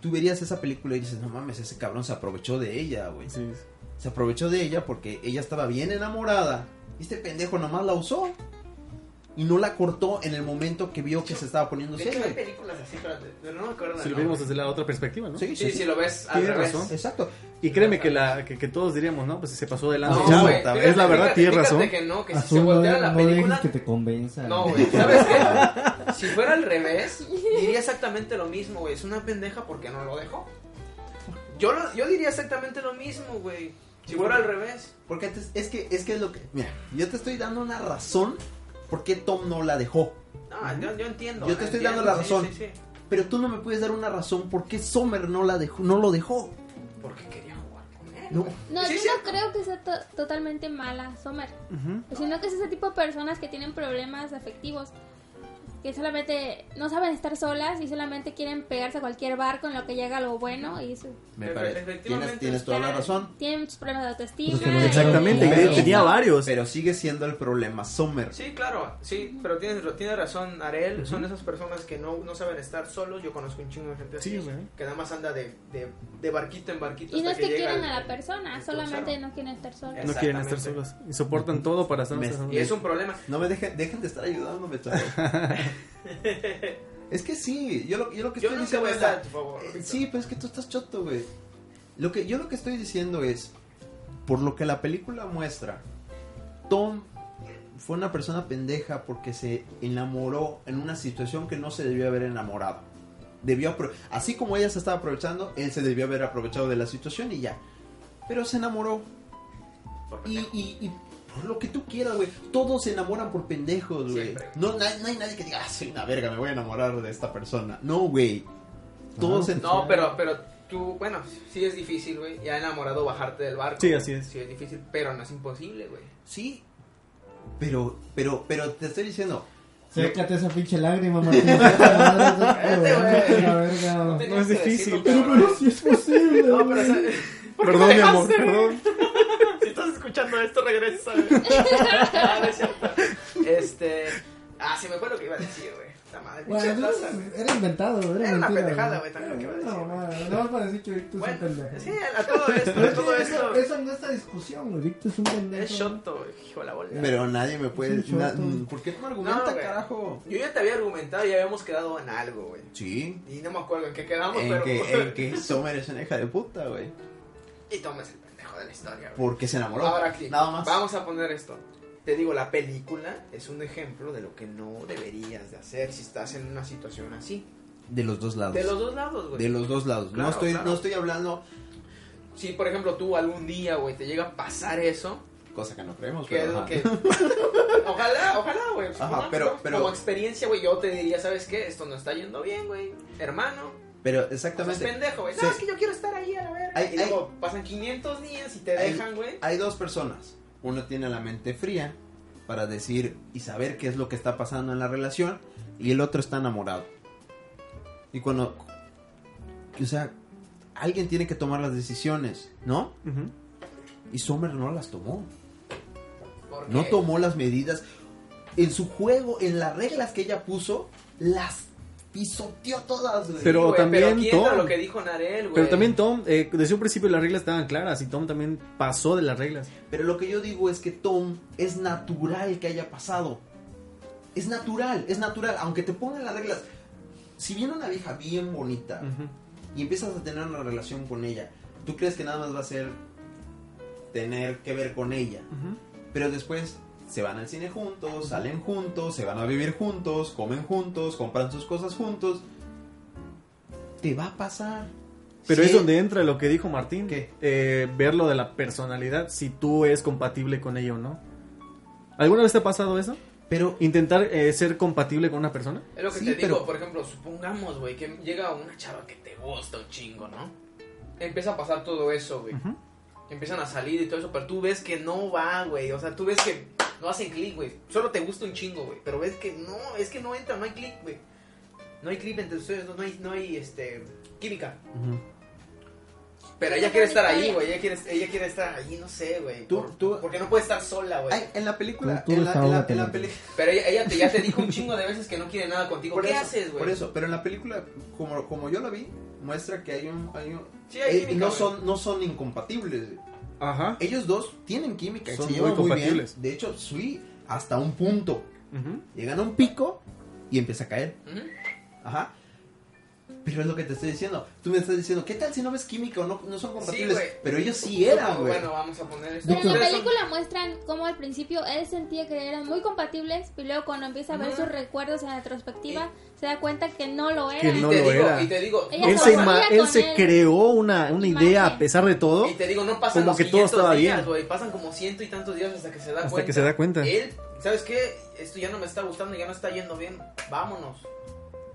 Speaker 6: tú verías esa película y dices, no mames, ese cabrón se aprovechó de ella, güey.
Speaker 5: Sí, es-
Speaker 6: Se aprovechó de ella porque ella estaba bien enamorada y este pendejo nomás la usó y no la cortó en el momento que vio que se estaba poniendo
Speaker 1: De hecho, hay
Speaker 6: seria.
Speaker 1: películas así, espérate, pero no me acuerdo.
Speaker 5: Si
Speaker 1: del
Speaker 5: lo vemos
Speaker 1: nombre.
Speaker 5: desde la otra perspectiva, ¿no?
Speaker 6: Sí,
Speaker 1: Sí,
Speaker 6: sí,
Speaker 1: si lo ves al
Speaker 5: Tienes
Speaker 1: revés.
Speaker 5: razón.
Speaker 6: Exacto.
Speaker 5: Y créeme que, la, que, que todos diríamos, ¿no? Pues se pasó adelante.
Speaker 1: No,
Speaker 5: Ya,
Speaker 1: güey,
Speaker 5: es
Speaker 1: fíjate,
Speaker 5: la verdad,
Speaker 1: fíjate,
Speaker 5: tienes
Speaker 1: fíjate
Speaker 5: razón.
Speaker 1: que no, que si se
Speaker 3: Azul, no,
Speaker 1: volteara
Speaker 3: de-
Speaker 1: la
Speaker 3: no dejes
Speaker 1: película.
Speaker 3: que te convenza.
Speaker 1: No, güey, ¿sabes qué? Si fuera al revés, diría exactamente lo mismo, güey. Es una pendeja porque no lo dejó. Yo, lo- yo diría exactamente lo mismo, güey. Si fuera al revés.
Speaker 6: Porque antes- es que es que es lo que mira, yo te estoy dando una razón por qué Tom no la dejó.
Speaker 1: No, yo, yo entiendo.
Speaker 6: Yo te estoy
Speaker 1: entiendo,
Speaker 6: dando la
Speaker 1: sí,
Speaker 6: razón.
Speaker 1: sí, sí.
Speaker 6: Pero tú no me puedes dar una razón por qué Sommer no, la dejó, no lo dejó.
Speaker 1: Porque quería jugar con él.
Speaker 6: No.
Speaker 1: güey.
Speaker 4: No,
Speaker 1: Sí,
Speaker 4: yo
Speaker 1: sí.
Speaker 4: no creo que sea to- totalmente mala, Sommer.
Speaker 5: Ujú.
Speaker 4: Sino que es ese tipo de personas que tienen problemas afectivos. Que solamente no saben estar solas y solamente quieren pegarse a cualquier bar con lo que llega algo bueno. Y eso.
Speaker 6: Me
Speaker 1: Efe-
Speaker 6: parece.
Speaker 1: efectivamente,
Speaker 6: Tienes, tienes toda la
Speaker 4: Claro,
Speaker 6: razón.
Speaker 4: Tienen muchos problemas de autoestima.
Speaker 3: Pues que no-
Speaker 4: y-
Speaker 5: Exactamente, y
Speaker 6: Pero-
Speaker 5: yo tenía varios.
Speaker 6: Pero sigue siendo el problema Sommer.
Speaker 1: Sí, claro, sí, pero tienes, tienes razón, Arel. Son esas personas que no, no saben estar solos. Yo conozco un chingo de gente así.
Speaker 5: Sí, güey.
Speaker 1: que nada más anda de, de, de barquito en barquito.
Speaker 4: Y no es
Speaker 1: hasta
Speaker 4: que
Speaker 1: llega
Speaker 4: quieran
Speaker 1: el-
Speaker 4: a la persona,
Speaker 1: el
Speaker 4: solamente
Speaker 1: crucero.
Speaker 4: no quieren estar solas.
Speaker 5: No quieren estar
Speaker 1: Exactamente.
Speaker 5: solos. Y soportan todo para estar
Speaker 6: Me-
Speaker 5: solos.
Speaker 1: Y es un problema.
Speaker 6: No me dejen, dejen de estar ayudándome,
Speaker 1: <laughs>
Speaker 6: chavos. es que sí, yo lo, yo lo que
Speaker 1: Yo
Speaker 6: estoy
Speaker 1: nunca
Speaker 6: diciendo
Speaker 1: voy a
Speaker 6: es...
Speaker 1: estar a tu favor.
Speaker 6: Eh,
Speaker 1: Víctor.
Speaker 6: Sí, pero es que tú estás choto, güey. Lo que, yo lo que estoy diciendo es, por lo que la película muestra, Tom fue una persona pendeja porque se enamoró en una situación que no se debió haber enamorado. Debió apro- así como ella se estaba aprovechando, él se debió haber aprovechado de la situación y ya. Pero se enamoró.
Speaker 1: Por
Speaker 6: Y,
Speaker 1: pendejo.
Speaker 6: y- y por lo que tú quieras, güey. Todos se enamoran por pendejos, güey.
Speaker 1: Siempre.
Speaker 6: No, na- no hay nadie que diga, ah, soy una verga, me voy a enamorar de esta persona. No, güey. Todos se
Speaker 1: No, pero, pero tú, bueno, sí es difícil, güey. Ya enamorado bajarte del barco.
Speaker 5: Sí, así es.
Speaker 1: Sí es difícil, pero no es imposible, güey.
Speaker 6: Sí, pero, pero, pero te estoy diciendo.
Speaker 3: Sécate esa pinche lágrima, Martín. Cállate,
Speaker 1: Este, güey.
Speaker 3: La verga.
Speaker 1: No, tenías
Speaker 5: es
Speaker 1: que
Speaker 5: difícil.
Speaker 1: decirlo, cabrón.
Speaker 3: si es posible.
Speaker 1: No, pero o
Speaker 5: <laughs>
Speaker 1: sea,
Speaker 5: Perdón, mi amor, perdón.
Speaker 1: si estás escuchando esto, regresa. <laughs> güey. Ah, no es cierto. Este. Ah, se me fue lo que iba a decir, güey. Esta madre. pinche
Speaker 3: Bueno,
Speaker 1: taza, güey.
Speaker 3: entonces, era inventado, era,
Speaker 1: Era una
Speaker 3: mentira,
Speaker 1: pendejada,
Speaker 3: güey.
Speaker 1: güey, también lo que iba a
Speaker 3: Era una
Speaker 1: decir,
Speaker 3: mamada, Nada más para decir que Víctor es un
Speaker 1: Bueno,
Speaker 3: pendejo.
Speaker 1: sí, a todo esto, a todo esto.
Speaker 3: Eso, eso no está discusión, güey. Víctor es un pendejo.
Speaker 1: Es shoto, güey. hijo de la bola.
Speaker 6: Pero nadie me puede.
Speaker 3: Es un
Speaker 6: na-
Speaker 3: choto.
Speaker 6: mm, ¿Por qué no me argumenta,
Speaker 1: No, güey.
Speaker 6: carajo?
Speaker 1: Yo ya te había argumentado y habíamos quedado en algo, güey.
Speaker 6: Sí.
Speaker 1: Y no me acuerdo en qué quedamos,
Speaker 6: En
Speaker 1: pero. <laughs>
Speaker 6: que, en que Sommer es una hija de puta, güey.
Speaker 1: Y tomas el pendejo de la historia, güey.
Speaker 6: Porque se enamoró.
Speaker 1: Ahora sí,
Speaker 6: Nada más.
Speaker 1: vamos a poner esto. Te digo, la película es un ejemplo de lo que no deberías de hacer si estás en una situación así.
Speaker 6: De los dos lados.
Speaker 1: De los dos lados, güey.
Speaker 6: De los dos lados.
Speaker 1: Claro,
Speaker 6: no, estoy,
Speaker 1: claro.
Speaker 6: no estoy hablando.
Speaker 1: si por ejemplo tú algún día, güey, te llega a pasar eso,
Speaker 6: Cosa que no creemos,
Speaker 1: que
Speaker 6: pero.
Speaker 1: es lo
Speaker 6: ajá. <laughs>
Speaker 1: que... Ojalá, ojalá, güey. pues,
Speaker 6: Ajá,
Speaker 1: no mames,
Speaker 6: pero-
Speaker 1: ¿no?
Speaker 6: pero-
Speaker 1: Como experiencia, güey, yo te diría, ¿sabes qué? Esto no está yendo bien, güey. Hermano,
Speaker 6: Pero
Speaker 1: no seas
Speaker 6: exactamente.
Speaker 1: pendejo, güey.
Speaker 6: Sí.
Speaker 1: No, es que yo quiero estar ahí a la verga.
Speaker 6: Hay-
Speaker 1: y luego pasan 500 días y te
Speaker 6: Hay-
Speaker 1: dejan, güey.
Speaker 6: Hay dos personas. Uno tiene la mente fría para decir y saber qué es lo que está pasando en la relación. Y el otro está enamorado. Y cuando. O sea, alguien tiene que tomar las decisiones, ¿no?
Speaker 5: Ujú.
Speaker 6: Y Sommer no las tomó.
Speaker 1: porque-
Speaker 6: No tomó las medidas. En su juego, en las reglas que ella puso, las pisoteó todas, güey.
Speaker 5: Pero
Speaker 1: Sí, güey,
Speaker 5: también
Speaker 1: pero quién
Speaker 5: Tom.
Speaker 1: lo que dijo Narel, güey.
Speaker 5: Pero también Tom, eh, desde un principio las reglas estaban claras y Tom también pasó de las reglas.
Speaker 6: Pero lo que yo digo es que Tom es natural que haya pasado. Es natural, es natural. Aunque te pongan las reglas. Si viene una vieja bien bonita
Speaker 5: Ujú.
Speaker 6: y empiezas a tener una relación con ella, tú crees que nada más va a ser tener que ver con ella.
Speaker 5: Ujú.
Speaker 6: Pero después se van al cine juntos, salen juntos, se van a vivir juntos, comen juntos, compran sus cosas juntos. Te va a pasar.
Speaker 5: Pero
Speaker 6: Sí.
Speaker 5: es donde entra lo que dijo Martín,
Speaker 6: ¿Qué?
Speaker 5: eh, ver lo de la personalidad, si tú es compatible con ella o no. ¿Alguna vez te ha pasado eso?
Speaker 6: Pero
Speaker 5: ¿Intentar eh, ser compatible con una persona?
Speaker 1: Es lo que
Speaker 6: Sí,
Speaker 1: te digo,
Speaker 6: pero-
Speaker 1: por ejemplo, supongamos, güey, que llega una chava que te gusta un chingo, ¿no? Empieza a pasar todo eso, güey.
Speaker 5: Ujú.
Speaker 1: Empiezan a salir y todo eso, pero tú ves que no va, güey. O sea, tú ves que no hacen clic, güey. Solo te gusta un chingo, güey. Pero ves que no, es que no entra, no hay clic, güey. No hay clic entre ustedes, no, no hay, no hay, este, química. Pero ella quiere estar ahí, güey. Ella quiere, ella quiere estar ahí, no sé, güey.
Speaker 6: Tú-
Speaker 1: Por-
Speaker 6: tú-
Speaker 1: Porque no puede estar sola, güey.
Speaker 6: ay, en la película,
Speaker 3: Tú- tú
Speaker 6: en, la, en la-
Speaker 3: desahógate,
Speaker 6: en la
Speaker 3: Martín.
Speaker 6: peli-
Speaker 1: Pero ella, ella te, ya te dijo un chingo de veces que no quiere nada contigo. ¿Qué
Speaker 6: eso,
Speaker 1: haces, güey?
Speaker 6: Por eso, pero en la película, como, como yo la vi, muestra que hay un... Hay un
Speaker 1: Sí, hay
Speaker 6: eh,
Speaker 1: química,
Speaker 6: no,
Speaker 1: güey.
Speaker 6: son, no son incompatibles.
Speaker 5: Ajá.
Speaker 6: Ellos dos tienen química,
Speaker 5: Son
Speaker 6: se
Speaker 5: muy
Speaker 6: llevan muy, bien.
Speaker 5: compatibles.
Speaker 6: De hecho, sí, hasta un punto.
Speaker 5: Ujú.
Speaker 6: Llegan a un pico y empieza a caer.
Speaker 1: Ujú.
Speaker 6: Ajá. Pero es lo que te estoy diciendo. Tú me estás diciendo, ¿qué tal si no ves química o no, no son compatibles?
Speaker 1: güey.
Speaker 6: pero ellos sí eran, güey.
Speaker 1: Bueno, vamos a poner esto.
Speaker 4: Pero en la
Speaker 1: Ustedes son-
Speaker 4: película muestran cómo al principio él sentía que eran muy compatibles y luego cuando empieza a ver
Speaker 1: Ajá.
Speaker 4: sus recuerdos en retrospectiva se da cuenta que no lo eran.
Speaker 1: Y
Speaker 5: no
Speaker 1: te
Speaker 5: lo
Speaker 1: digo,
Speaker 5: era.
Speaker 1: Y te digo,
Speaker 4: Ella
Speaker 1: no
Speaker 5: Él
Speaker 4: estaba
Speaker 5: se,
Speaker 1: pasa-
Speaker 5: ima-
Speaker 4: salía
Speaker 5: él
Speaker 4: con
Speaker 5: se
Speaker 4: él.
Speaker 5: creó una, una
Speaker 4: Imagen.
Speaker 5: idea a pesar de todo.
Speaker 1: Y te digo, no pasan
Speaker 5: Como
Speaker 1: los
Speaker 5: que todo estaba
Speaker 1: 500 días,
Speaker 5: bien.
Speaker 1: güey, Pasan como ciento y tantos días hasta que se da
Speaker 5: Hasta
Speaker 1: cuenta.
Speaker 5: que se da cuenta.
Speaker 1: Él, ¿sabes qué? Esto ya no me está gustando, ya no está yendo bien. Vámonos.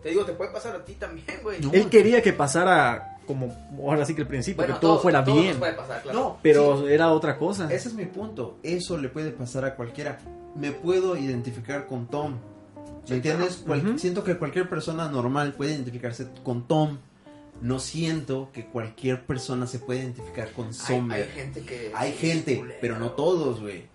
Speaker 1: Te digo, te puede pasar a ti también, güey.
Speaker 6: No,
Speaker 5: Él quería que pasara como ahora sí que el principio,
Speaker 1: Bueno,
Speaker 5: que todo
Speaker 1: todos-
Speaker 5: fuera
Speaker 1: todos nos
Speaker 5: bien.
Speaker 1: puede pasar, claro.
Speaker 6: No, sí.
Speaker 5: Pero era otra cosa.
Speaker 6: Ese es mi punto. Eso le puede pasar a cualquiera. Me puedo identificar con Tom. ¿Me entiendes? Cual-
Speaker 5: Ujú.
Speaker 6: Siento que cualquier persona normal puede identificarse con Tom. No siento que cualquier persona se puede identificar con
Speaker 1: hay, hay
Speaker 6: Sommer.
Speaker 1: gente que.
Speaker 6: Hay, gente,
Speaker 1: Culero.
Speaker 6: pero no todos, güey.
Speaker 1: Sí,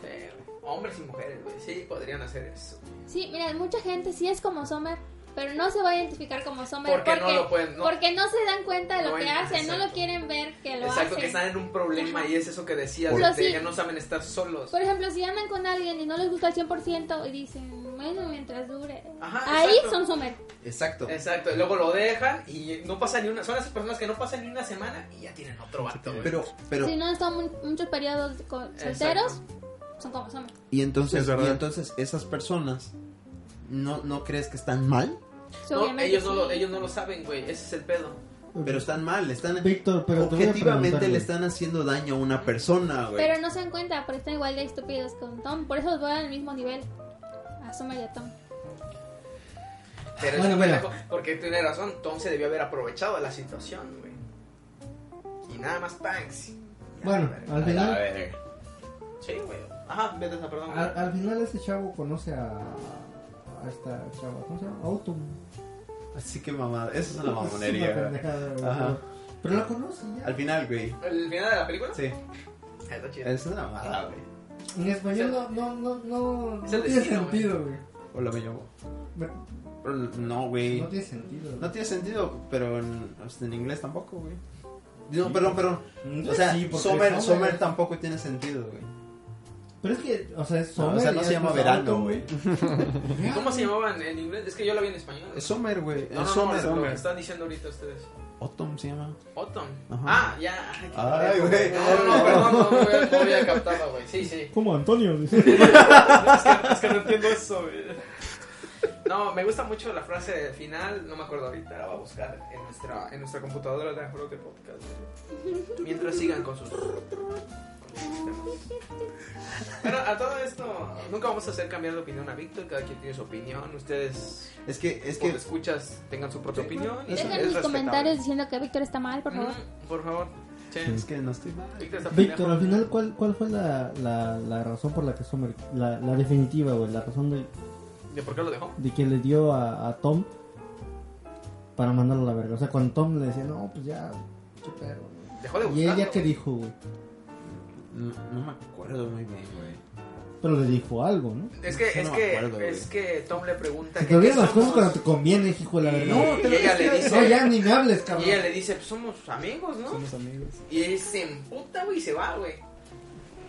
Speaker 1: güey. Hombres y mujeres, güey. Sí, podrían hacer eso.
Speaker 4: Sí, mira, mucha gente sí es como Sommer, pero no se va a identificar como Sommer
Speaker 1: Porque no lo pueden- no.
Speaker 4: porque no se dan cuenta de lo
Speaker 1: No
Speaker 4: que
Speaker 1: hay-
Speaker 4: hacen, no lo
Speaker 1: exacto.
Speaker 4: quieren ver que lo
Speaker 1: Exacto,
Speaker 4: hacen.
Speaker 1: que están en un problema y es eso que decías,
Speaker 4: Pero
Speaker 1: de que
Speaker 4: sí.
Speaker 1: ya no saben estar solos.
Speaker 4: Por ejemplo, si andan con alguien y no les gusta al 100% y dicen, bueno, mientras dure.
Speaker 1: Ajá,
Speaker 4: Ahí
Speaker 1: exacto.
Speaker 4: son Sommer.
Speaker 6: Exacto.
Speaker 4: Pues,
Speaker 1: Exacto, y luego lo dejan y no pasa ni una. Son esas personas que no pasan ni una semana y ya tienen otro vato, güey.
Speaker 6: Pero, pero,
Speaker 4: Si no han estado mu- muchos periodos co- solteros, son como Sommer.
Speaker 6: y
Speaker 5: Es
Speaker 6: entonces,
Speaker 5: verdad.
Speaker 6: y entonces esas personas, ¿no, ¿no crees que están mal?
Speaker 3: Pues
Speaker 4: Sí,
Speaker 1: No,
Speaker 4: obviamente
Speaker 1: ellos, no lo,
Speaker 4: sí.
Speaker 1: ellos no lo saben, güey. Ese es el pedo.
Speaker 6: Pero están mal, están...
Speaker 3: Víctor, pero te voy a
Speaker 6: objetivamente
Speaker 3: preguntar,
Speaker 6: le
Speaker 3: güey.
Speaker 6: están haciendo daño a una persona, güey.
Speaker 4: Pero no se dan cuenta porque están igual de estúpidos con Tom. Por eso los van al mismo nivel. A Sommer y a Tom.
Speaker 1: Pero es
Speaker 3: Bueno,
Speaker 1: un
Speaker 3: mira.
Speaker 1: pendejo, Porque tiene razón. Tom se debió haber aprovechado la situación, güey. Y nada más Panks.
Speaker 3: Bueno, al final,
Speaker 6: A ver.
Speaker 1: Sí, güey. Ajá, vete esa, perdón. güey.
Speaker 3: al, al final ese chavo conoce a, a esta chava, ¿cómo se llama? Autumn.
Speaker 6: Así que mamada, eso es una
Speaker 3: Es una
Speaker 6: mamonería. güey.
Speaker 3: pendejada, güey,
Speaker 6: Ajá.
Speaker 3: pero- Pero la conoce ya.
Speaker 6: Al final, güey.
Speaker 1: ¿El final de la película?
Speaker 6: Sí,
Speaker 1: Ah, Está chido.
Speaker 6: es una mamada, güey.
Speaker 3: En español no, no, no, no, no
Speaker 1: Es el
Speaker 3: tiene
Speaker 1: destino,
Speaker 3: sentido, güey.
Speaker 6: Hola, me llamo.
Speaker 3: No-
Speaker 6: Pero No, güey.
Speaker 3: No tiene sentido.
Speaker 6: No
Speaker 3: güey.
Speaker 6: tiene sentido, pero en, hasta en inglés tampoco, güey. No, perdón, perdón. O sea,
Speaker 3: Sí, porque
Speaker 6: Summer,
Speaker 3: Sommer-
Speaker 6: Summer tampoco tiene sentido, güey.
Speaker 3: Pero es que, o sea, es
Speaker 6: No,
Speaker 3: Summer.
Speaker 6: o sea, no
Speaker 3: y
Speaker 6: se llama
Speaker 3: después
Speaker 6: verano,
Speaker 3: Autumn.
Speaker 6: güey.
Speaker 1: ¿Cómo se llamaban en inglés? Es que yo la vi en español.
Speaker 6: Es Summer, güey.
Speaker 1: No, no,
Speaker 6: Es
Speaker 1: no,
Speaker 6: Summer.
Speaker 1: lo
Speaker 5: Summer.
Speaker 1: que están diciendo ahorita ustedes.
Speaker 6: Autumn se llama.
Speaker 1: Autumn.
Speaker 6: Ajá.
Speaker 1: Ah, ya. qué
Speaker 6: Ay,
Speaker 1: pendejo,
Speaker 6: güey.
Speaker 1: No, no, no, perdón, no, no, había- no había
Speaker 6: <laughs>
Speaker 1: captado, güey. Sí, sí. <laughs>
Speaker 3: Como Antonio, dice.
Speaker 1: Es que, es que no entiendo eso, güey. No, me gusta mucho la frase final, no me acuerdo ahorita, la voy a buscar en nuestra, en nuestra computadora de Ajolote Podcast. Mientras sigan con sus... con sus temas. Bueno, a todo esto, nunca vamos a hacer cambiar de opinión a Víctor, cada quien tiene su opinión, ustedes
Speaker 6: Es que, es
Speaker 1: es que
Speaker 6: que,
Speaker 1: escuchas tengan su propia opinión. y
Speaker 4: Dejen
Speaker 1: es
Speaker 4: en los
Speaker 1: respetable.
Speaker 4: comentarios diciendo que Víctor está mal, por favor.
Speaker 1: Mm, Por favor. Sí.
Speaker 6: es que no estoy mal.
Speaker 1: Víctor está
Speaker 3: Víctor,
Speaker 1: pendejo.
Speaker 3: al final, ¿cuál, cuál fue la, la, la razón por la que Summer, la, la definitiva, güey, la razón de,
Speaker 1: ¿De por qué lo dejó?
Speaker 3: de que le dio a, a Tom para mandarlo a la verga? O sea, cuando Tom le decía, no, pues ya, qué pedo, güey".
Speaker 1: Dejó de
Speaker 3: Y
Speaker 1: buscarlo.
Speaker 3: ella que dijo, güey,
Speaker 6: No, no me acuerdo muy bien, güey.
Speaker 3: pero le dijo algo, ¿no?
Speaker 1: Es que,
Speaker 6: Yo
Speaker 1: es,
Speaker 6: no me
Speaker 1: que
Speaker 6: acuerdo, güey.
Speaker 1: es que Tom le pregunta
Speaker 3: Que
Speaker 1: que
Speaker 3: te
Speaker 1: qué
Speaker 3: olvides las cosas
Speaker 1: somos.
Speaker 3: cuando te conviene, hijo de la verga.
Speaker 1: Y- y ella le
Speaker 3: No,
Speaker 1: dice,
Speaker 3: ya ni me hables,
Speaker 1: y
Speaker 3: cabrón.
Speaker 1: ella le dice, pues somos amigos, ¿no?
Speaker 7: Somos amigos.
Speaker 1: Y él se emputa, güey, y se va, güey.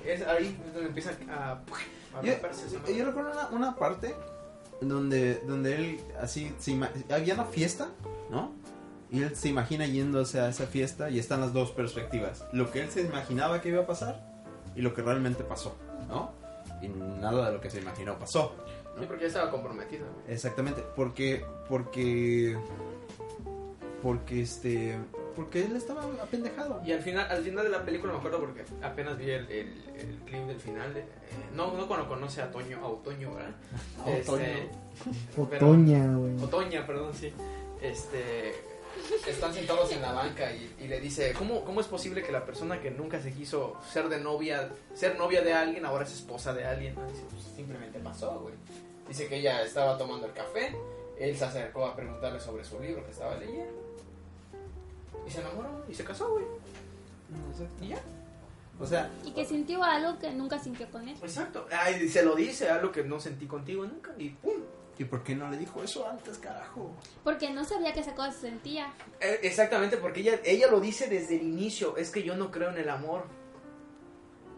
Speaker 1: Es ahí donde empieza a, a
Speaker 6: Yo,
Speaker 1: romperse esa
Speaker 6: Eh, yo
Speaker 1: madre.
Speaker 6: recuerdo una, una parte donde, donde él así se ima- había una fiesta, ¿no? Y él se imagina yéndose a esa fiesta y están las dos perspectivas. Lo que él se imaginaba que iba a pasar y lo que realmente pasó, ¿no? Y nada de lo que se imaginó pasó.
Speaker 1: Sí, porque ya estaba comprometido, güey.
Speaker 6: Exactamente, porque porque porque este porque él estaba apendejado.
Speaker 1: Y al final, al final de la película me acuerdo porque apenas vi el, el, el clip del final. eh, no, no cuando conoce a Toño, a Otoño, ¿verdad? Este,
Speaker 6: A Otoño.
Speaker 3: <laughs> Otoña, güey.
Speaker 1: Otoña, perdón, sí. Este. Están sentados en la banca y, y le dice: ¿cómo, ¿Cómo es posible que la persona que nunca se quiso ser de novia, ser novia de alguien, ahora es esposa de alguien? ¿no? Dice, "Pues, simplemente pasó, güey. Dice que ella estaba tomando el café, él se acercó a preguntarle sobre su libro que estaba leyendo. Y se enamoró y se casó, güey. Y ya.
Speaker 6: O sea,
Speaker 4: Y que sintió algo que nunca sintió con él.
Speaker 1: Exacto. Ay, se lo dice, algo que no sentí contigo nunca. Y pum.
Speaker 6: ¿y por qué no le dijo eso antes, carajo?
Speaker 4: Porque no sabía que esa cosa se sentía.
Speaker 1: Eh, Exactamente, porque ella, ella lo dice desde el inicio, es que yo no creo en el amor.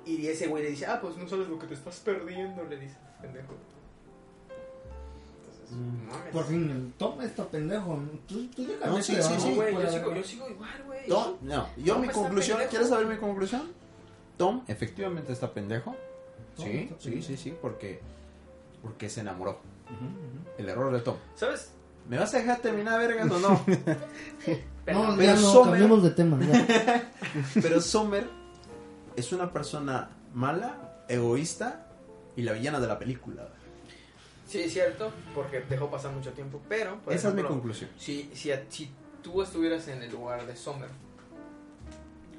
Speaker 1: Y ese güey le dice, ah, pues no sabes lo que te estás perdiendo, le dice, pendejo. Entonces,
Speaker 6: Mm.
Speaker 1: no mames.
Speaker 3: Por fin, toma esto, pendejo. Tú, tú déjame
Speaker 6: No, sí,
Speaker 3: este,
Speaker 1: No,
Speaker 6: sí,
Speaker 3: vamos,
Speaker 6: sí,
Speaker 1: güey,
Speaker 3: por
Speaker 1: yo,
Speaker 3: la
Speaker 1: sigo,
Speaker 3: verga.
Speaker 1: yo sigo igual, güey.
Speaker 6: Tom, no, yo
Speaker 1: Tom
Speaker 6: mi
Speaker 1: está
Speaker 6: conclusión,
Speaker 1: pendejo.
Speaker 6: ¿quieres saber mi conclusión? Tom efectivamente está pendejo.
Speaker 3: Tom
Speaker 6: sí,
Speaker 3: está
Speaker 6: sí,
Speaker 3: pendejo.
Speaker 6: sí, sí, porque porque se enamoró. El error de Tom.
Speaker 1: ¿Sabes?
Speaker 6: ¿Me vas a dejar terminar vergas o no?
Speaker 1: Perdón.
Speaker 3: No,
Speaker 6: pero
Speaker 3: ya no,
Speaker 6: Sommer-
Speaker 3: cambiemos de tema. ya. <laughs>
Speaker 6: Pero Sommer es una persona mala, egoísta y la villana de la película.
Speaker 1: Sí, es cierto, porque dejó pasar mucho tiempo, pero... por
Speaker 6: Esa es mi
Speaker 1: ejemplo,
Speaker 6: conclusión.
Speaker 1: si, si, a- si tú estuvieras en el lugar de Summer,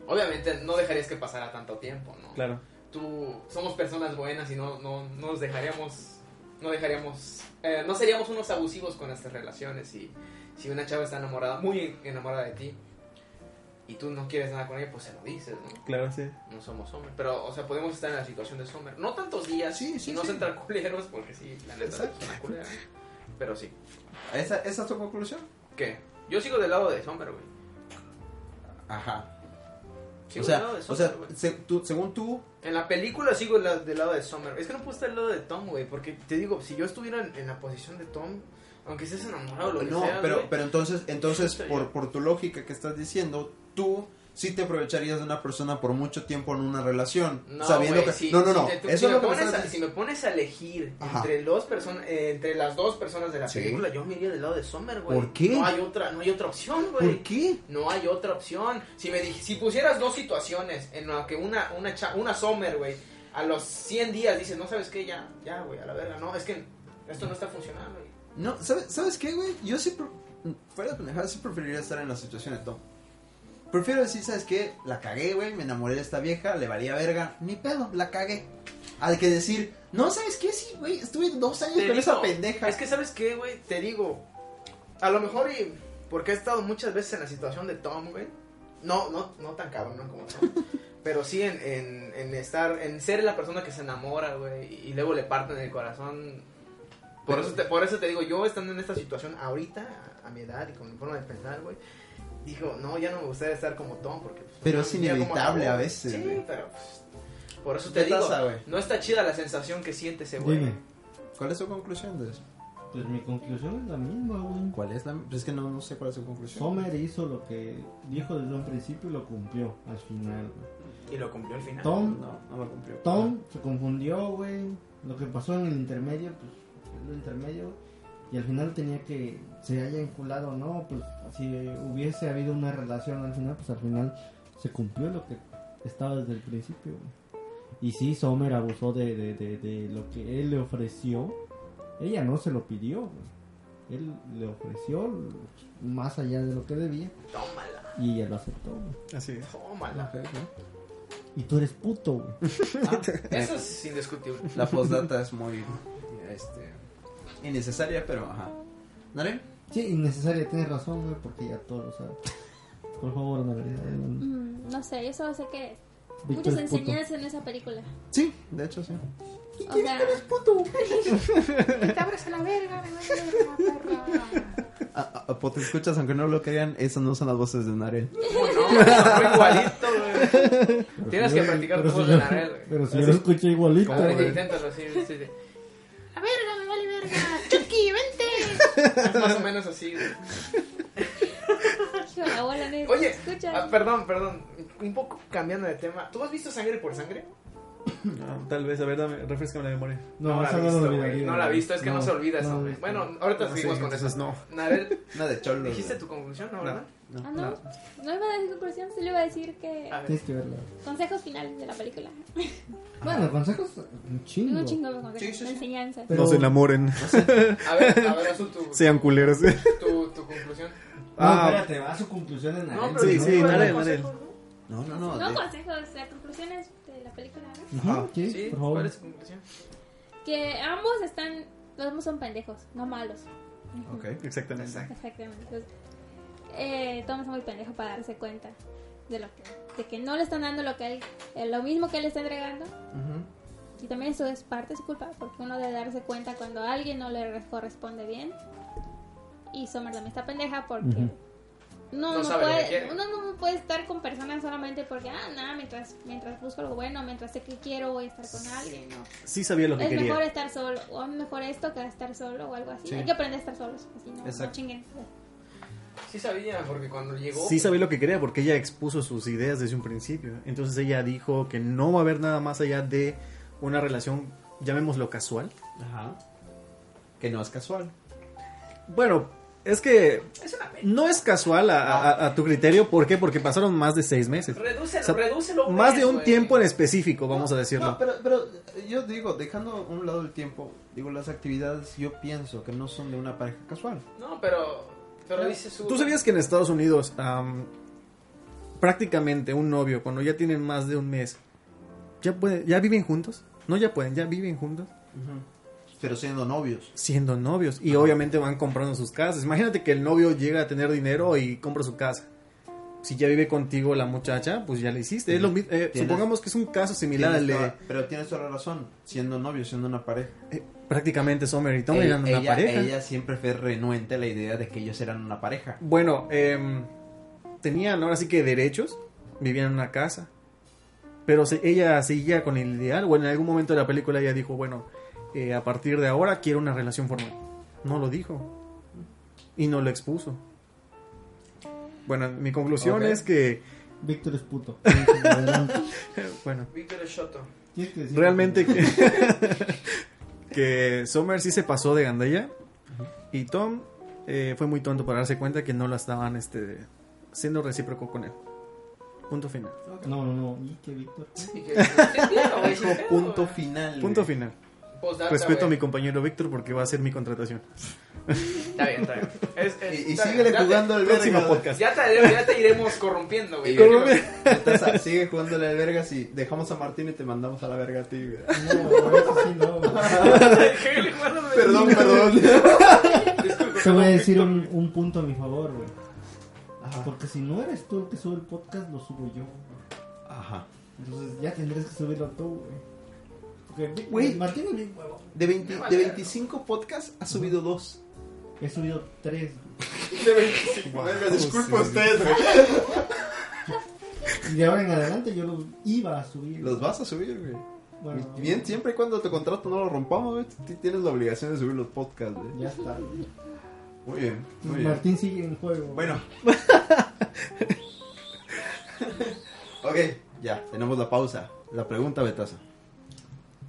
Speaker 1: obviamente no dejarías que pasara tanto tiempo, ¿no?
Speaker 5: Claro.
Speaker 1: tú somos personas buenas y no, no, no nos dejaríamos, no dejaríamos, eh, no seríamos unos abusivos con nuestras relaciones y si una chava está enamorada, muy enamorada de ti y tú no quieres nada con ella, pues se lo dices, ¿no?
Speaker 5: Claro, sí.
Speaker 1: No somos Sommer, pero, o sea, podemos estar en la situación de Sommer, no tantos días
Speaker 6: Sí, sí,
Speaker 1: y no
Speaker 6: sí.
Speaker 1: sentar culeros porque sí, la neta
Speaker 6: Exacto.
Speaker 1: es una culera, pero sí.
Speaker 6: ¿Esa, ¿Esa es tu conclusión?
Speaker 1: ¿Qué? Yo sigo del lado de Sommer, güey.
Speaker 6: Ajá.
Speaker 1: Sigo
Speaker 6: O
Speaker 1: del
Speaker 6: sea,
Speaker 1: lado de
Speaker 6: o
Speaker 1: Sommer,
Speaker 6: sea
Speaker 1: güey.
Speaker 6: se- tú- según tú,
Speaker 1: En la película sigo la- del lado de Summer. Es que no puedo estar del lado de Tom, güey. Porque te digo, si yo estuviera en, en la posición de Tom, aunque estés enamorado, lo que
Speaker 6: no,
Speaker 1: sea,
Speaker 6: pero,
Speaker 1: güey,
Speaker 6: pero entonces, entonces
Speaker 1: Chuta,
Speaker 6: por,
Speaker 1: ya.
Speaker 6: por tu lógica que estás diciendo, tú sí te aprovecharías de una persona por mucho tiempo en una relación,
Speaker 1: no,
Speaker 6: sabiendo
Speaker 1: güey,
Speaker 6: que...
Speaker 1: si-
Speaker 6: no, no,
Speaker 1: si
Speaker 6: no,
Speaker 1: te- tú- si
Speaker 6: eso es
Speaker 1: me
Speaker 6: lo que me
Speaker 1: pones
Speaker 6: estás
Speaker 1: a- Si me pones a elegir
Speaker 6: Ajá.
Speaker 1: entre, dos personas eh, entre las dos personas de la
Speaker 6: Sí.
Speaker 1: película, yo me iría del lado de Summer, güey.
Speaker 6: ¿Por qué?
Speaker 1: No hay otra, no hay otra opción, güey.
Speaker 6: ¿Por qué?
Speaker 1: No hay otra opción. Si me dij- si pusieras dos situaciones en la que una una cha- una Summer, güey, a los 100 días dices, "No sabes qué, ya, ya, güey, a la verga, no, es que esto no está funcionando." güey.
Speaker 6: No, ¿sabes, ¿sabes qué, güey? Yo sí, pre- fuera de pendejadas, sí preferiría estar en la situación de Tom. Prefiero decir, ¿sabes qué? La cagué, güey, me enamoré de esta vieja, le valía verga, ni pedo, la cagué. Al que decir, no, ¿sabes qué? Sí, güey, estuve dos años
Speaker 1: Te
Speaker 6: con
Speaker 1: digo,
Speaker 6: esa pendeja.
Speaker 1: Es que, ¿sabes qué, güey? Te digo, a lo mejor y porque he estado muchas veces en la situación de Tom, güey. No, no, no tan cabrón ¿no? como Tom.
Speaker 6: <laughs>
Speaker 1: pero sí en, en, en estar, en ser la persona que se enamora, güey, y luego le parten el corazón. Por eso, te, por eso te digo, yo estando en esta situación ahorita, a, a mi edad y con mi forma de pensar, güey, digo, no, ya no me gustaría estar como Tom, porque... pues,
Speaker 6: Pero
Speaker 1: no,
Speaker 6: es
Speaker 1: mira cómo
Speaker 6: inevitable
Speaker 1: acabó.
Speaker 6: a veces,
Speaker 1: Sí,
Speaker 6: güey.
Speaker 1: pero pues, por eso
Speaker 6: ¿Qué
Speaker 1: te digo,
Speaker 6: pasa, güey?
Speaker 1: no está chida la sensación que siente ese güey.
Speaker 3: Dime,
Speaker 6: ¿Cuál es tu conclusión de eso?
Speaker 3: pues mi conclusión es la misma, güey.
Speaker 6: ¿Cuál es la...? pues es que no, no sé cuál es tu conclusión.
Speaker 3: Sommer hizo lo que dijo desde un principio y lo cumplió al final, güey.
Speaker 1: Y lo cumplió al final.
Speaker 3: Tom,
Speaker 6: No, no lo cumplió.
Speaker 3: Tom se confundió, güey. Lo que pasó en el intermedio, pues, es lo intermedio. güey. y al final tenía que se haya enculado o no, pues si hubiese habido una relación al final, pues al final se cumplió lo que estaba desde el principio. güey. Y sí, Sommer abusó de, de- de- de lo que él le ofreció. Ella no se lo pidió. güey. Él le ofreció más allá de lo que debía
Speaker 1: Tómala,
Speaker 3: y ella lo aceptó. güey.
Speaker 5: Así
Speaker 3: <laughs>
Speaker 5: es.
Speaker 1: tómala.
Speaker 3: Y tú eres puto, güey.
Speaker 1: Ah, eso es indiscutible.
Speaker 6: La postdata es muy este, innecesaria, pero ajá. ¿Dale?
Speaker 3: Sí, innecesaria, tienes razón, güey, porque ya todo lo sabe. Por favor, no le
Speaker 4: Mm, no sé, yo solo sé que
Speaker 3: Víctor
Speaker 4: muchas
Speaker 3: es puto.
Speaker 4: enseñanzas en esa película.
Speaker 6: Sí, de hecho sí.
Speaker 4: O sea,
Speaker 7: Te abres a la verga, me vale verga, perra.
Speaker 6: A, a- a- te escuchas, aunque no lo crean, esas no son las voces de Narel.
Speaker 1: ¿Cómo no? Fue igualito, güey. Tienes que practicar tu voz de la red, güey.
Speaker 3: Pero si yo lo escuché igualito,
Speaker 1: Como que
Speaker 3: güey.
Speaker 1: intentas así, sí, sí.
Speaker 7: La verga, me vale
Speaker 1: <laughs>
Speaker 7: verga. Chucky, vente.
Speaker 1: Es más o menos así, güey.
Speaker 4: hijo de la abuela, ni-
Speaker 1: Oye,
Speaker 4: escucha.
Speaker 1: ah, perdón, perdón. Un poco cambiando de tema. ¿Tú has visto Sangre por Sangre?
Speaker 5: No, Ah, tal vez, a ver, dame, refrescame la memoria.
Speaker 3: No,
Speaker 1: la
Speaker 3: esa
Speaker 1: he
Speaker 3: no
Speaker 1: visto,
Speaker 3: la
Speaker 1: güey.
Speaker 3: olvidaría,
Speaker 1: No la he
Speaker 3: güey.
Speaker 1: visto, es que no, se olvida
Speaker 3: no,
Speaker 1: eso, güey.
Speaker 3: güey.
Speaker 1: Bueno, ahorita
Speaker 5: Ah, sí,
Speaker 1: seguimos con eso.
Speaker 5: entonces no.
Speaker 3: <laughs>
Speaker 1: Narel,
Speaker 6: Una de cholo.
Speaker 1: dijiste tu conclusión, ¿no, verdad?
Speaker 4: Ah, no, no iba a decir conclusión, solo iba a decir que.
Speaker 1: A ver.
Speaker 3: Tienes que verla.
Speaker 4: Consejos finales de la película.
Speaker 3: Bueno, consejos un chingo.
Speaker 4: Un chingo de consejos,
Speaker 6: Sí, sí, sí.
Speaker 4: de enseñanzas.
Speaker 3: Pero-
Speaker 5: No se enamoren,
Speaker 1: A ver, a ver, Azul, tu,
Speaker 5: sean culeros.
Speaker 1: tu, tu conclusión.
Speaker 3: No,
Speaker 5: Ah.
Speaker 3: espérate, va a su conclusión en
Speaker 1: No,
Speaker 3: Narel,
Speaker 1: pero
Speaker 5: Sí,
Speaker 1: tú
Speaker 5: sí,
Speaker 1: ibas a dar
Speaker 5: Narel, Narel.
Speaker 1: consejos, ¿no?
Speaker 6: No, no, no.
Speaker 4: No pues.
Speaker 6: de-
Speaker 4: consejos, las conclusiones de la película. ¿no?
Speaker 3: Ajá, sí,
Speaker 1: Sí,
Speaker 3: por
Speaker 1: ¿cuál
Speaker 3: favor.
Speaker 1: es tu conclusión?
Speaker 4: Que ambos están, los ambos son pendejos, no malos.
Speaker 6: Ok.
Speaker 5: Exactamente.
Speaker 4: Exactamente. Entonces, eh, Tom es muy pendejo para darse cuenta de lo que, de que no le están dando lo que él, eh, lo mismo que él está entregando. Y también eso es parte de su culpa, porque uno debe darse cuenta cuando a alguien no le re- corresponde bien. Y Summer también está pendeja porque
Speaker 3: Ujú.
Speaker 1: No
Speaker 4: no, no
Speaker 1: sabe lo que quiere.
Speaker 4: puede, uno no puede estar con personas solamente porque, ah, nada, mientras, mientras busco algo bueno, mientras sé que quiero, voy a estar con alguien. ¿no?
Speaker 5: Sí sabía lo que
Speaker 4: Es
Speaker 5: quería.
Speaker 4: mejor estar solo, o es mejor esto que estar solo o algo así.
Speaker 6: Sí.
Speaker 4: Hay que aprender a estar solos, así no, no
Speaker 6: Exacto.
Speaker 4: chinguen.
Speaker 1: Sí sabía, porque cuando llegó...
Speaker 5: Sí sabía lo que quería porque ella expuso sus ideas desde un principio. Entonces ella dijo que no va a haber nada más allá de una relación, llamémoslo casual.
Speaker 6: Ajá. Que no es casual.
Speaker 5: Bueno, es que no es casual a, a- a tu criterio. ¿Por qué? Porque pasaron más de seis meses.
Speaker 1: Redúcelo,
Speaker 5: O sea,
Speaker 1: redúcelo.
Speaker 5: Más
Speaker 1: pues,
Speaker 5: de un
Speaker 1: güey.
Speaker 5: tiempo en específico, vamos a
Speaker 6: No,
Speaker 5: decirlo.
Speaker 6: pero, pero yo digo, dejando a un lado el tiempo, digo, las actividades yo pienso que no son de una pareja casual.
Speaker 1: No, pero... Pero dice su...
Speaker 5: ¿Tú sabías que en Estados Unidos am, prácticamente un novio, cuando ya tienen más de un mes, ya, puede, ya viven juntos? No, ya pueden, ya viven juntos.
Speaker 6: Pero siendo novios.
Speaker 5: siendo novios y obviamente van comprando sus casas. Imagínate que el novio llega a tener dinero y compra su casa. Si ya vive contigo la muchacha, pues ya le hiciste. Es lo mi- eh,
Speaker 6: Tienes-
Speaker 5: supongamos que es un caso similar al
Speaker 6: Tienes
Speaker 5: de
Speaker 6: toda- pero tienes toda la razón, siendo novios, siendo una pareja.
Speaker 5: eh, prácticamente Summer y Tom
Speaker 6: Ella-
Speaker 5: eran una
Speaker 6: Eh, ella-
Speaker 5: pareja.
Speaker 6: ella siempre fue renuente a la idea de que ellos eran una pareja.
Speaker 5: Bueno, em, tenían ahora sí que derechos, vivían en una casa, pero se- ella seguía con el ideal, o en algún momento de la película ella dijo, bueno, eh, a partir de ahora quiero una relación formal. No lo dijo y no lo expuso. Bueno, mi conclusión
Speaker 6: Ok.
Speaker 5: es que,
Speaker 3: Víctor es puto. Adelante.
Speaker 5: bueno,
Speaker 1: Víctor Shoto.
Speaker 3: Tienes que decir-
Speaker 5: realmente que, <laughs> que Summer sí se pasó de gandalla y Tom eh, fue muy tonto para darse cuenta que no la estaban este, siendo recíproco con él. Punto final.
Speaker 3: No, no, no. ¿Y qué, Víctor?
Speaker 1: Y
Speaker 5: <laughs>
Speaker 1: que- No, güey,
Speaker 6: Dijo
Speaker 1: sin pedo,
Speaker 6: punto
Speaker 1: güey.
Speaker 6: final.
Speaker 5: Punto
Speaker 6: güey.
Speaker 5: final.
Speaker 1: eh, Postdata,
Speaker 5: Respeto a mi
Speaker 1: güey.
Speaker 5: compañero Víctor porque va a ser mi contratación.
Speaker 1: Está bien, está bien. Es- es-
Speaker 6: Y, y
Speaker 1: Eh, está bien.
Speaker 6: síguele
Speaker 1: Ya te-
Speaker 6: jugando al
Speaker 5: Próximo
Speaker 6: verga.
Speaker 5: podcast.
Speaker 1: Ya te, ya te iremos corrompiendo, güey.
Speaker 6: Y-
Speaker 1: Ya te-
Speaker 6: Estás a- <laughs> sigue jugándole al verga si dejamos a Martín y te mandamos a la verga a ti. güey.
Speaker 3: No, eso sí, no. güey.
Speaker 5: <laughs>
Speaker 1: Síguele jugando al verga.
Speaker 6: Perdón, perdón.
Speaker 1: Disculpe,
Speaker 3: Te voy
Speaker 1: perdón,
Speaker 3: a decir
Speaker 1: Víctor.
Speaker 3: un, un punto a mi favor, güey.
Speaker 6: Ajá.
Speaker 3: Porque si no eres tú el que sube el podcast, lo subo yo. güey.
Speaker 6: Ajá.
Speaker 3: Entonces ya tendrías que subirlo tú, güey. Porque Vic-
Speaker 6: Güey.
Speaker 3: Martín es bien huevo.
Speaker 6: De, 20 de 25 podcasts ha subido dos.
Speaker 3: He subido tres. güey.
Speaker 1: De 25.
Speaker 6: Verga,
Speaker 5: disculpe
Speaker 6: usted.
Speaker 3: Y de ahora en adelante yo los iba a subir.
Speaker 6: Los vas a subir, güey.
Speaker 3: Bueno,
Speaker 6: Bien, siempre y cuando tu contrato no lo rompamos, güey, tú tienes la obligación de subir los podcasts, güey.
Speaker 3: Ya está. güey.
Speaker 6: Muy bien, muy bien.
Speaker 3: Martín sigue en juego. güey.
Speaker 6: Bueno. ok, ya, tenemos la pausa. La pregunta, Betasa.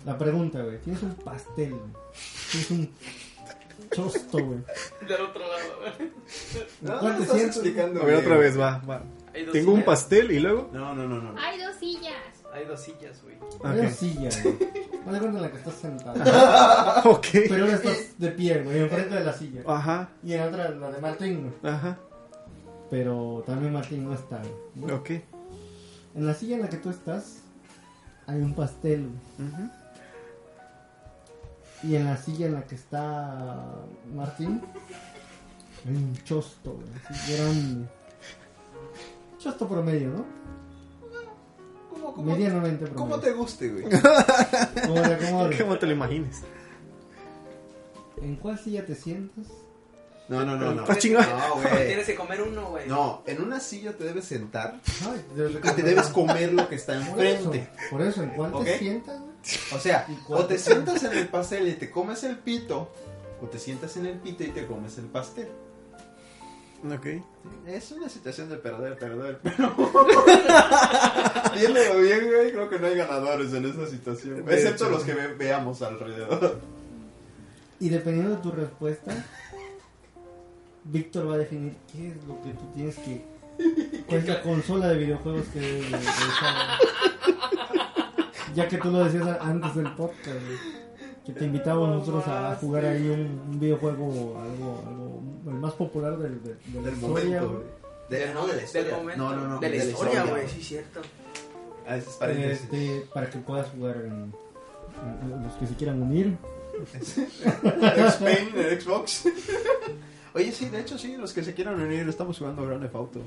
Speaker 3: La pregunta, güey. Tienes un pastel, güey. Tienes un chosto, güey.
Speaker 1: Del otro lado, güey.
Speaker 6: No,
Speaker 3: ¿Cuál
Speaker 6: no,
Speaker 3: te
Speaker 6: estás
Speaker 3: sientes?
Speaker 6: explicando.
Speaker 5: A ver,
Speaker 6: bien.
Speaker 5: otra vez, va, va.
Speaker 1: Hay dos
Speaker 5: Tengo un
Speaker 1: sillas.
Speaker 5: pastel y luego.
Speaker 6: No, no, no, no.
Speaker 3: Ah,
Speaker 4: Hay dos sillas.
Speaker 1: Hay dos sillas, güey.
Speaker 3: Hay una
Speaker 5: Ok.
Speaker 3: silla, güey. No de en la que estás
Speaker 6: <laughs>
Speaker 3: sentado.
Speaker 5: Ok.
Speaker 3: Pero ahora estás de pie, güey, enfrente de la silla.
Speaker 5: <laughs> Ajá,
Speaker 3: Y en otra, la de Martín, güey.
Speaker 5: ajá.
Speaker 3: Pero también Martín no está, güey.
Speaker 5: Ok.
Speaker 3: En la silla en la que tú estás, hay un pastel, güey.
Speaker 5: Ujú.
Speaker 3: Y en la silla en la que está Martín, hay un chosto, güey, así grande. Chosto promedio, ¿no?
Speaker 6: ¿Cómo, cómo,
Speaker 3: Medianamente promedio.
Speaker 6: cómo te guste,
Speaker 5: <laughs>
Speaker 6: güey?
Speaker 3: ¿Cómo te
Speaker 6: <laughs>
Speaker 3: acomodas?
Speaker 5: ¿Cómo te lo imagines?
Speaker 3: ¿En cuál silla te sientas?
Speaker 6: No, no, no, no.
Speaker 5: Ah, chinga.
Speaker 6: No,
Speaker 1: Pero
Speaker 6: güey.
Speaker 1: tienes que comer uno, güey.
Speaker 6: No, en una silla te debes sentar
Speaker 3: Ay,
Speaker 6: y te debes comer lo que está
Speaker 3: Por eso,
Speaker 6: enfrente.
Speaker 3: por eso, ¿en cuál
Speaker 6: ¿Ok?
Speaker 3: te sientas? güey?
Speaker 6: O sea,
Speaker 3: ¿Y cuál?
Speaker 6: o te sientas en el pastel y te comes el pito, o te sientas en el pito y te comes el pastel.
Speaker 5: Ok.
Speaker 6: Es una situación de perder, perder, pero... <laughs> Viéndolo bien, güey, creo que no hay ganadores en esta situación. güey,
Speaker 5: De
Speaker 6: excepto
Speaker 5: hecho.
Speaker 6: los que ve- veamos alrededor.
Speaker 3: Y dependiendo de tu respuesta, Víctor va a definir qué es lo que tú tienes que. ¿Cuál es la consola de videojuegos que debes de- de usar? Ya que tú lo decías a- antes del podcast, güey, que te invitábamos nosotros a jugar ahí un, un videojuego, algo, algo, el más popular del, del, de la
Speaker 6: Del
Speaker 3: historia,
Speaker 6: momento,
Speaker 3: güey.
Speaker 6: güey. De- no, de la
Speaker 1: Del
Speaker 6: historia.
Speaker 1: momento.
Speaker 6: No, no, no.
Speaker 1: De la historia, güey. Sí,
Speaker 6: güey.
Speaker 1: cierto.
Speaker 6: Ah, ese es paréntesis.
Speaker 3: Este, para que puedas jugar en- en- en los que se quieran unir.
Speaker 6: X-Pain en Xbox. Oye, sí, de hecho, sí, los que se quieran unir, estamos jugando Grand Theft Auto.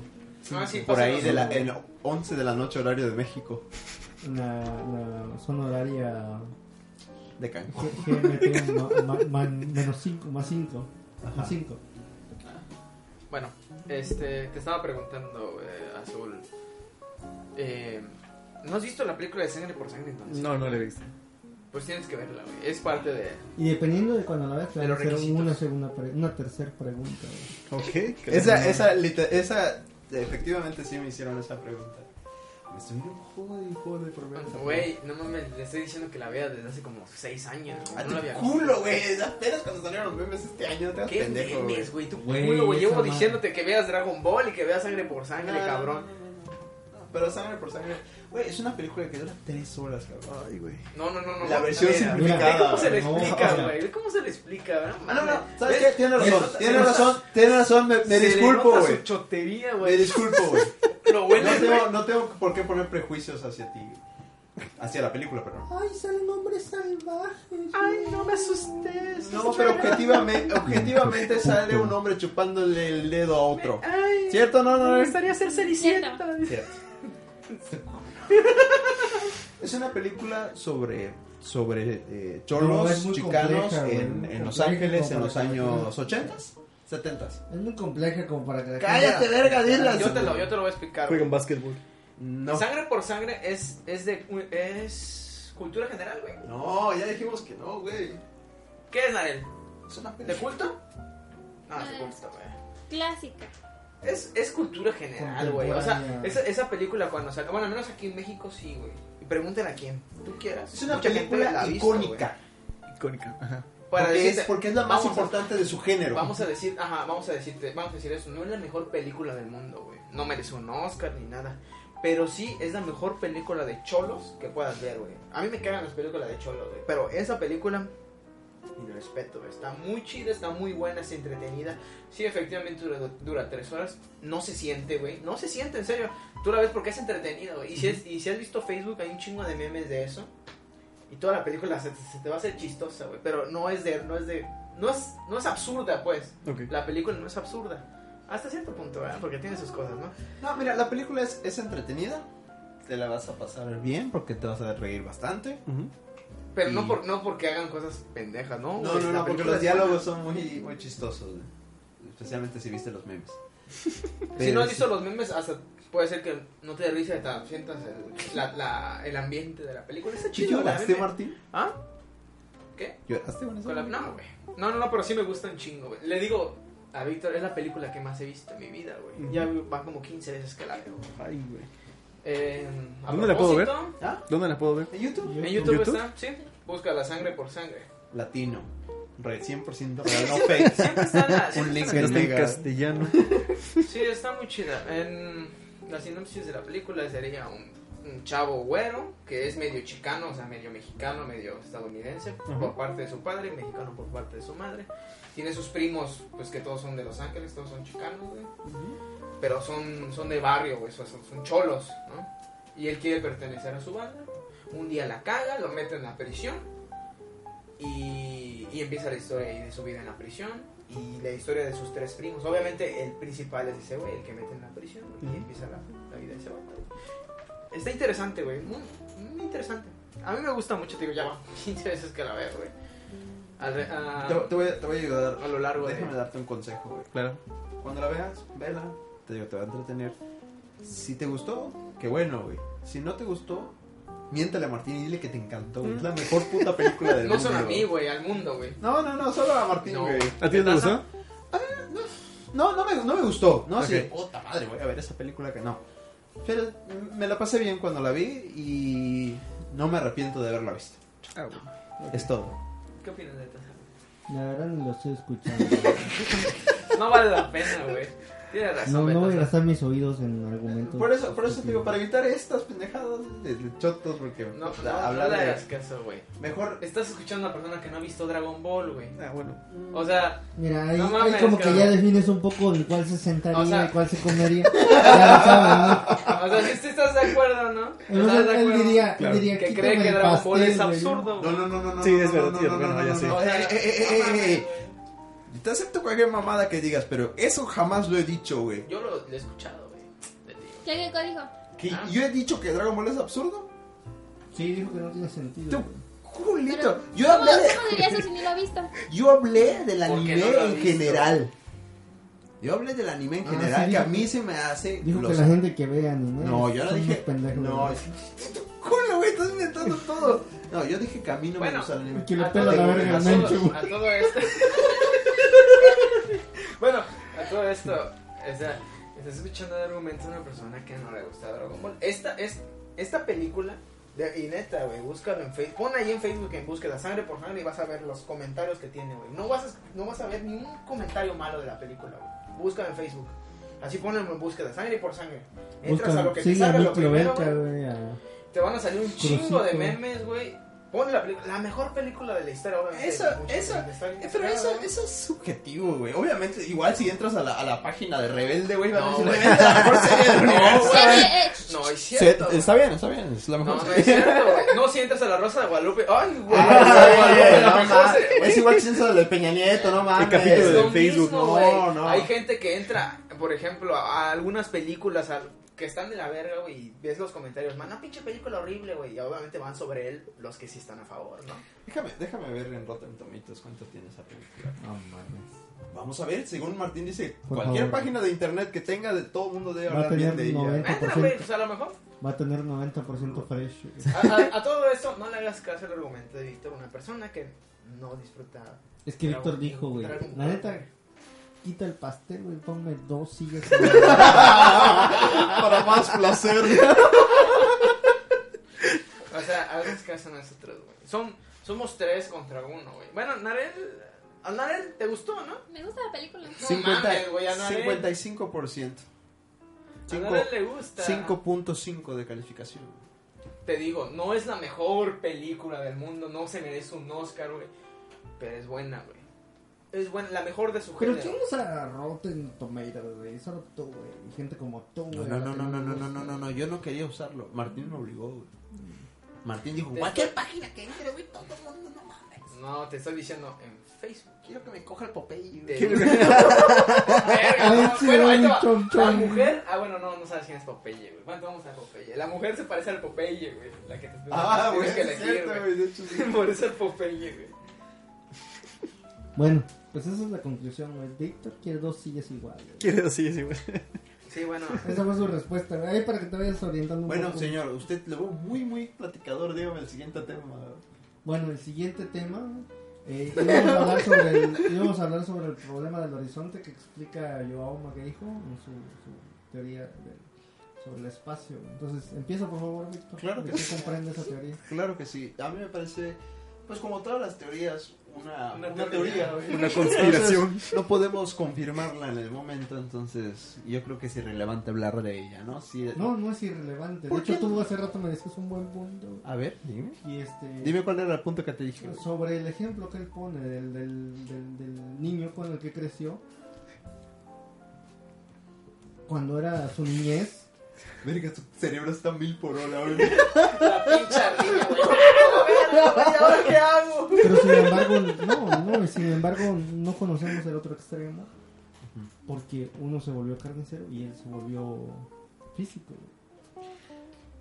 Speaker 1: Ah, sí,
Speaker 6: Por ahí,
Speaker 1: pásanos
Speaker 6: de la,
Speaker 1: uno.
Speaker 6: en 11 de la noche, horario de México.
Speaker 3: la, la zona horaria
Speaker 6: De Cancún.
Speaker 3: G- GMT ma- ma- ma- menos 5, más 5. Más 5.
Speaker 1: Bueno, este, te estaba preguntando, eh, Azul. Eh, ¿No has visto la película de Sangre por Sangre entonces?
Speaker 5: No, no le he visto.
Speaker 1: Pues tienes que verla, güey. Es parte de.
Speaker 3: Y dependiendo de cuando la veas, te
Speaker 1: De
Speaker 3: van a
Speaker 1: los
Speaker 3: hacer
Speaker 1: requisitos.
Speaker 3: una, segunda pre- una tercera pregunta. güey.
Speaker 5: Ok.
Speaker 6: Esa, esa, lite- esa, efectivamente sí me hicieron esa pregunta. Me estoy viendo un juego de juego de problemas.
Speaker 1: Güey, no mames, le estoy diciendo que la vea desde hace como 6 años. güey.
Speaker 6: A
Speaker 1: No la
Speaker 6: tu
Speaker 1: había
Speaker 6: culo, güey. Apenas cuando salieron los memes este año, te das
Speaker 1: ¿Qué
Speaker 6: pendejo, güey.
Speaker 1: memes, güey? Tu
Speaker 3: Güey,
Speaker 1: culo, güey.
Speaker 3: esa
Speaker 1: Llevo
Speaker 3: madre.
Speaker 1: diciéndote que veas Dragon Ball y que veas Sangre por Sangre,
Speaker 6: No,
Speaker 1: cabrón.
Speaker 6: no, no, no, no. Pero sangre por sangre. Güey, es una película que dura 3 horas, cabrón.
Speaker 5: Ay, güey.
Speaker 1: No, no, no, no.
Speaker 6: La
Speaker 1: no,
Speaker 6: versión
Speaker 1: mira,
Speaker 6: simplificada.
Speaker 1: Ve cómo se le
Speaker 3: No,
Speaker 1: explica,
Speaker 3: o sea.
Speaker 1: güey. Ve cómo se le explica, ¿verdad?
Speaker 6: Ah, no, no.
Speaker 1: Mames.
Speaker 6: ¿Sabes
Speaker 1: Ve-
Speaker 6: qué? Tiene
Speaker 1: se le
Speaker 6: razón.
Speaker 1: nota-
Speaker 6: Tiene
Speaker 1: se le nota-
Speaker 6: razón. Tiene razón. Me, me
Speaker 1: se le
Speaker 6: disculpo,
Speaker 1: nota
Speaker 6: güey.
Speaker 1: su chotería,
Speaker 6: Me
Speaker 1: güey.
Speaker 6: disculpo, güey.
Speaker 1: Lo bueno
Speaker 6: No
Speaker 1: es,
Speaker 6: tengo, no tengo por qué poner prejuicios hacia ti. Hacia la película, perdón.
Speaker 3: Ay, salen hombres salvajes.
Speaker 1: Ay, no me asustes.
Speaker 6: No, pero objetivamente, objetivamente sale un hombre chupándole el dedo a otro.
Speaker 1: Ay,
Speaker 6: ¿Cierto? No, no, no.
Speaker 1: gustaría ser
Speaker 4: Cenicienta.
Speaker 6: Cierto. Es una película sobre sobre eh,
Speaker 3: No,
Speaker 6: cholos
Speaker 3: es muy
Speaker 6: chicanos
Speaker 3: compleja, güey,
Speaker 6: en,
Speaker 3: muy
Speaker 6: en Los
Speaker 3: compleja
Speaker 6: Ángeles en
Speaker 3: como
Speaker 6: los
Speaker 3: para que-
Speaker 6: años 80 70
Speaker 3: Es muy compleja como para que la
Speaker 6: Cállate, verga, dilas.
Speaker 1: Yo te lo, yo te lo voy a explicar. güey.
Speaker 5: Juegan básquetbol.
Speaker 6: No.
Speaker 1: Sangre por sangre es, es de es cultura general, güey.
Speaker 6: No, ya dijimos que no, güey.
Speaker 1: ¿Qué es Narel?
Speaker 6: Es una
Speaker 1: ¿De
Speaker 6: película.
Speaker 1: culto? No, es de culto, güey.
Speaker 4: Clásica.
Speaker 1: Es, es cultura general, güey. O sea, esa, esa película cuando salió, bueno, al menos aquí en México sí, güey. Y pregúntale a quién tú quieras.
Speaker 6: Es una
Speaker 1: Mucha gente
Speaker 6: película
Speaker 1: la ha visto,
Speaker 6: icónica.
Speaker 5: Icónica. Ajá.
Speaker 1: güey. Para
Speaker 6: porque, es,
Speaker 1: decirte,
Speaker 6: porque es la más
Speaker 1: vamos a-
Speaker 6: importante de su género.
Speaker 1: Vamos a decir, ajá, vamos a decirte, vamos a decir eso, no es la mejor película del mundo, güey. No merece un Oscar ni nada. Pero sí es la mejor película de cholos que puedas ver, güey. A mí me cagan las películas de cholos, güey. Pero esa película, mi respeto, güey, está muy chida, está muy buena, es entretenida. Sí, efectivamente dura, dura tres horas. No se siente, güey. No se siente, en serio. Tú la ves porque es entretenida, güey. Y, si es- y si has visto Facebook, hay un chingo de memes de eso. Y toda la película se, se te va a hacer chistosa, güey. Pero no es de, no es de, no es, no es absurda, pues.
Speaker 5: Ok.
Speaker 1: La película no es absurda. Hasta cierto punto, ¿verdad? Porque tiene sus cosas, ¿no?
Speaker 6: No, mira, la película es, es entretenida. Te la vas a pasar bien porque te vas a reír bastante.
Speaker 5: Ujú.
Speaker 1: Pero
Speaker 6: Y-
Speaker 1: no, por, no porque hagan cosas pendejas, ¿no?
Speaker 6: No,
Speaker 1: Güey,
Speaker 6: no,
Speaker 1: la
Speaker 6: no, porque
Speaker 1: película
Speaker 6: los
Speaker 1: es-
Speaker 6: diálogos son muy, muy chistosos. güey. Especialmente si viste los memes.
Speaker 1: Si no
Speaker 6: Pero
Speaker 1: has visto
Speaker 6: sí.
Speaker 1: los memes, hasta puede ser que no te dé risa de tanto. Sientas el, la- la- el ambiente de la película. Está
Speaker 6: ¿Sí
Speaker 1: chido,
Speaker 6: ¿Lloraste,
Speaker 1: güey.
Speaker 6: Martín?
Speaker 1: ¿Ah? ¿Qué?
Speaker 6: ¿Lloraste con eso?
Speaker 1: Con la- no, güey. No, no, no, pero sí me gusta un chingo, güey. Le digo a Víctor, es la película que más he visto en mi vida, güey. Ya va como 15 veces que la veo.
Speaker 5: Ay, güey.
Speaker 1: Eh, a
Speaker 5: ¿Dónde la puedo ver?
Speaker 1: propósito,
Speaker 6: ¿Ah?
Speaker 5: ¿Dónde la puedo ver?
Speaker 6: ¿En YouTube?
Speaker 1: En YouTube,
Speaker 5: ¿YouTube?
Speaker 1: está, sí. Busca la sangre por sangre.
Speaker 6: Latino. re- 100% <laughs> real, no fake.
Speaker 1: Siempre está la-
Speaker 6: <laughs> Un
Speaker 1: siempre
Speaker 6: link
Speaker 1: está
Speaker 6: que
Speaker 5: Que no está en este
Speaker 6: llega.
Speaker 5: castellano.
Speaker 1: Sí, está muy chida. En la sinopsis de la película sería un, un chavo güero que es medio chicano, o sea, medio mexicano, medio estadounidense por parte de su padre, mexicano por parte de su madre. Tiene sus primos, pues que todos son de Los Ángeles, todos son chicanos, güey. Pero son, son de barrio, güey, son, son- son cholos, ¿no? Y él quiere pertenecer a su banda. Un día la caga, lo meten a la prisión. Y, y empieza la historia ahí de su vida en la prisión y la historia de sus tres primos. Obviamente el principal es ese güey, el que mete en la prisión y empieza la, la vida de ese güey. Está interesante, güey, muy, muy interesante. A mí me gusta mucho, te digo, ya va <laughs> 15 veces que la veo, güey. Al re- a-
Speaker 6: Te, te voy, a- te voy a ayudar.
Speaker 1: A lo largo de-
Speaker 6: Déjame darte un consejo, güey.
Speaker 5: Claro.
Speaker 6: Cuando la veas, vela. Te digo, te va a entretener. Si te gustó, qué bueno, güey. Si no te gustó, miéntale a Martín y dile que te encantó, güey. Es la mejor puta película <laughs> del
Speaker 1: No
Speaker 6: mundo.
Speaker 1: solo a mí, güey, al mundo, güey.
Speaker 6: No, no, no, solo a Martín,
Speaker 1: No.
Speaker 6: güey.
Speaker 5: ¿A ti no te gustó?
Speaker 6: No, no me, no me gustó. No, sí,
Speaker 5: Ok.
Speaker 6: puta madre, voy a ver esa película que no. Pero mm, me la pasé bien cuando la vi y no me arrepiento de haberla visto. Es todo.
Speaker 1: ¿Qué opinas de esta?
Speaker 3: La verdad no lo
Speaker 1: <laughs>
Speaker 3: estoy escuchando.
Speaker 1: No vale la pena, güey. Tienes
Speaker 3: No,
Speaker 1: razón,
Speaker 3: no voy
Speaker 1: Beto,
Speaker 3: a
Speaker 1: o sea,
Speaker 3: gastar mis oídos en argumentos.
Speaker 6: Por eso, por eso te digo, para evitar estas pendejadas de, de chotos, porque
Speaker 1: no, no,
Speaker 6: puta,
Speaker 1: no
Speaker 6: hablar
Speaker 1: le
Speaker 6: de...
Speaker 1: hagas caso, güey.
Speaker 6: Mejor... eh,
Speaker 1: Estás escuchando a una persona que no ha visto Dragon Ball, güey.
Speaker 5: Ah, bueno.
Speaker 1: O sea,
Speaker 3: Mira, ahí,
Speaker 1: No
Speaker 3: ahí
Speaker 1: mames,
Speaker 3: como que
Speaker 1: cabrón.
Speaker 3: ya defines un poco de cuál se sentaría
Speaker 1: O sea-
Speaker 3: y cuál se
Speaker 1: <laughs>
Speaker 3: comería. Ya sabes,
Speaker 1: o sea, si estás de acuerdo, ¿no?
Speaker 3: ¿no?
Speaker 1: ¿Estás de
Speaker 3: Él- él
Speaker 1: acuerdo?
Speaker 3: diría, él
Speaker 5: Claro.
Speaker 3: diría
Speaker 1: que cree
Speaker 3: "Quítame
Speaker 1: que
Speaker 3: el
Speaker 1: Dragon Ball
Speaker 3: pastel,
Speaker 1: es
Speaker 3: güey".
Speaker 1: absurdo,
Speaker 6: No,
Speaker 1: güey.
Speaker 6: no, no, no, no.
Speaker 5: Sí,
Speaker 6: no,
Speaker 5: es
Speaker 6: no,
Speaker 5: verdad,
Speaker 6: no,
Speaker 5: tío,
Speaker 6: no,
Speaker 5: bueno,
Speaker 6: no,
Speaker 5: ya
Speaker 6: no,
Speaker 5: sé.
Speaker 6: no, o sea, eh, eh, eh, eh, eh, Te acepto cualquier mamada que digas, pero eso jamás lo he dicho, güey.
Speaker 1: Yo lo, lo he escuchado, güey. Te digo.
Speaker 4: ¿Qué, qué código?
Speaker 6: ¿Que
Speaker 1: Ah.
Speaker 6: ¿Yo he dicho que Dragon Ball es absurdo?
Speaker 3: Sí, dijo que no tiene sentido.
Speaker 6: Tú,
Speaker 3: güey.
Speaker 6: Julito,
Speaker 4: Pero,
Speaker 6: yo
Speaker 4: ¿Cómo,
Speaker 6: hablé de...
Speaker 4: cómo diría eso si ni lo ha <laughs> visto?
Speaker 6: Yo hablé del
Speaker 1: ¿Por
Speaker 6: anime
Speaker 1: qué no lo has
Speaker 6: en
Speaker 1: visto?
Speaker 6: general. Yo hablé del anime en
Speaker 3: Ah,
Speaker 6: general,
Speaker 3: sí,
Speaker 6: que a
Speaker 3: dijo-
Speaker 6: mí se me hace...
Speaker 3: Dijo que
Speaker 6: los-
Speaker 3: la gente que vea anime.
Speaker 6: No, yo no
Speaker 3: son
Speaker 6: dije...
Speaker 3: unos pendejos,
Speaker 6: no,
Speaker 3: güey.
Speaker 6: es... <laughs> Julio, güey, estás inventando todo. No, yo dije que a mí no me
Speaker 1: Bueno,
Speaker 6: gusta el anime.
Speaker 3: que le
Speaker 1: A
Speaker 3: pela
Speaker 1: todo-
Speaker 3: la verga
Speaker 1: a
Speaker 3: al
Speaker 1: todo-
Speaker 3: Mencho, güey.
Speaker 1: A todo esto. <laughs> bueno, a todo esto. O sea, estás escuchando de argumento de una persona que no le gusta Dragon Ball. Esta, es, esta película, de, y neta, güey, búscalo en Facebook. Pon ahí en Facebook en búsqueda sangre por sangre y vas a ver los comentarios que tiene, güey. No vas, a, no vas a ver ningún comentario malo de la película, güey. Búscalo en Facebook. Así ponlo en búsqueda sangre por sangre. Entras
Speaker 3: Busca-
Speaker 1: a lo que te
Speaker 3: sí, a
Speaker 1: salga lo
Speaker 3: Nick
Speaker 1: primero,
Speaker 3: Loveca,
Speaker 1: güey.
Speaker 3: güey, a-
Speaker 1: Te van a salir un chingo
Speaker 3: Crucito.
Speaker 1: de memes, güey. Pon la, película- la mejor película de la historia. obviamente,
Speaker 6: Eso-
Speaker 1: de muchos
Speaker 6: eso-
Speaker 1: años, está bien
Speaker 6: Eh, Pero eso,
Speaker 1: sacada,
Speaker 6: eso es subjetivo, güey. Obviamente, igual si entras a la, a la página de Rebelde, güey, van a
Speaker 1: No,
Speaker 6: decir,
Speaker 1: güey.
Speaker 6: "Rebelde es
Speaker 1: <laughs>
Speaker 6: la mejor serie del universo".
Speaker 4: Eh, eh, eh,
Speaker 1: ¿no? No, es
Speaker 6: Se-
Speaker 1: cierto. güey.
Speaker 6: está bien, está bien, es la
Speaker 1: No,
Speaker 6: mejor
Speaker 1: no
Speaker 6: serie.
Speaker 1: es cierto, güey. No, si entras a la Rosa de Guadalupe. Ay, güey.
Speaker 6: Ah, <laughs>
Speaker 1: la Rosa de Guadalupe,
Speaker 6: güey,
Speaker 1: la
Speaker 6: no
Speaker 1: mejor
Speaker 6: mames.
Speaker 1: serie.
Speaker 6: Es igual que eso de Peña Nieto, no mames.
Speaker 5: capítulo
Speaker 1: Es
Speaker 5: de
Speaker 1: lo
Speaker 5: Facebook,
Speaker 1: mismo,
Speaker 6: no,
Speaker 1: güey.
Speaker 6: no.
Speaker 1: Hay gente que entra, por ejemplo, a, a algunas películas a- que están de la verga, güey, y ves los comentarios, man, una pinche película horrible, güey, y obviamente van sobre él los que sí están a favor, ¿no?
Speaker 6: Déjame, déjame ver en Rotten Tomatoes cuánto tiene esa película.
Speaker 3: No mames.
Speaker 6: Vamos a ver, según Martín dice,
Speaker 3: Por
Speaker 6: cualquier
Speaker 3: favor.
Speaker 6: página de internet que tenga de todo el mundo debe
Speaker 3: Va a
Speaker 6: hablar bien
Speaker 3: tener
Speaker 6: de ella.
Speaker 3: 90.
Speaker 1: Entra, güey, pues a lo mejor.
Speaker 3: Va a tener 90% fresh.
Speaker 6: <laughs>
Speaker 3: güey.
Speaker 1: A, a- a todo esto, no le hagas caso al argumento de Víctor, una persona que no disfruta.
Speaker 3: Es que
Speaker 1: Dragon-
Speaker 3: Víctor dijo, güey,
Speaker 1: Dragon
Speaker 3: la
Speaker 1: Ball.
Speaker 3: neta, quita el pastel, güey, ponme dos sillas.
Speaker 6: <laughs> <laughs> Para más placer.
Speaker 1: O sea, hagas caso a nosotros, güey. Son, somos tres contra uno, güey. Bueno, Narel. A Narel te gustó, ¿no?
Speaker 4: me gusta la película.
Speaker 1: Sí. mames, güey, a nadie.
Speaker 6: 55%.
Speaker 1: a
Speaker 6: Cinco-
Speaker 1: Narel le gusta.
Speaker 6: 5.5 de calificación.
Speaker 1: Te digo, no es la mejor película del mundo. No se merece un Oscar, güey. Pero es buena, güey. Es buena, la mejor de su
Speaker 3: Pero
Speaker 1: género.
Speaker 3: chingas a Rotten Tomatoes, güey, solo tú, güey, y gente como tú,
Speaker 6: No,
Speaker 3: güey.
Speaker 6: no,
Speaker 3: la
Speaker 6: no,
Speaker 3: que
Speaker 6: no, no,
Speaker 3: le
Speaker 6: no, no,
Speaker 3: gusta.
Speaker 6: no, no, no, yo no quería usarlo. Martín me obligó, güey. Martín dijo,
Speaker 1: Te
Speaker 6: cualquier
Speaker 1: estoy-
Speaker 6: página que entre, güey, todo el mundo, no mames.
Speaker 1: No, te estoy diciendo en Facebook.
Speaker 6: Quiero que me coja el Popeye,
Speaker 1: Te-
Speaker 6: güey. <laughs>
Speaker 1: Verga, no,
Speaker 3: sí,
Speaker 1: bueno, ahí te va.
Speaker 3: chon,
Speaker 1: La
Speaker 3: chon.
Speaker 1: mujer, ah, bueno, no, no sabes quién es Popeye, güey. Bueno, vamos a Popeye. La mujer se parece al Popeye, güey. La que te estoy
Speaker 6: Ah,
Speaker 1: tienes
Speaker 6: güey,
Speaker 1: que
Speaker 6: es
Speaker 1: elegir,
Speaker 6: cierto,
Speaker 1: güey.
Speaker 6: güey, de hecho, sí.
Speaker 1: Se parece al Popeye, güey.
Speaker 3: Bueno, pues esa es la conclusión, güey. Víctor quiere dos sillas iguales.
Speaker 5: Quiere decir,
Speaker 6: <laughs>
Speaker 5: sí, güey.
Speaker 1: Sí, bueno.
Speaker 3: Esa fue su respuesta, güey. Ahí para que te vayas orientando un
Speaker 6: Bueno,
Speaker 3: poco.
Speaker 6: señor, usted lo veo muy, muy platicador. Dígame el siguiente tema.
Speaker 3: Bueno, el siguiente tema. Eh, íbamos, a hablar sobre el, íbamos a hablar sobre el problema del horizonte que explica Joao Mageijo en su, su teoría de- sobre el espacio. Entonces, empieza por favor, Víctor.
Speaker 6: Claro que
Speaker 3: ¿De qué
Speaker 6: sí.
Speaker 3: comprende esa teoría?
Speaker 6: Claro que sí. A mí me parece, pues como todas las teorías, una,
Speaker 1: Una
Speaker 6: una
Speaker 1: teoría,
Speaker 6: teoría.
Speaker 1: güey.
Speaker 5: Una conspiración.
Speaker 6: Entonces, no podemos confirmarla en el momento, entonces yo creo que es irrelevante hablar de ella, ¿no? Sí,
Speaker 3: No, no es irrelevante. De
Speaker 6: ¿Por qué
Speaker 3: hecho,
Speaker 6: no?
Speaker 3: tú hace rato me decías un buen punto.
Speaker 6: A ver, dime.
Speaker 3: Y este.
Speaker 6: Dime cuál era el punto que te dije.
Speaker 3: Sobre el ejemplo que él pone del, del, del- del niño con el que creció, cuando era su niñez,
Speaker 2: Verga, tu cerebro está a mil por hora, güey.
Speaker 1: La pinche ardilla, <laughs> güey. <laughs> ¿Ahora qué hago?
Speaker 3: pero sin embargo, no, no, y sin embargo no conocemos el otro extremo, porque uno se volvió carnicero y él se volvió físico.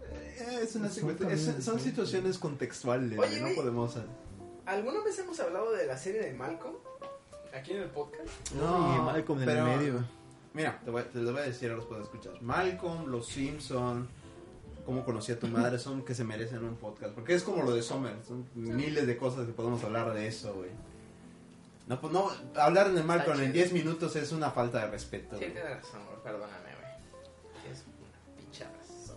Speaker 2: Eh, Es una
Speaker 3: Exactamente.
Speaker 2: secu- es- son situaciones contextuales,
Speaker 1: Oye,
Speaker 2: güey,
Speaker 1: güey.
Speaker 2: no podemos... eh,
Speaker 1: ¿Alguna vez hemos hablado de la serie de Malcolm? Aquí en el podcast.
Speaker 5: No, Malcolm en el
Speaker 6: pero-
Speaker 5: medio.
Speaker 6: Mira, te, voy, te lo voy a decir a los puedes escuchar. Malcolm, Los Simpson, Cómo conocí a tu madre, son que se merecen un podcast. Porque es como lo de Summer, son miles de cosas que podemos hablar de eso, güey. No, pues no, hablar de Malcolm en
Speaker 1: chido.
Speaker 6: 10 minutos es una falta de respeto.
Speaker 1: Sí,
Speaker 6: güey.
Speaker 1: tienes razón, güey. Perdóname, güey. Es una pinche razón.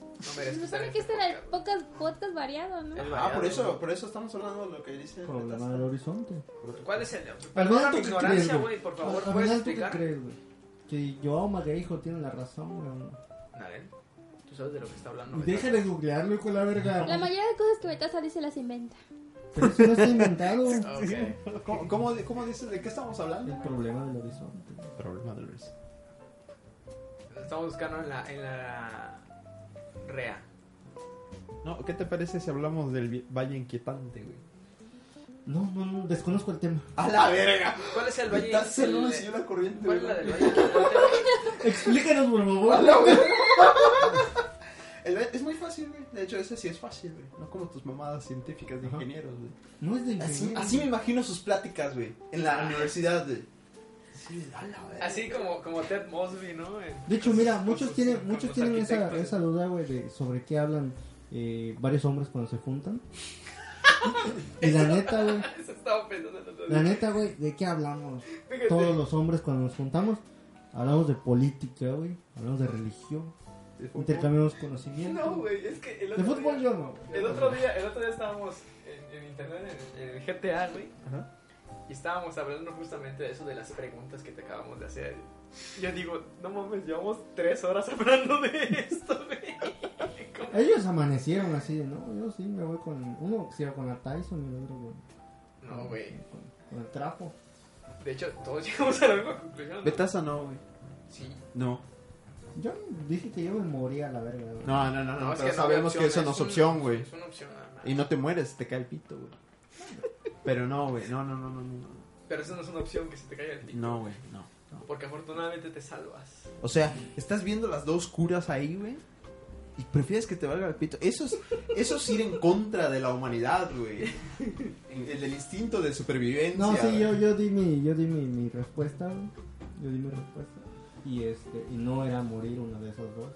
Speaker 1: No merezco estar
Speaker 4: Se supone
Speaker 1: en
Speaker 4: que
Speaker 1: este
Speaker 4: este era el
Speaker 1: podcast,
Speaker 4: podcast, podcast variado, ¿no?
Speaker 1: güey. Es
Speaker 6: Ah, por
Speaker 1: variado,
Speaker 6: eso,
Speaker 1: güey.
Speaker 6: por eso estamos hablando de lo que dice.
Speaker 3: Problema del horizonte.
Speaker 1: ¿Cuál es el...?
Speaker 3: Perdona
Speaker 1: Perdona
Speaker 3: tu
Speaker 1: mi ignorancia,
Speaker 3: crees,
Speaker 1: güey. Por favor,
Speaker 3: Al
Speaker 1: ¿puedes
Speaker 3: final, ¿tú qué
Speaker 1: explicar?
Speaker 3: crees, güey? Que yo, Magarijo, tiene la razón, güey.
Speaker 1: Nadel, tú sabes de lo que está hablando. güey.
Speaker 3: Deja de googlearlo, hijo de la verga.
Speaker 4: La mayoría de cosas que Betasa dice las inventa.
Speaker 3: Pero eso no está inventado.
Speaker 1: Ok.
Speaker 6: ¿Cómo, cómo, cómo dices? ¿De qué estamos hablando?
Speaker 3: El problema del horizonte.
Speaker 6: Problema del horizonte.
Speaker 1: Estamos buscando en la... En la... Rea.
Speaker 2: No, ¿qué te parece si hablamos del vi- Valle Inquietante, güey?
Speaker 3: No, no, no, desconozco el tema.
Speaker 6: ¡A la verga!
Speaker 1: ¿Cuál es el valle?
Speaker 6: Estás en una
Speaker 1: el-
Speaker 6: señora corriente,
Speaker 1: ¿Cuál es
Speaker 6: güey.
Speaker 1: la del valle? inquietante, güey?
Speaker 3: Explícanos, por favor.
Speaker 6: El- Es muy fácil, güey. De hecho, ese sí es fácil, güey. No como tus mamadas científicas de
Speaker 3: Ajá.
Speaker 6: ingenieros, güey.
Speaker 3: No es de
Speaker 6: Así,
Speaker 3: ingeniero.
Speaker 6: así me imagino sus pláticas, güey. En
Speaker 1: Ah.
Speaker 6: la universidad, güey. Sí, a la verga.
Speaker 1: Así como, como Ted Mosby, ¿no?
Speaker 3: De hecho, mira, muchos tienen,
Speaker 1: con
Speaker 3: muchos
Speaker 1: los
Speaker 3: tienen esa,
Speaker 1: arquitectos. ¿eh?
Speaker 3: esa duda, güey, de sobre qué hablan eh, varios hombres cuando
Speaker 1: <laughs>
Speaker 3: se juntan. y la neta, güey,
Speaker 1: Eso estaba pensando el otro
Speaker 3: la
Speaker 1: día.
Speaker 3: neta, güey, ¿de qué hablamos?
Speaker 1: Fíjate.
Speaker 3: Todos los hombres cuando nos juntamos, hablamos de política, güey, hablamos de religión, intercambiamos conocimiento.
Speaker 1: No, güey, es que el
Speaker 3: De
Speaker 1: otro
Speaker 3: fútbol
Speaker 1: día,
Speaker 3: yo no. güey.
Speaker 1: el otro día, el otro día estábamos en, en internet, en, en el GTA, güey.
Speaker 2: Ajá.
Speaker 1: Y estábamos hablando justamente de eso, de las preguntas que te acabamos de hacer. Yo digo, no mames, llevamos tres horas hablando de esto, güey. ¿Cómo?
Speaker 3: Ellos amanecieron así, de, ¿no? Yo sí me voy con. Uno se iba con la Tyson y el otro con.
Speaker 1: No, güey.
Speaker 3: con- Con el trapo.
Speaker 1: De hecho, todos <laughs> llegamos a la misma conclusión. ¿no?
Speaker 6: Betaza no, güey.
Speaker 1: Sí.
Speaker 6: No.
Speaker 3: Yo dije que yo me moría a la verga. güey.
Speaker 6: No, no, no, no.
Speaker 1: es
Speaker 6: pero
Speaker 1: no había
Speaker 6: sabemos
Speaker 1: opción,
Speaker 6: que eso no es
Speaker 1: un-
Speaker 6: opción, güey.
Speaker 1: Es una opción nada más.
Speaker 6: Y no te mueres, te cae el pito, güey. Pero no, güey. No, no, no, no, no.
Speaker 1: Pero eso no es una opción que se te caiga el pito.
Speaker 6: No, güey, no.
Speaker 1: Porque afortunadamente te salvas.
Speaker 6: O sea, estás viendo las dos curas ahí, güey. Y prefieres que te valga el pito. Eso es, eso es ir en contra de la humanidad, güey. El, el instinto de supervivencia.
Speaker 3: No, sí,
Speaker 6: güey.
Speaker 3: yo, yo di mi, yo di mi, mi respuesta, güey. Yo di mi respuesta. Y este, y no era morir una de esas dos.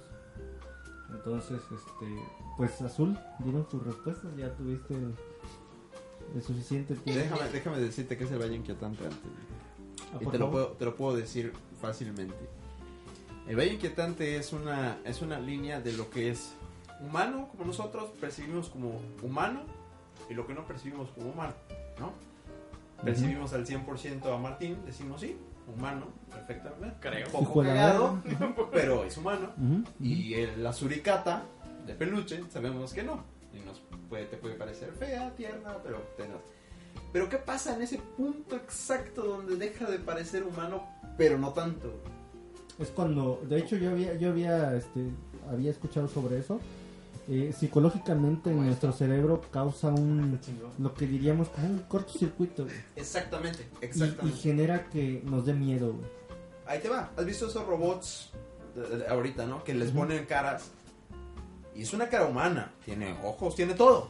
Speaker 3: Entonces, este, pues Azul, dieron tus respuestas, ya tuviste el, el suficiente tiempo.
Speaker 6: Déjame, déjame decirte que es el valle inquietante antes. güey.
Speaker 3: Ah,
Speaker 6: Y
Speaker 3: por
Speaker 6: te lo,
Speaker 3: favor.
Speaker 6: puedo, te lo puedo decir fácilmente. El valle inquietante es una, es una línea de lo que es humano, como nosotros percibimos como humano, y lo que no percibimos como humano, ¿no? Percibimos al 100% a Martín, decimos sí, humano, perfectamente.
Speaker 1: Creo.
Speaker 6: Un poco
Speaker 3: Hijo de la
Speaker 6: cagado,
Speaker 3: verga. Ajá.
Speaker 6: <laughs> pero es humano.
Speaker 3: Ujú.
Speaker 6: Y el- la suricata de peluche, sabemos que no. Y nos puede, te puede parecer fea, tierna, pero te no. Pero ¿qué pasa en ese punto exacto donde deja de parecer humano, pero no tanto?
Speaker 3: Es cuando, de hecho yo había, yo había, este, había escuchado sobre eso. Eh, psicológicamente
Speaker 6: Pues.
Speaker 3: en nuestro cerebro causa un, lo que diríamos como un cortocircuito güey.
Speaker 6: Exactamente,
Speaker 3: y, y
Speaker 6: exactamente.
Speaker 3: genera que nos dé miedo. güey.
Speaker 6: Ahí te va. ¿Has visto esos robots de- de- ahorita, no? Que les
Speaker 3: Ujú.
Speaker 6: ponen caras. Y es una cara humana. Tiene ojos, tiene todo.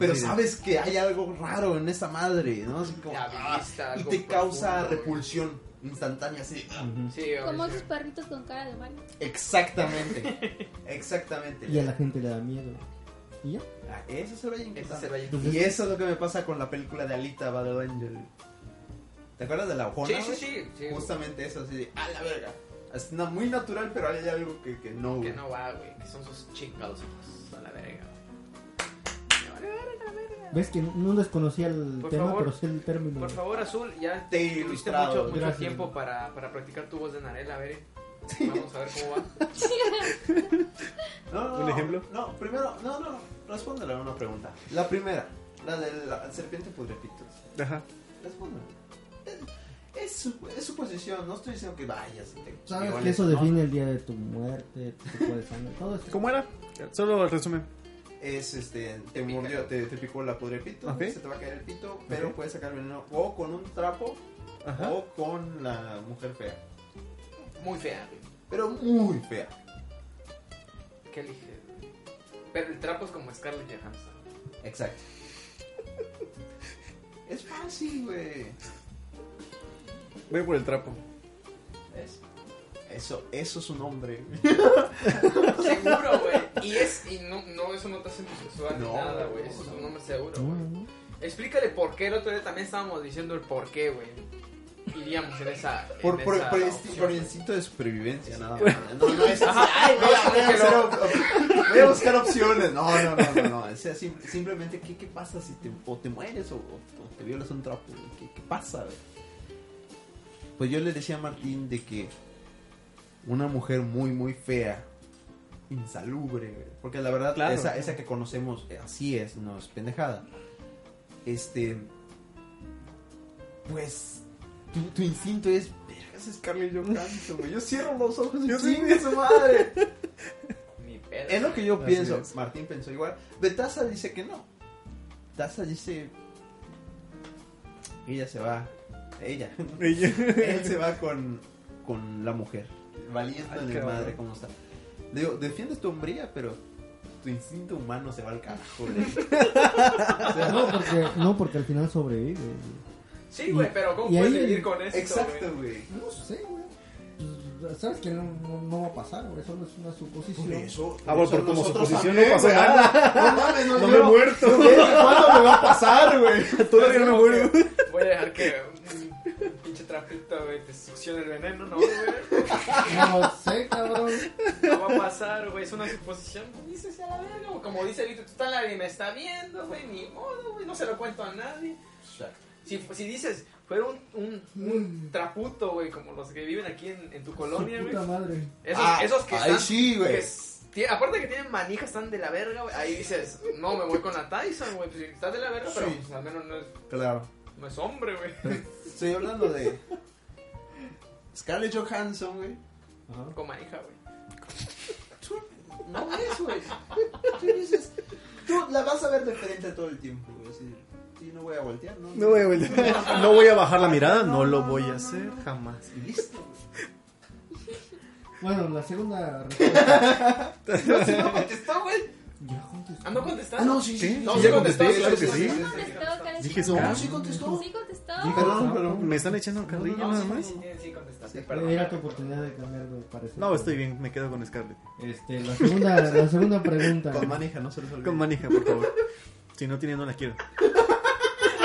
Speaker 6: Pero sabes que hay algo raro en esa madre, ¿no? Así como,
Speaker 1: La
Speaker 6: ah,
Speaker 1: vista,
Speaker 6: y
Speaker 1: algo
Speaker 6: te causa
Speaker 1: profundo, güey.
Speaker 6: repulsión instantánea, así. ah,
Speaker 3: Ujú.
Speaker 1: Sí,
Speaker 4: Como
Speaker 1: obvio,
Speaker 4: esos
Speaker 1: sí.
Speaker 4: perritos con cara de humano.
Speaker 1: <laughs>
Speaker 6: Exactamente. Exactamente.
Speaker 3: Y a la gente le da miedo. ¿Y ya?
Speaker 6: Ah, Ese es el
Speaker 1: Ese
Speaker 6: Valle
Speaker 1: es
Speaker 6: Inquietante.
Speaker 1: el valle.
Speaker 3: Entonces,
Speaker 6: Y eso es lo que me pasa con la película de Alita Battle Angel. ¿Te acuerdas de la ojona?
Speaker 1: Sí, sí,
Speaker 6: güey?
Speaker 1: sí. sí
Speaker 6: Justamente eso, así de, a la verga. Es na- muy natural, pero hay algo que, que no,
Speaker 1: Que
Speaker 6: güey.
Speaker 1: no va, güey. Que son sus chingados ojos. A la verga. Me vale verga, la verga.
Speaker 3: ¿Ves que no desconocía el
Speaker 1: Por
Speaker 3: tema,
Speaker 1: favor.
Speaker 3: pero sé el término?
Speaker 1: Por favor, Azul, ya
Speaker 6: Te
Speaker 1: te tuviste
Speaker 6: ilustrado.
Speaker 1: mucho, mucho
Speaker 3: Gracias.
Speaker 1: tiempo para, para practicar tu voz de Narela, a ver. Vamos a ver cómo va.
Speaker 4: <laughs>
Speaker 6: No, no,
Speaker 5: ¿Un
Speaker 6: no.
Speaker 5: ejemplo?
Speaker 6: No, primero, no, no, respóndele a una pregunta. La primera, la de la serpiente pudrepitos.
Speaker 5: Ajá.
Speaker 6: Respóndela. Es, es su, es su posición, no estoy diciendo que vayas. y te-
Speaker 3: Sabes
Speaker 6: igual
Speaker 3: que
Speaker 6: es-
Speaker 3: eso
Speaker 6: no.
Speaker 3: define el día de tu muerte, tu tipo de sangre, todo eso.
Speaker 5: ¿Cómo era? Solo el resumen.
Speaker 6: Es este, te mordió, te, te picó la pudrepito,
Speaker 5: Ok.
Speaker 6: se te va a caer el pito, pero
Speaker 5: Ok.
Speaker 6: puedes sacar veneno o con un trapo
Speaker 5: Ajá.
Speaker 6: o con la mujer fea.
Speaker 1: Muy fea.
Speaker 6: Pero muy fea.
Speaker 1: ¿Qué elige? Pero el trapo es como Scarlett Johansson.
Speaker 6: Exacto. es fácil, güey.
Speaker 5: Voy por el trapo.
Speaker 6: ¿Ves? Eso, eso es un hombre.
Speaker 1: Seguro, güey. Y es, y no, no, eso no te hace homosexual
Speaker 6: No,
Speaker 1: ni nada, güey. Eso
Speaker 6: no.
Speaker 1: no me seguro,
Speaker 3: No,
Speaker 1: güey.
Speaker 3: no.
Speaker 1: Explícale por qué el otro día también estábamos diciendo el por qué, güey. Iríamos en esa. en
Speaker 6: Por, por,
Speaker 1: esa
Speaker 6: por, insti-
Speaker 1: opción,
Speaker 6: por
Speaker 1: güey.
Speaker 6: instinto de supervivencia, nada más. No, no es así, ay, voy
Speaker 1: no,
Speaker 6: a, voy a
Speaker 1: como que
Speaker 6: hacer
Speaker 1: no.
Speaker 6: op- voy a buscar opciones. No, no, no, no. no. O sea, sim- simplemente, ¿qué, ¿qué pasa si te, o te mueres o, o te violas un trapo? güey? ¿Qué, qué pasa? güey? Pues yo le decía a Martín de que una mujer muy, muy fea, insalubre, güey, porque la verdad,
Speaker 5: Claro.
Speaker 6: esa, esa que conocemos, eh, así es, no es pendejada. Este, pues tu, tu instinto es, vergas, Scarlett Johansson, güey. Yo cierro los ojos y
Speaker 5: Yo sí.
Speaker 6: chingue su
Speaker 5: <laughs>
Speaker 6: madre. este.
Speaker 1: Ni pedo.
Speaker 6: Es lo que yo
Speaker 5: Así
Speaker 6: pienso.
Speaker 5: es.
Speaker 6: Martín pensó igual. Betasa dice que no. Betasa dice. Ella se va. Ella. Él se va con, con la mujer. Valiendo
Speaker 5: Ay,
Speaker 6: en el
Speaker 5: cabrón.
Speaker 6: madre como está. Digo, defiendes tu hombría, pero tu instinto humano se va al carajo.
Speaker 5: <laughs>
Speaker 6: güey. O sea,
Speaker 3: No, porque, no, porque al final sobrevive. güey.
Speaker 1: Sí, güey, pero ¿cómo
Speaker 3: Y
Speaker 1: puedes
Speaker 3: ahí-
Speaker 1: vivir con eso? güey?
Speaker 6: Exacto, güey.
Speaker 3: No sé, güey. Pues, Sabes que no, no, no va a pasar, güey. Solo es una suposición.
Speaker 5: Ah, bueno, por como
Speaker 6: nosotros
Speaker 5: suposición no
Speaker 6: también,
Speaker 5: pasó
Speaker 6: güey. <laughs>
Speaker 5: nada.
Speaker 6: No mames, no,
Speaker 5: No me he
Speaker 6: yo-
Speaker 5: muerto.
Speaker 6: ¿Cuándo me va a pasar, <laughs> güey?
Speaker 5: Todavía no me
Speaker 1: Como
Speaker 5: muero.
Speaker 1: que Voy a dejar que un pinche trapito, güey, te succione el veneno, ¿no, güey?
Speaker 3: No lo sé, cabrón.
Speaker 1: No va a pasar, güey, es una suposición. Dices a la verga, güey. Como dice Vito, tú tal nadie me está viendo, güey, ni modo, güey, no se lo cuento a nadie. Si, fu- si dices, fuera un, un, un traputo, güey, como los que viven aquí en, en tu colonia,
Speaker 3: Su
Speaker 1: güey.
Speaker 3: puta madre.
Speaker 1: Esos,
Speaker 6: Ah,
Speaker 1: esos que
Speaker 6: ahí
Speaker 1: están...
Speaker 6: sí, güey.
Speaker 1: que s- tie- aparte que tienen manijas, están de la verga, güey. Ahí dices, no, me voy con la Tyson, güey. Pues estás de la verga, pero
Speaker 6: Sí.
Speaker 1: pues, al menos no es,
Speaker 6: Claro.
Speaker 1: no es hombre, güey.
Speaker 6: Estoy hablando de Scarlett Johansson, güey.
Speaker 3: Ajá.
Speaker 1: Con manija, güey.
Speaker 6: Tú no ves, güey. Tú dices, tú la vas a ver de frente todo el tiempo, güey. Así, sí, no voy a voltear, ¿no?
Speaker 5: No voy a voltear. No voy a bajar la mirada, no lo voy a hacer jamás.
Speaker 6: Y listo, güey.
Speaker 3: Bueno, la <laughs> segunda respuesta.
Speaker 1: <laughs> No, sí, no contestó, güey.
Speaker 3: ya contesté.
Speaker 1: Ah, no contestaste. No, sí,
Speaker 5: ¿Qué?
Speaker 1: no,
Speaker 5: Sí,
Speaker 1: sí
Speaker 5: ya
Speaker 1: contestó,
Speaker 5: contesté,
Speaker 1: sí
Speaker 5: claro que
Speaker 1: contestó,
Speaker 5: sí.
Speaker 1: sí
Speaker 4: Sí contestó, Karen.
Speaker 5: Dije,
Speaker 4: sí
Speaker 5: no,
Speaker 6: sí contestó.
Speaker 4: contestó.
Speaker 6: Perdón, perdón.
Speaker 5: Ah, ¿Me están echando carrilla nada más?
Speaker 1: Sí, sí contestaste,
Speaker 3: Era tu
Speaker 1: perdón.
Speaker 3: oportunidad de cambiar de parecer.
Speaker 5: No, estoy bien, me quedo con Scarlett.
Speaker 3: Este, la segunda, la segunda pregunta.
Speaker 6: Con manija, no se los olvide.
Speaker 5: Con manija, por favor. Si no tiene, no la quiero.
Speaker 1: <laughs>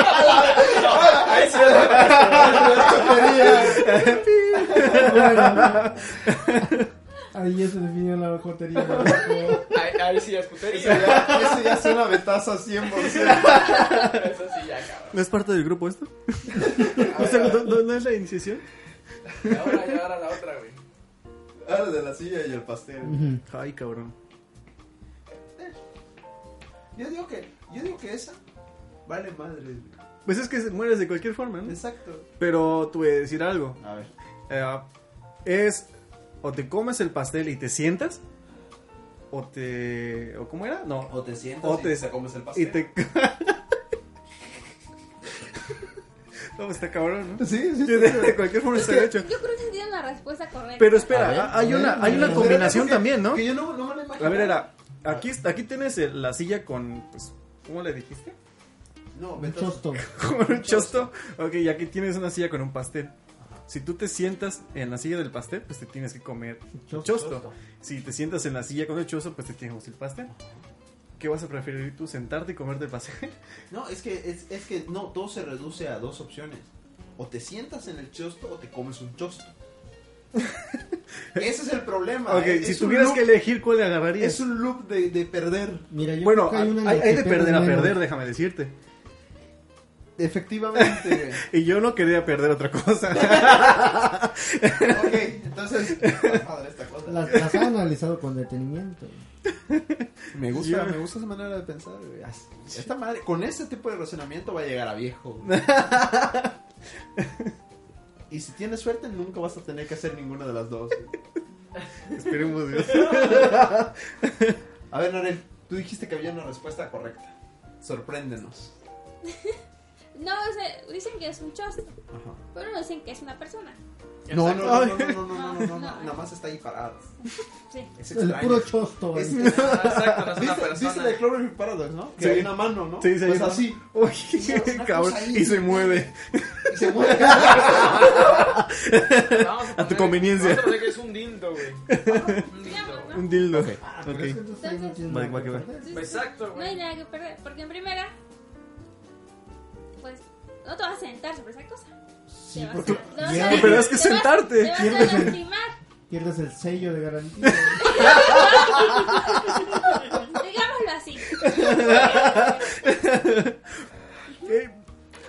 Speaker 1: Ahí sí era-
Speaker 3: Bueno, <laughs> ahí ya se definió la jotería. güey.
Speaker 1: ahí- ahí sí es
Speaker 6: Eso
Speaker 1: putería.
Speaker 6: <laughs> ya, eso ya es una vetaza 100%.
Speaker 1: Eso sí, ya, cabrón.
Speaker 5: ¿No es parte del grupo esto? <laughs> O sea, ¿no, no- no es la iniciación?
Speaker 1: Y ahora, y ahora la otra, güey.
Speaker 6: Ahora Ah, de la silla y el pastel.
Speaker 3: Ujú.
Speaker 5: Ay, cabrón.
Speaker 6: Yo digo que, yo digo que esa vale madre, güey.
Speaker 5: Pues es que se- mueres de cualquier forma, ¿no?
Speaker 6: Exacto.
Speaker 5: Pero te voy a decir algo.
Speaker 6: A ver.
Speaker 5: Eh, es o te comes el pastel y te sientas, o te... ¿O cómo era? No.
Speaker 6: O te sientas
Speaker 5: O te-
Speaker 6: y te comes el pastel.
Speaker 5: Y te... <laughs> no, pues está cabrón, ¿no?
Speaker 6: Sí, sí.
Speaker 5: Yo de, de cualquier forma está hecho.
Speaker 4: Yo creo que tiene la respuesta correcta.
Speaker 6: A
Speaker 5: Pero
Speaker 6: ver,
Speaker 5: espera, hay
Speaker 6: a
Speaker 5: una,
Speaker 6: ver,
Speaker 5: hay
Speaker 6: a
Speaker 5: una
Speaker 6: ver.
Speaker 5: combinación
Speaker 6: Espérate,
Speaker 5: también, ¿no?
Speaker 6: Que yo no, no me lo imagino.
Speaker 5: A ver, era. Aquí, está- aquí tienes el- la silla con. Pues, ¿Cómo le dijiste? <laughs>
Speaker 6: No,
Speaker 3: Un
Speaker 6: vetaza.
Speaker 3: chosto.
Speaker 5: Con un chosto. Ok, y aquí tienes una silla con un pastel. Si tú te sientas en la silla del pastel, pues te tienes que comer
Speaker 3: Chosto.
Speaker 5: chosto. Si te sientas en la silla con el chosto, pues te tienes que comer el pastel. ¿Qué vas a preferir tú? ¿Sentarte y comerte el pastel?
Speaker 6: No, es que, es, es que no, todo se reduce a dos opciones. O te sientas en el chosto o te comes un chosto. Ese es el problema. ¿eh?
Speaker 5: <laughs> Ok,
Speaker 6: es-
Speaker 5: si
Speaker 6: es un
Speaker 5: tuvieras
Speaker 6: loop-
Speaker 5: que elegir cuál le agarrarías.
Speaker 6: Es un loop de, de perder.
Speaker 3: Mira, yo
Speaker 5: Bueno,
Speaker 3: creo que hay una en la
Speaker 5: hay,
Speaker 3: que
Speaker 5: hay de
Speaker 3: pierdes
Speaker 5: perder a
Speaker 3: menos.
Speaker 5: perder, déjame decirte. <laughs>
Speaker 6: Efectivamente.
Speaker 5: Y yo no quería perder otra cosa. <laughs>
Speaker 6: ok, entonces. <laughs> está padre esta cosa.
Speaker 3: Las, las han analizado con detenimiento.
Speaker 6: Me gusta,
Speaker 5: Yo-
Speaker 6: me gusta esa manera de pensar. güey. As- Esta madre, con ese tipo de relacionamiento va a llegar a viejo. <laughs> güey. y si tienes suerte, nunca vas a tener que hacer ninguna de las dos. güey.
Speaker 5: Esperemos Dios.
Speaker 6: A ver, Norel, tú dijiste que había una respuesta correcta. Sorpréndenos.
Speaker 4: No, o sea, dicen que es un chorro, pero no dicen que es una persona.
Speaker 6: No, no, no, no, no, no, no, no, no,
Speaker 4: No,
Speaker 6: nada más está ahí parado.
Speaker 4: Sí.
Speaker 6: Es
Speaker 3: El
Speaker 6: extraño.
Speaker 3: puro chosto.
Speaker 6: Es-
Speaker 3: ahí.
Speaker 1: Ah, Exacto, no es una
Speaker 6: Dice, dice
Speaker 1: persona.
Speaker 6: de Cloverfield Paradox, ¿no? Que
Speaker 5: Sí.
Speaker 6: hay una mano, ¿no?
Speaker 5: Sí, sí, hay
Speaker 6: pues
Speaker 5: una-
Speaker 6: así. <laughs>
Speaker 3: <laughs>
Speaker 5: Uy,
Speaker 6: una
Speaker 5: cabrón.
Speaker 6: cosa ahí.
Speaker 5: Y se mueve.
Speaker 6: Y se mueve.
Speaker 1: Vamos
Speaker 5: A tu
Speaker 1: poner-
Speaker 5: conveniencia.
Speaker 1: vamos a poner que es <laughs> un dildo, güey. Un dildo, güey.
Speaker 5: Un dildo.
Speaker 3: Ah, pero es que
Speaker 5: Ok.
Speaker 3: entonces ahí no tienes
Speaker 5: Va,
Speaker 3: nada
Speaker 5: va,
Speaker 3: que
Speaker 5: va.
Speaker 3: perder.
Speaker 4: Entonces,
Speaker 1: Exacto,
Speaker 4: No hay
Speaker 1: güey.
Speaker 4: nada que perder, porque en primera, pues no te vas a sentar sobre esa cosa.
Speaker 3: Sí,
Speaker 4: Te vas
Speaker 3: porque
Speaker 4: a- te vas
Speaker 3: ya
Speaker 4: a-
Speaker 5: Pero es que
Speaker 4: te vas-
Speaker 5: sentarte.
Speaker 4: Te vas a
Speaker 3: Pierdes el-
Speaker 4: lastimar.
Speaker 3: pierdes el sello de garantía.
Speaker 4: Digámoslo
Speaker 3: <laughs>
Speaker 4: así.
Speaker 5: Eh,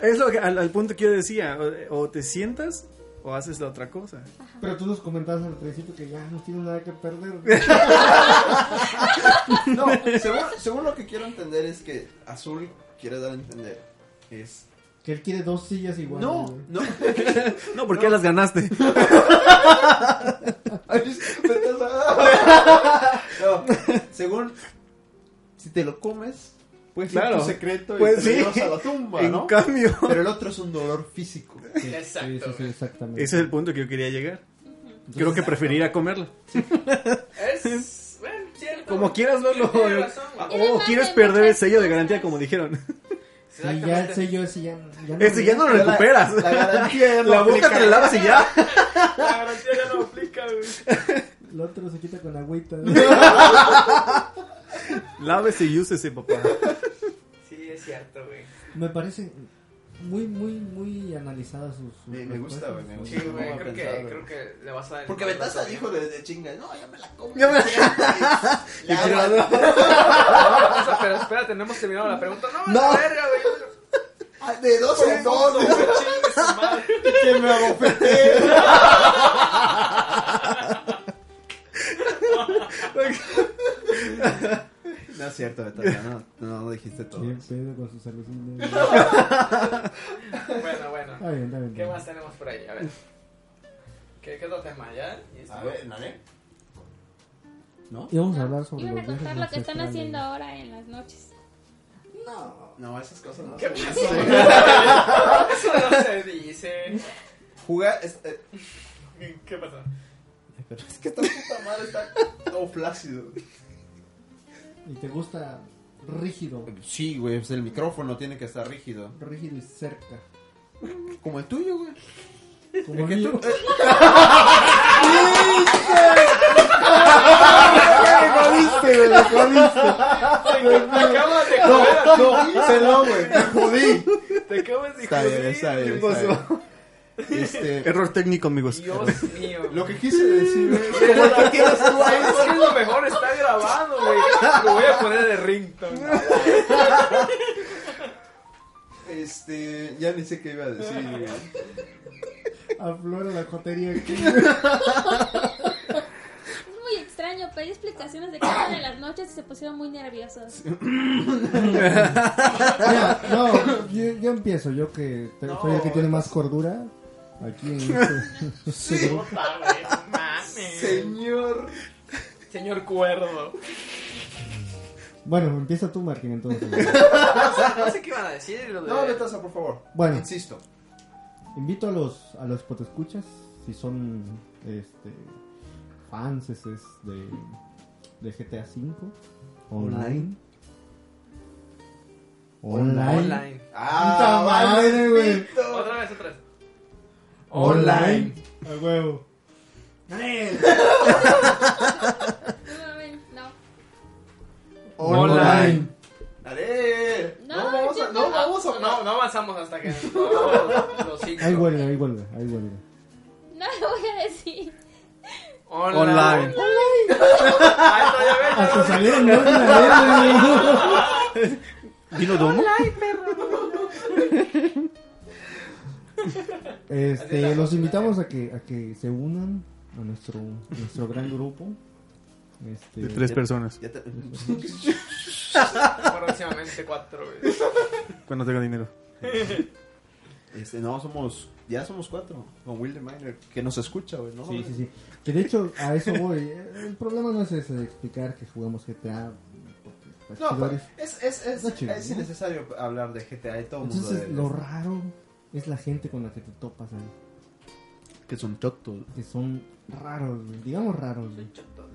Speaker 5: Es lo que al, al punto que yo decía. O, o te sientas o haces la otra cosa.
Speaker 3: Pero tú nos comentabas al principio que ya no tienes nada que perder.
Speaker 6: No, según, según lo que quiero entender es que Azul quiere dar a entender es
Speaker 3: Que él quiere dos sillas iguales.
Speaker 6: No,
Speaker 3: güey.
Speaker 6: no.
Speaker 5: <laughs> No, porque ya las ganaste.
Speaker 6: Ay, me <laughs> estás- No, según si te lo comes, puedes ir
Speaker 5: Claro.
Speaker 6: tu secreto y
Speaker 5: Pues
Speaker 6: te lo
Speaker 5: sí.
Speaker 6: llevas a la tumba,
Speaker 5: En
Speaker 6: ¿no?
Speaker 5: cambio.
Speaker 6: Pero el otro es un dolor físico.
Speaker 3: Sí,
Speaker 1: Exacto,
Speaker 3: sí, sí, sí,
Speaker 1: güey.
Speaker 3: exactamente.
Speaker 5: Ese es el punto que yo quería llegar.
Speaker 3: Entonces,
Speaker 5: Creo que preferiría comerla.
Speaker 1: Es. Bueno, cierto.
Speaker 5: Como quieras verlo.
Speaker 1: Tiene razón, güey.
Speaker 4: Tiene
Speaker 5: O
Speaker 4: más
Speaker 5: quieres
Speaker 4: de
Speaker 5: perder el
Speaker 4: muchas
Speaker 5: sello de
Speaker 4: cosas.
Speaker 5: garantía, como dijeron.
Speaker 3: sí,
Speaker 1: Exactamente.
Speaker 3: ya
Speaker 1: <laughs>
Speaker 3: el sello ese ya, ya no.
Speaker 5: Ese ya no lo
Speaker 6: La-
Speaker 5: recuperas.
Speaker 6: La
Speaker 5: <laughs>
Speaker 6: garantía ya no
Speaker 5: La boca
Speaker 6: aplica.
Speaker 5: te la lavas y ya.
Speaker 1: La garantía Ah, ya no aplica, güey.
Speaker 3: El otro se quita con agüita.
Speaker 5: Lávese y úsese, papá.
Speaker 1: Sí, es cierto, güey.
Speaker 3: me parece muy, muy, muy analizada sus. sus
Speaker 6: Me- me gusta,
Speaker 3: respuestas.
Speaker 6: güey, me gusta.
Speaker 1: Sí, güey, creo que,
Speaker 6: Pensado.
Speaker 1: creo que le vas a dar.
Speaker 6: Porque Betasa dijo desde chinga, no, ya me la como.
Speaker 5: Ya
Speaker 6: <laughs>
Speaker 5: me
Speaker 6: Le hago a-
Speaker 1: No, o sea, pero espérate, no hemos terminado la pregunta. No,
Speaker 6: No.
Speaker 1: no. verga, güey.
Speaker 6: Ah, De dos en dos,
Speaker 1: Profundo, güey, chingue su
Speaker 6: <laughs>
Speaker 1: madre.
Speaker 6: que me abofeté. <laughs> No es cierto, Betasa, no, no, no dijiste todo.
Speaker 3: Bien pedo con sus alucines.
Speaker 1: <laughs> Bueno, bueno.
Speaker 3: Está bien, está bien.
Speaker 1: ¿Qué más tenemos por ahí? A ver. ¿Qué, qué otro tema? ¿Ya? ¿Listo?
Speaker 6: A ver, Nare. ¿No?
Speaker 3: Y vamos a hablar sobre.
Speaker 4: Iban a
Speaker 3: los viajes
Speaker 4: contar lo que están
Speaker 3: ancestrales.
Speaker 4: haciendo ahora en las noches.
Speaker 6: No, esas cosas no.
Speaker 1: ¿Qué
Speaker 6: se
Speaker 1: pasó? <laughs>
Speaker 6: dicen.
Speaker 1: Eso no se dice.
Speaker 6: Jugar. Es, eh,
Speaker 1: ¿Qué pasó?
Speaker 6: pero es que esta puta madre está todo flácido.
Speaker 3: Y te gusta rígido.
Speaker 6: Sí, güey, pues el micrófono tiene que estar rígido.
Speaker 3: Rígido
Speaker 1: <laughs>
Speaker 3: y cerca.
Speaker 6: Como el tuyo, güey.
Speaker 3: Como
Speaker 6: ¿Qué
Speaker 3: mío.
Speaker 6: tú?
Speaker 3: <laughs>
Speaker 1: Acabas de joder.
Speaker 6: No, no, perdón, güey. Me jodí.
Speaker 1: Te acabas de
Speaker 6: Está bien,
Speaker 1: joder.
Speaker 6: está bien.
Speaker 5: ¿Qué
Speaker 6: está
Speaker 5: pasó?
Speaker 6: bien. Este,
Speaker 5: Error técnico, amigos.
Speaker 1: Dios mío.
Speaker 6: lo que quise decir, güey.
Speaker 1: Como tú quieras tú ahí. Es que lo mejor está grabado, güey. Lo voy a poner de ringtone.
Speaker 6: Este, ya ni sé qué iba a decir,
Speaker 4: <laughs>
Speaker 6: güey.
Speaker 3: Aflora la jotería aquí. <laughs>
Speaker 4: Es muy extraño, pedí explicaciones de qué hacen en las noches y se pusieron muy nerviosos.
Speaker 3: Ya, no, yo, yo empiezo. Yo que te-
Speaker 1: No,
Speaker 3: soy el que tiene más cordura. Aquí en
Speaker 1: <laughs>
Speaker 3: este. este grupo.
Speaker 1: Puta, güey, no mames.
Speaker 6: Señor.
Speaker 1: Señor cuerdo.
Speaker 3: Bueno, empieza tú, Martín, entonces.
Speaker 1: No sé qué iban a decir. Lo de...
Speaker 6: No, Betasa, por favor.
Speaker 3: Bueno.
Speaker 6: Insisto.
Speaker 3: Invito a los a los potescuchas, si son este fans es- es de, de GTA V online. Online.
Speaker 1: Online.
Speaker 6: Ah,
Speaker 3: Puta madre, güey.
Speaker 1: Otra vez, otra vez.
Speaker 3: Online. A huevo.
Speaker 4: No, mames, no.
Speaker 3: Online.
Speaker 6: Dale.
Speaker 4: No,
Speaker 6: No, vamos a,
Speaker 4: yo
Speaker 6: no,
Speaker 4: no-
Speaker 6: vamos a.
Speaker 1: No, no avanzamos hasta que. No, los cinco.
Speaker 3: Ahí vuelve, ahí vuelve, ahí vuelve.
Speaker 4: No lo voy a decir.
Speaker 1: O- Online.
Speaker 5: Online.
Speaker 1: Ay, todavía ves,
Speaker 3: Hasta salieron dos de la verga.
Speaker 5: ¿Vino Domo?
Speaker 7: Ay, perro.
Speaker 3: Este, los invitamos a que, a que se unan a nuestro, nuestro gran grupo. Este,
Speaker 5: De tres personas.
Speaker 6: Ya te-
Speaker 1: Próximamente cuatro, güey.
Speaker 5: Cuando tenga dinero.
Speaker 6: Este, no, somos. Ya somos cuatro. Con Wilder Miner. Que nos escucha, güey, ¿no?
Speaker 3: Sí, sí, sí. Que de hecho, a eso voy. El problema no es ese de explicar que jugamos GTA. porque, pues,
Speaker 6: No,
Speaker 3: jugadores.
Speaker 6: pa- es, es, es,
Speaker 3: No, chido,
Speaker 6: es
Speaker 3: ¿no?
Speaker 6: innecesario hablar de GTA y todo el mundo.
Speaker 3: Entonces,
Speaker 6: de-
Speaker 3: lo raro es la gente con la que te topas ahí.
Speaker 6: Que son chotos.
Speaker 3: Que son raros, güey, digamos raros. güey.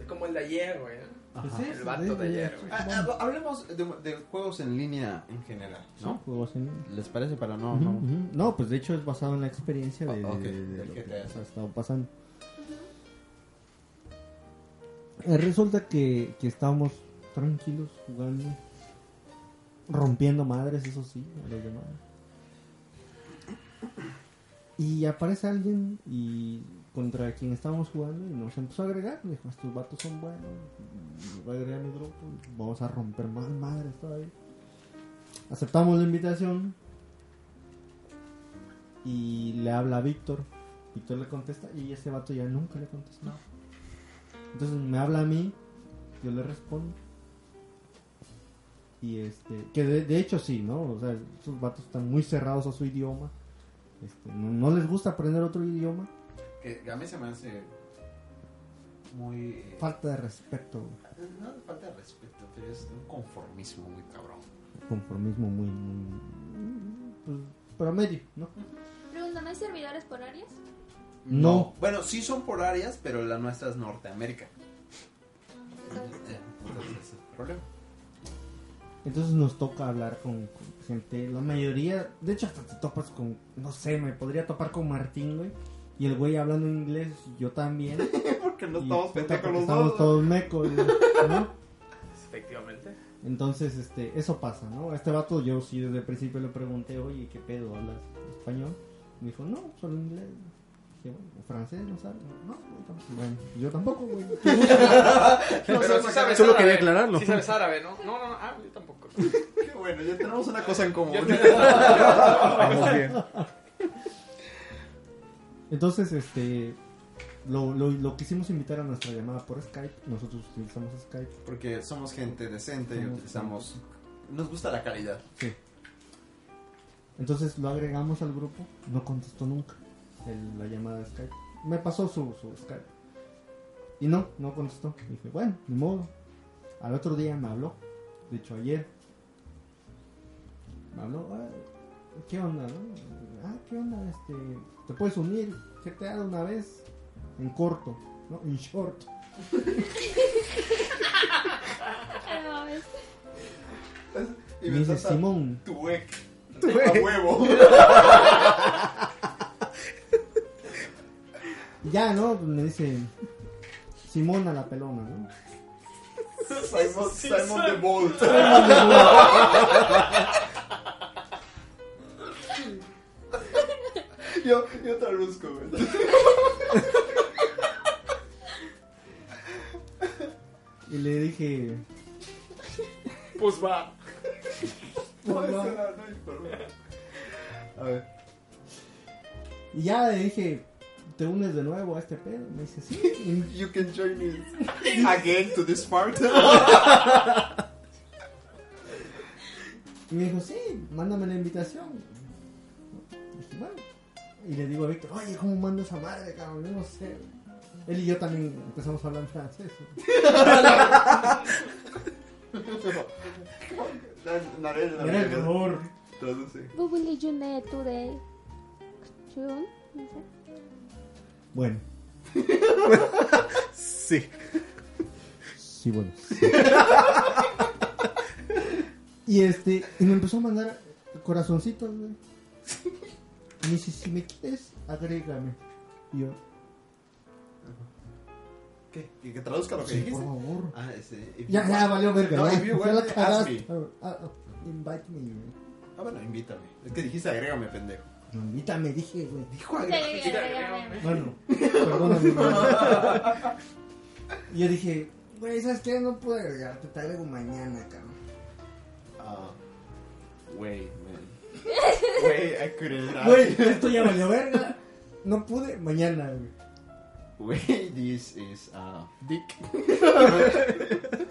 Speaker 1: Como el de ayer, güey.
Speaker 3: Pues
Speaker 1: El
Speaker 3: eso,
Speaker 1: vato
Speaker 3: güey,
Speaker 1: de ayer,
Speaker 3: güey.
Speaker 1: güey.
Speaker 6: Ah, ah, Hablemos de, de juegos en línea en general,
Speaker 3: ¿No?
Speaker 6: ¿no?
Speaker 3: Juegos en-
Speaker 6: ¿Les parece para no?
Speaker 3: Ujú,
Speaker 6: no?
Speaker 3: ujú. No, pues de hecho es basado en la experiencia de,
Speaker 6: Ah, ok,
Speaker 3: de- de
Speaker 6: del
Speaker 3: lo que
Speaker 6: GTA.
Speaker 3: ha estado pasando. Eh, Resulta que, que estábamos tranquilos jugando, rompiendo madres, eso sí, a los demás. Y aparece alguien y contra quien estábamos jugando y nos empezó a agregar. Dijo, estos vatos son buenos, los voy a agregar a mi grupo, vamos a romper más madres todavía. Aceptamos la invitación, y le habla a Víctor. Víctor le contesta y ese vato ya nunca le contesta. Entonces me habla a mí, yo le respondo. Y este, que de, de hecho sí, ¿no? O sea, esos vatos están muy cerrados a su idioma. Este, no, no les gusta aprender otro idioma.
Speaker 6: Que a mí se me hace muy... eh,
Speaker 3: Falta de respeto,
Speaker 6: no falta de respeto, pero es un conformismo muy cabrón.
Speaker 3: conformismo muy, muy pues, promedio, ¿no?
Speaker 4: Pregunta, ¿no hay servidores por áreas?
Speaker 3: No.
Speaker 6: Bueno, sí son por áreas, pero la nuestra es Norteamérica.
Speaker 4: Entonces,
Speaker 6: Eh, Entonces, problema.
Speaker 3: Entonces nos toca hablar con, con gente, la mayoría, de hecho hasta te topas con, no sé, me podría topar con Martín, güey, y el güey hablando inglés, yo también.
Speaker 6: Porque
Speaker 3: y puta, porque Estamos todos mecos, güey, ¿no?
Speaker 1: Efectivamente.
Speaker 3: Entonces, este, eso pasa, ¿no? A este vato yo sí desde el principio le pregunté, oye, ¿qué pedo? ¿Hablas español? Me dijo, no, solo inglés. Dije, bueno, francés, ¿no sabes? No, güey, tampoco. Bueno, yo tampoco, güey.
Speaker 1: Pero sí sabes
Speaker 5: Solo
Speaker 1: árabe.
Speaker 5: quería aclararlo.
Speaker 1: Sí sabes árabe, ¿no? No, no, no. Ah, yo tampoco.
Speaker 6: Qué bueno, ya tenemos una cosa en común.
Speaker 1: Ya te-
Speaker 5: Vamos bien.
Speaker 3: Entonces, este, lo, lo, lo quisimos invitar a nuestra llamada por Skype. Nosotros utilizamos Skype.
Speaker 6: Porque somos gente decente y
Speaker 3: Somos-
Speaker 6: utilizamos... Nos gusta la calidad.
Speaker 3: Sí. Entonces lo agregamos al grupo, no contestó nunca el- la llamada de Skype. Me pasó su, su Skype. Y no, no contestó. Y dije, bueno, ni modo. Al otro día me habló, de hecho ayer. Me habló, "Ah, ¿qué onda? no? Ah, ¿qué onda? Este, ¿Te puedes unir? ¿Qué te da de una vez? En corto, ¿no? En short.
Speaker 4: ah, no mames.
Speaker 6: Y
Speaker 3: Y
Speaker 6: me
Speaker 3: me dice,
Speaker 6: estás a
Speaker 3: Simón,
Speaker 6: tu güey. A huevo. <laughs>
Speaker 3: Y ya, ¿no? Me dice, Simón a la pelona, ¿no?
Speaker 6: Simon, Simon the Bolt. <laughs> yo, yo traduzco, güey.
Speaker 3: Y le dije,
Speaker 1: Pues <laughs> va.
Speaker 6: No, eso era, no hay problema. A ver.
Speaker 3: Y ya le dije, ¿te unes de nuevo a este pedo? Me dice, sí.
Speaker 6: You can join us <laughs> again to this part.
Speaker 3: Y me dijo, sí, mándame la invitación. Dije, bueno. Y le digo a Víctor, oye, ¿cómo mando esa madre, cabrón? Yo no sé. Él y yo también empezamos a hablar en francés.
Speaker 6: Narel,
Speaker 3: Era el mejor.
Speaker 6: Traduce.
Speaker 4: What will you need today? June? No sé.
Speaker 3: Bueno.
Speaker 6: <laughs>
Speaker 5: Sí.
Speaker 3: Sí, bueno. <laughs> y este, y me empezó a mandar corazoncitos, güey. Y me dice, si me quieres, agrégame. Y yo,
Speaker 6: ¿Qué? ¿Que, que traduzca lo que
Speaker 3: sí, por
Speaker 6: dijiste?
Speaker 3: favor.
Speaker 6: Ah, este. if
Speaker 3: Ya,
Speaker 6: you
Speaker 3: ya,
Speaker 6: want-
Speaker 3: valió verga.
Speaker 6: No,
Speaker 3: ya.
Speaker 6: if you
Speaker 3: Ya la
Speaker 6: want, ask
Speaker 3: cagaste.
Speaker 6: me.
Speaker 3: Ah, ah, invite me.
Speaker 6: Ah, bueno, invítame. Es que dijiste agrégame, pendejo.
Speaker 3: Invítame, dije, güey.
Speaker 6: Dijo
Speaker 4: Sí,
Speaker 6: algo.
Speaker 4: ya, ya, ya, ya.
Speaker 3: Bueno, perdóname. mamá. Y yo dije, güey, ¿sabes qué? No puedo agregar, te traigo mañana, cabrón.
Speaker 6: Ah, Güey, man.
Speaker 2: Güey, I couldn't laugh.
Speaker 3: Güey, esto ya valió verga. No pude, mañana, güey.
Speaker 6: Güey, this is uh, dick. <laughs>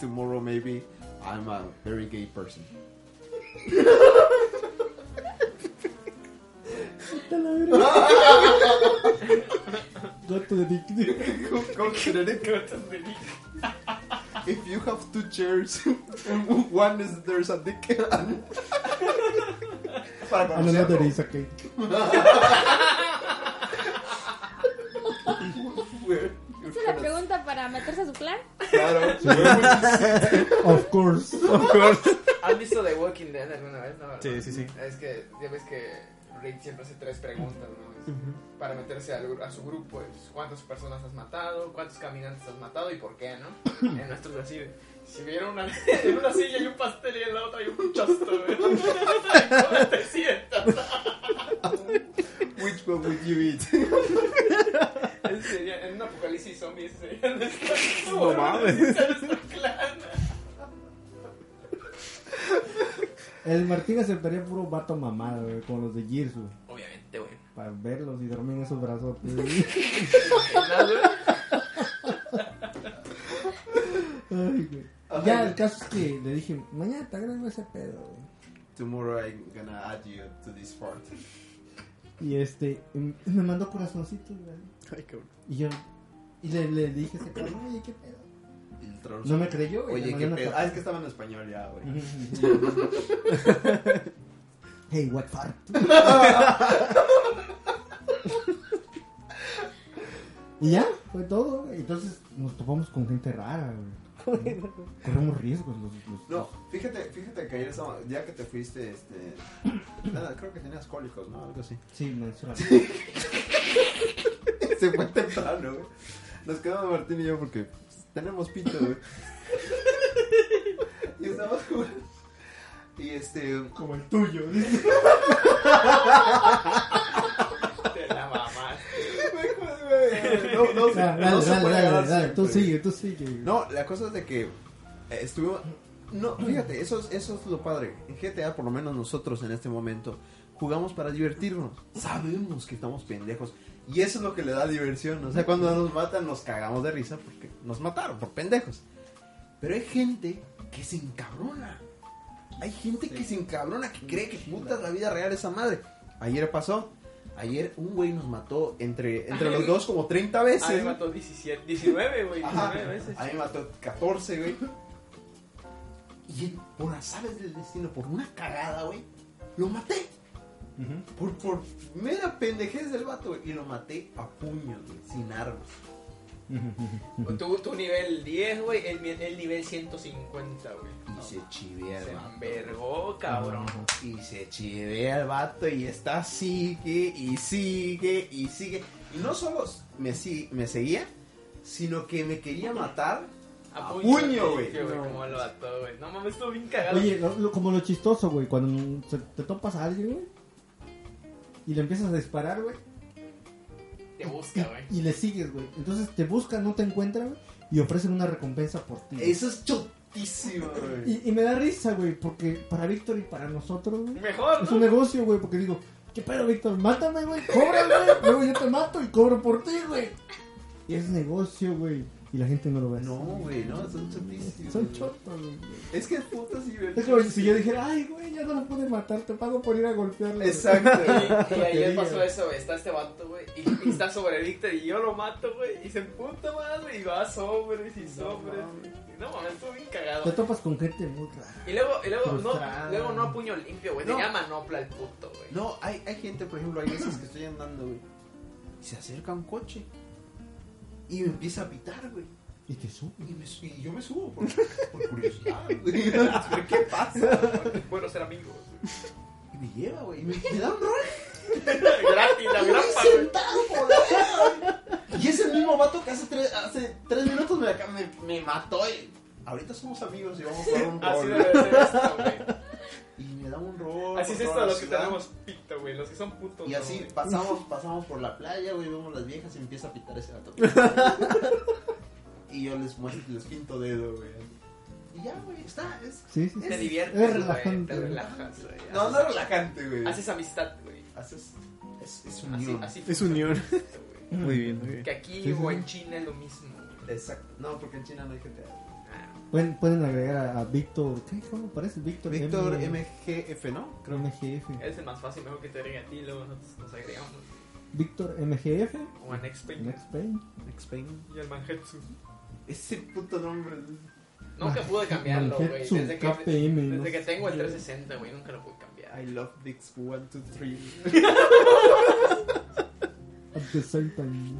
Speaker 6: Tomorrow maybe I'm a very gay person.
Speaker 3: Go to the
Speaker 6: <laughs>
Speaker 3: dick.
Speaker 6: If you have two chairs, and one is there's a dick. and- <laughs> Para
Speaker 3: Ah, no, no,
Speaker 6: conocerlo.
Speaker 3: there is, okay.
Speaker 6: We're-
Speaker 4: ¿Esa es la pregunta para meterse a su clan?
Speaker 6: Claro.
Speaker 3: Of course.
Speaker 1: ¿Has visto The Walking Dead alguna vez? No, ¿verdad?
Speaker 5: Sí, sí, sí.
Speaker 1: Es que ya ves que Rick siempre hace tres preguntas, ¿no? Es Para meterse al gru- a, su grupo, es, ¿cuántas personas has matado? ¿Cuántos caminantes has matado? ¿Y por qué, no? En nuestros así, de, si hubiera una, <laughs> en una silla hay un pastel y en la otra hay un chosto, <laughs> güey. ¿Cómo te sientas?
Speaker 6: Which one would you eat? <laughs>
Speaker 1: Ese sería- en un apocalipsis zombie ese sería nuestro
Speaker 5: No mames.
Speaker 1: ese es nuestro clan.
Speaker 3: El Martín aceptaría puro vato mamado, güey, como los de Gears, güey.
Speaker 1: Obviamente, güey.
Speaker 3: Para verlos y dormir en esos brazos. güey.
Speaker 1: Nada, güey.
Speaker 3: Ay, güey. Ya, el caso es que le dije, mañana te agrego ese pedo, güey.
Speaker 6: Tomorrow I'm gonna add you to this part.
Speaker 3: Y este, m- me mandó corazoncitos, güey.
Speaker 5: Ay, cabrón.
Speaker 3: Y yo, y le, le dije a ese cabrón, oye, qué pedo.
Speaker 6: Y el troll-
Speaker 3: No me creyó, güey.
Speaker 6: Oye,
Speaker 3: Le
Speaker 6: qué
Speaker 3: mandé
Speaker 6: pedo.
Speaker 3: una
Speaker 6: Ah, es que estaba en español ya, güey. <laughs>
Speaker 3: Hey, what fart. y ya, fue todo. güey. Entonces nos topamos con gente rara, güey. Corremos riesgos los, los-
Speaker 6: No, fíjate, fíjate que ayer estaba, ya que te fuiste, este, nada, creo que tenías cólicos, ¿no? Algo así. <laughs>
Speaker 3: Sí, me hizo la-
Speaker 6: Se fue temprano, güey. Nos quedamos Martín y yo porque pues, tenemos pito,
Speaker 3: <laughs>
Speaker 6: güey. y estamos jugando. Y este,
Speaker 3: Como el <laughs> tuyo.
Speaker 1: Te la mamaste.
Speaker 6: no, no,
Speaker 3: O sea, dale,
Speaker 6: no se
Speaker 3: dale,
Speaker 6: puede
Speaker 3: dale,
Speaker 6: ganar
Speaker 3: dale, Tú
Speaker 6: siempre.
Speaker 3: sigue, tú sigue. güey.
Speaker 6: No, la cosa es de que eh, estuvimos... No, fíjate, eso es, eso es lo padre. En GTA, por lo menos nosotros en este momento, jugamos para divertirnos. Sabemos que estamos pendejos. Y eso es lo que le da diversión. O sea, cuando nos matan nos cagamos de risa porque nos mataron por pendejos. Pero hay gente que se encabrona. Hay gente que se encabrona, que cree que puta la vida real esa madre. Ayer pasó. Ayer un güey nos mató entre, entre los dos como 30 veces.
Speaker 1: Ah, me mató 17, 19, güey.
Speaker 6: Ajá.
Speaker 1: 19 veces.
Speaker 6: A mí me mató 14, güey. Y en- por azares del destino, por una cagada, güey, lo maté. por, por mera pendejez del vato, güey. Y lo maté a puños, güey, sin armas.
Speaker 1: Tu, tu nivel 10, güey, el, mi- el nivel 150, güey.
Speaker 6: Y
Speaker 1: No,
Speaker 6: se chivea el
Speaker 1: se
Speaker 6: vato.
Speaker 1: envergó, cabrón.
Speaker 6: Y se chivea el vato y está, sigue, y sigue, y sigue. Y no solo me, si- me seguía, sino que me quería matar. A puño, güey.
Speaker 1: Sí,
Speaker 6: No.
Speaker 1: Como lo ató, güey. No mames, estuvo bien cagado.
Speaker 3: Oye, lo- lo- como lo chistoso, güey, cuando se- te topas a alguien, güey, y le empiezas a disparar, güey,
Speaker 1: Te busca, güey.
Speaker 3: y le sigues, güey. Entonces te buscan, no te encuentran, güey, y ofrecen una recompensa por ti.
Speaker 6: Eso es chotísimo, güey.
Speaker 3: Mm. Y, y me da risa, güey, porque para Víctor y para nosotros, güey,
Speaker 1: Mejor,
Speaker 3: es un
Speaker 1: ¿no?
Speaker 3: negocio, güey, porque digo, ¿qué pedo, Víctor? Mátame, güey, cobra, güey, luego yo te mato y cobro por ti, güey. Y es negocio, güey, y la gente no lo ve. así.
Speaker 6: No, güey, no, son chotísimos.
Speaker 3: Son
Speaker 6: güey.
Speaker 3: chotos, güey.
Speaker 6: Es que es puta si
Speaker 3: Es como si yo dijera, ay, güey, ya no lo pude matar, te pago por ir a golpearle. güey". <laughs>
Speaker 6: Exacto.
Speaker 1: Y, y ayer
Speaker 3: Porquería.
Speaker 1: pasó eso, güey. Está este vato, güey. Y, y está sobre Víctor y yo lo mato, güey. Y se emputa más, güey. Y va sobres y sobres. güey. No mames, estuvo bien cagado.
Speaker 3: Te topas con gente muy rara.
Speaker 1: Y luego, y luego, no,
Speaker 3: Frustrado.
Speaker 1: luego no a puño limpio, güey.
Speaker 6: No.
Speaker 1: Tenía manopla el puto, güey.
Speaker 6: No, hay, hay gente, por ejemplo, hay veces que estoy andando, güey. Y se acerca un coche. Y me empieza a pitar, güey.
Speaker 3: Y te subo.
Speaker 6: Y, me su- y yo me subo por, por curiosidad, güey. <laughs> Pero, ¿Qué pasa?
Speaker 1: Bueno, ser amigos. güey.
Speaker 6: Y me lleva, güey. Y me, me da un rol
Speaker 1: Gratis, la grapa, güey.
Speaker 6: sentado, güey. Y es el mismo vato que hace tres, hace tres minutos me, me, me
Speaker 1: <laughs>
Speaker 6: mató. Y ahorita somos amigos y vamos a jugar un
Speaker 1: Así
Speaker 6: rol.
Speaker 1: debe ser esto, güey.
Speaker 6: Y me da un un rol.
Speaker 1: Así
Speaker 6: por
Speaker 1: es
Speaker 6: toda
Speaker 1: esto
Speaker 6: la
Speaker 1: los que
Speaker 6: ciudad.
Speaker 1: tenemos pito, güey. Los que son putos.
Speaker 6: Y
Speaker 1: no,
Speaker 6: así
Speaker 1: güey.
Speaker 6: pasamos, pasamos por la playa, güey, vemos las viejas y empieza a pitar
Speaker 1: <laughs>
Speaker 6: ese gato. y yo les muestro, les pinto dedo, güey. Y ya, güey, está, es...
Speaker 3: Sí, sí, sí.
Speaker 1: Te
Speaker 3: Es
Speaker 1: diviertes, güey.
Speaker 3: relajante,
Speaker 1: Te
Speaker 3: güey.
Speaker 1: relajas, güey.
Speaker 6: No, no
Speaker 1: haces-
Speaker 6: es relajante, güey.
Speaker 1: Haces amistad, güey.
Speaker 6: Haces... Es, es
Speaker 1: Así,
Speaker 6: unión.
Speaker 1: así
Speaker 5: Es
Speaker 1: funciona
Speaker 5: unión.
Speaker 1: esto, güey.
Speaker 5: Muy bien, muy bien.
Speaker 1: Que aquí
Speaker 3: Sí, sí,
Speaker 1: o
Speaker 3: sí.
Speaker 1: en China es lo mismo, güey. Ah,
Speaker 6: Exacto. No, porque en China no hay GTA.
Speaker 3: Pueden, pueden agregar a, a Víctor. ¿qué? ¿Cómo parece? Víctor
Speaker 6: Víctor
Speaker 3: M-
Speaker 6: MGF, ¿no?
Speaker 3: creo MGF.
Speaker 1: Es el más fácil, mejor que te agreguen a ti, luego nosotros nos agregamos.
Speaker 3: Víctor MGF.
Speaker 1: O en Xpeng.
Speaker 3: Next page.
Speaker 6: Explain.
Speaker 1: Y el Manjetsu.
Speaker 6: Ese puto nombre. güey.
Speaker 1: Nunca pude cambiarlo, güey.
Speaker 3: Manjetsu,
Speaker 1: Desde que,
Speaker 3: KPM, no
Speaker 1: desde que
Speaker 3: sé.
Speaker 1: tengo el 360, güey, nunca lo pude cambiar.
Speaker 6: I love dicks 1, 2,
Speaker 1: <laughs>
Speaker 6: 3.
Speaker 3: At the same time.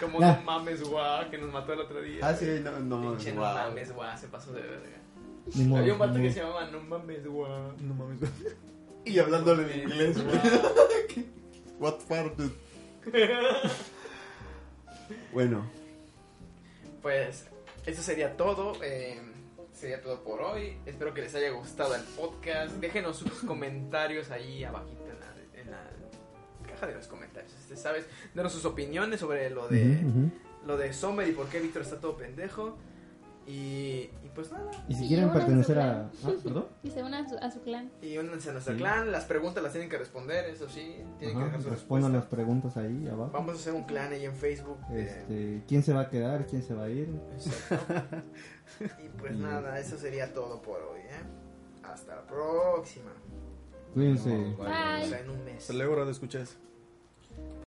Speaker 1: Como
Speaker 3: Ah.
Speaker 1: no mames, guau, que nos mató el otro día.
Speaker 6: Ah, sí, no, no,
Speaker 1: Pinche no
Speaker 6: wow.
Speaker 1: mames, guau, se pasó de verga.
Speaker 3: Ni modo,
Speaker 1: Había un vato
Speaker 3: ni
Speaker 1: que
Speaker 3: modo.
Speaker 1: se llamaba No mames, guau.
Speaker 5: No mames.
Speaker 6: Y hablándole en inglés, güey.
Speaker 1: Guau.
Speaker 6: What part, dude? Bueno,
Speaker 1: <laughs> Pues eso sería todo. eh, sería todo por hoy. Espero que les haya gustado el podcast. Déjenos sus comentarios ahí abajito en la, en la caja de los comentarios. Este, ¿Sabes? Denos sus opiniones sobre lo de
Speaker 3: Ujú, ujú.
Speaker 1: lo de Sommer y por qué Víctor está todo pendejo. Y, y pues nada.
Speaker 3: Y si
Speaker 4: Y
Speaker 3: quieren
Speaker 4: una
Speaker 3: pertenecer a.
Speaker 4: sola.
Speaker 3: Ah, perdón.
Speaker 4: Y se una a su, a su clan.
Speaker 1: Y únanse a nuestro
Speaker 3: Sí.
Speaker 1: clan. Las preguntas las tienen que responder, eso sí. Tienen que
Speaker 3: Ajá,
Speaker 1: dejar su
Speaker 3: Respondan las
Speaker 1: respuesta.
Speaker 3: preguntas ahí abajo.
Speaker 1: Vamos a hacer un clan ahí en Facebook. eh,
Speaker 3: Este, ¿Quién se va a quedar? ¿Quién se va a ir?
Speaker 1: Exacto. y pues nada, eso sería todo por hoy, ¿eh? Hasta la próxima.
Speaker 3: Cuídense.
Speaker 6: No,
Speaker 1: O
Speaker 4: Bye.
Speaker 1: sea, en un mes.
Speaker 5: Hasta luego, Radio Escuchas.